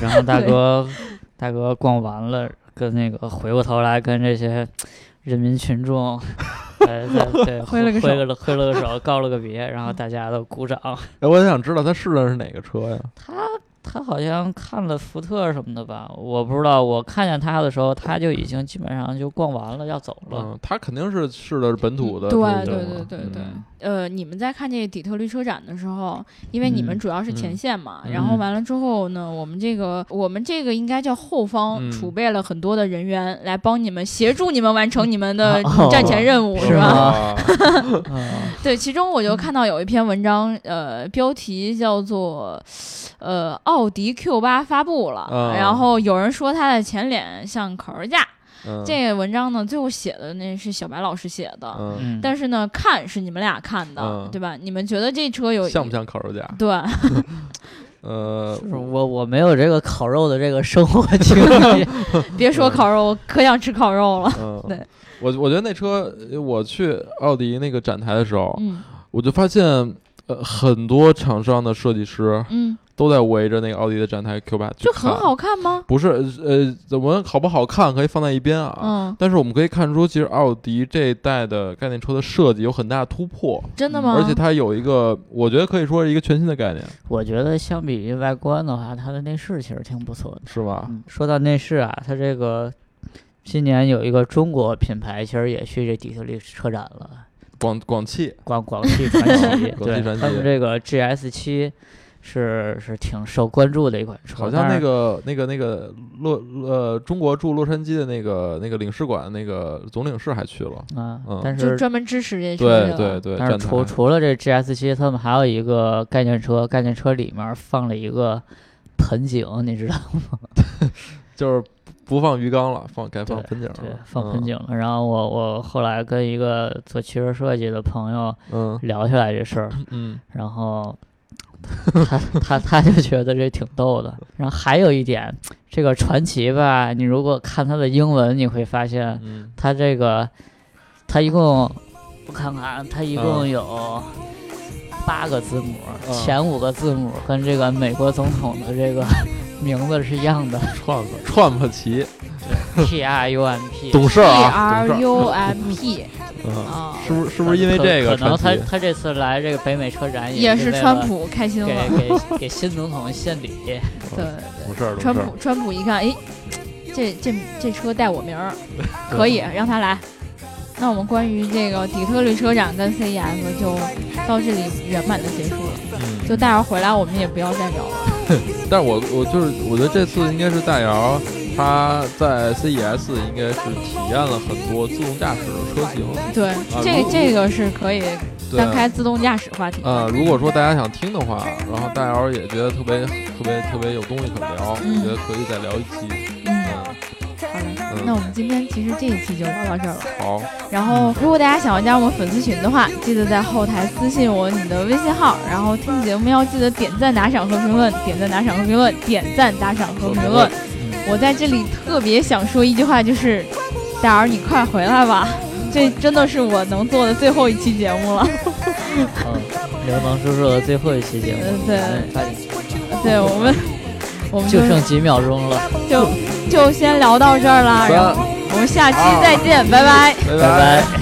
[SPEAKER 3] 然后大
[SPEAKER 1] 对
[SPEAKER 3] 哥，大哥逛完了，跟那个回过头来跟这些人民群众，呃，对对，
[SPEAKER 1] 挥了个
[SPEAKER 3] 挥
[SPEAKER 1] 手嗯
[SPEAKER 3] 了挥了个手，告了个别，然后大家都鼓掌。
[SPEAKER 2] 哎，我想知道他试的是哪个车呀？
[SPEAKER 3] 他他好像看了福特什么的吧，我不知道。我看见他的时候，他就已经基本上就逛完了，要走了。
[SPEAKER 2] 嗯，他肯定是试的是本嗯土的啊车
[SPEAKER 1] 对
[SPEAKER 2] 型嘛，
[SPEAKER 1] 对对对对
[SPEAKER 3] 嗯，
[SPEAKER 1] 呃，你们在看这个底特律车展的时候，因为你们
[SPEAKER 3] 嗯
[SPEAKER 1] 主要是前线嘛，
[SPEAKER 2] 嗯
[SPEAKER 1] 然后完了之后呢，我们这个我们这个应该叫后方
[SPEAKER 2] 嗯
[SPEAKER 1] 储备了很多的人员来帮你们协助你们完成你们的
[SPEAKER 3] 哦
[SPEAKER 1] 战前任 务，
[SPEAKER 3] 是
[SPEAKER 1] 吧？
[SPEAKER 2] 吧？
[SPEAKER 3] 嗯
[SPEAKER 1] 对，其中我就看到有一篇文章，呃，标题叫做呃奥迪 Q 八发布了，
[SPEAKER 2] 嗯
[SPEAKER 1] 然后有人说它的前脸像烤肉架。
[SPEAKER 2] 嗯
[SPEAKER 1] 这个文章呢，最后写的那是小白老师写的。
[SPEAKER 2] 嗯，
[SPEAKER 3] 嗯，
[SPEAKER 1] 但是呢，看是你们俩看的，
[SPEAKER 2] 嗯
[SPEAKER 1] 对吧？你们觉得这车有
[SPEAKER 2] 像不像烤肉架？
[SPEAKER 1] 对，
[SPEAKER 2] 呃，
[SPEAKER 3] 就是我我没有这个烤肉的这个生活经 历。
[SPEAKER 1] 别说烤肉，我可想吃烤肉了。
[SPEAKER 2] 嗯，
[SPEAKER 1] 对
[SPEAKER 2] 我我觉得那车，呃我去奥迪那个展台的时候，
[SPEAKER 1] 嗯
[SPEAKER 2] 我就发现，呃，很多厂商的设计师
[SPEAKER 1] 嗯，
[SPEAKER 2] 都在围着那个奥迪的展台 Q 八，
[SPEAKER 1] 就很好。看吗？
[SPEAKER 2] 不是，呃，我们好不好看可以放在一边啊。
[SPEAKER 1] 嗯，
[SPEAKER 2] 但是我们可以看出，其实奥迪这一代的概念车的设计有很大的突破，
[SPEAKER 1] 真的
[SPEAKER 3] 嗯
[SPEAKER 1] 吗？
[SPEAKER 2] 而且它有一个，我觉得可以说是一个全新的概念，
[SPEAKER 3] 我觉得相比于外观的话，它的内饰其实挺不错的。
[SPEAKER 2] 是吧？
[SPEAKER 3] 嗯，说到内饰啊，它这个今年有一个中国品牌，其实也去这底特律车展了，
[SPEAKER 2] 广广汽，
[SPEAKER 3] 广广汽传 祺，
[SPEAKER 2] 广
[SPEAKER 3] 对
[SPEAKER 2] 汽传
[SPEAKER 3] 他们
[SPEAKER 2] 祺
[SPEAKER 3] 这个 GS 七是是挺受关注的一款车，
[SPEAKER 2] 好像
[SPEAKER 3] 但
[SPEAKER 2] 那
[SPEAKER 3] 是
[SPEAKER 2] 个那个那个洛呃中国驻洛杉矶的那个那个领事馆那个总领事还去了，
[SPEAKER 3] 啊
[SPEAKER 2] 嗯，
[SPEAKER 3] 但。
[SPEAKER 1] 就是专门支持这车
[SPEAKER 2] 对
[SPEAKER 1] 的
[SPEAKER 2] 对对，
[SPEAKER 3] 但
[SPEAKER 2] 站
[SPEAKER 3] 是除
[SPEAKER 2] 台
[SPEAKER 3] 除了这 GS 七，他们还有一个概念车，概念车里面放了一个盆景，你知道吗？
[SPEAKER 2] 就是不不放鱼缸了，放改放
[SPEAKER 3] 对
[SPEAKER 2] 盆景
[SPEAKER 3] 对
[SPEAKER 2] 了，，
[SPEAKER 3] 放盆
[SPEAKER 2] 嗯
[SPEAKER 3] 景了。然后我我后来跟一个做汽车设计的朋友
[SPEAKER 2] 嗯
[SPEAKER 3] 聊起来这事儿，
[SPEAKER 2] 嗯
[SPEAKER 3] 然后他他他就觉得这挺逗的。然后还有一点，这个传奇吧，你如果看它的英文，你会发现
[SPEAKER 2] 嗯，
[SPEAKER 3] 它这个它一共我看看啊，它一共
[SPEAKER 2] 嗯
[SPEAKER 3] 有八个字母，
[SPEAKER 2] 嗯
[SPEAKER 3] 前五个字母跟这个美国总统的这个 名字是一样 的
[SPEAKER 2] 串吧串吧齐，
[SPEAKER 3] ，T R U M P。
[SPEAKER 2] 懂事
[SPEAKER 1] P
[SPEAKER 2] 儿啊，
[SPEAKER 1] R
[SPEAKER 2] 懂事儿，
[SPEAKER 1] U M P
[SPEAKER 2] 嗯，
[SPEAKER 1] 啊，
[SPEAKER 2] 是不是是不是因为
[SPEAKER 3] 可
[SPEAKER 2] 这个
[SPEAKER 3] 可能他
[SPEAKER 2] 传奇？
[SPEAKER 3] 他这次来这个北美车展
[SPEAKER 1] 也
[SPEAKER 3] 是
[SPEAKER 1] 是
[SPEAKER 3] 为
[SPEAKER 1] 川
[SPEAKER 3] 了
[SPEAKER 1] 普开心
[SPEAKER 3] 给
[SPEAKER 1] 了。
[SPEAKER 3] 给给新总统献礼。
[SPEAKER 1] 对，
[SPEAKER 2] 懂事儿，懂
[SPEAKER 1] 川
[SPEAKER 2] 事
[SPEAKER 1] 普
[SPEAKER 2] 儿，
[SPEAKER 1] 川普一看，哎，这这这车带我名儿，可以让他来。那我们关于这个底特律车展跟 CES 就到这里圆满的结束了。
[SPEAKER 2] 嗯。
[SPEAKER 1] 就待会儿回来我们也不要再聊了。
[SPEAKER 2] 但是我我就是我觉得这次应该是大姚他在 CES 应该是体验了很多自动驾驶的车型。
[SPEAKER 1] 对，这这个是可以
[SPEAKER 2] 对啊
[SPEAKER 1] 单开自动驾驶话题。
[SPEAKER 2] 呃，如果说大家想听的话，然后大姚也觉得特别特别特别有东西可聊，
[SPEAKER 1] 嗯
[SPEAKER 2] 我觉得可以再聊一期。
[SPEAKER 1] 嗯，
[SPEAKER 2] 嗯，
[SPEAKER 1] 好嘞
[SPEAKER 2] 嗯，
[SPEAKER 1] 那我们今天其实这一期就聊到这儿了。
[SPEAKER 2] 好，
[SPEAKER 1] 然后，如果大家想要加入我们粉丝群的话，记得在后台私信我你的微信号。然后听节目要记得点赞、打赏和评论，点赞、打赏和评论，点赞、打赏
[SPEAKER 2] 嗯
[SPEAKER 1] 和评论。我在这里特别想说一句话，就是大儿，你快回来吧，这真的是我能做的最后一期节目了。
[SPEAKER 3] 嗯，流氓叔叔的最后一期节目，
[SPEAKER 1] 嗯对
[SPEAKER 3] 嗯抓紧
[SPEAKER 1] 对我们，我们
[SPEAKER 3] 就
[SPEAKER 1] 就
[SPEAKER 3] 剩几秒钟了，
[SPEAKER 1] 就就先聊到这儿啦，然后我们下期再见，拜拜。
[SPEAKER 2] 拜
[SPEAKER 3] 拜拜。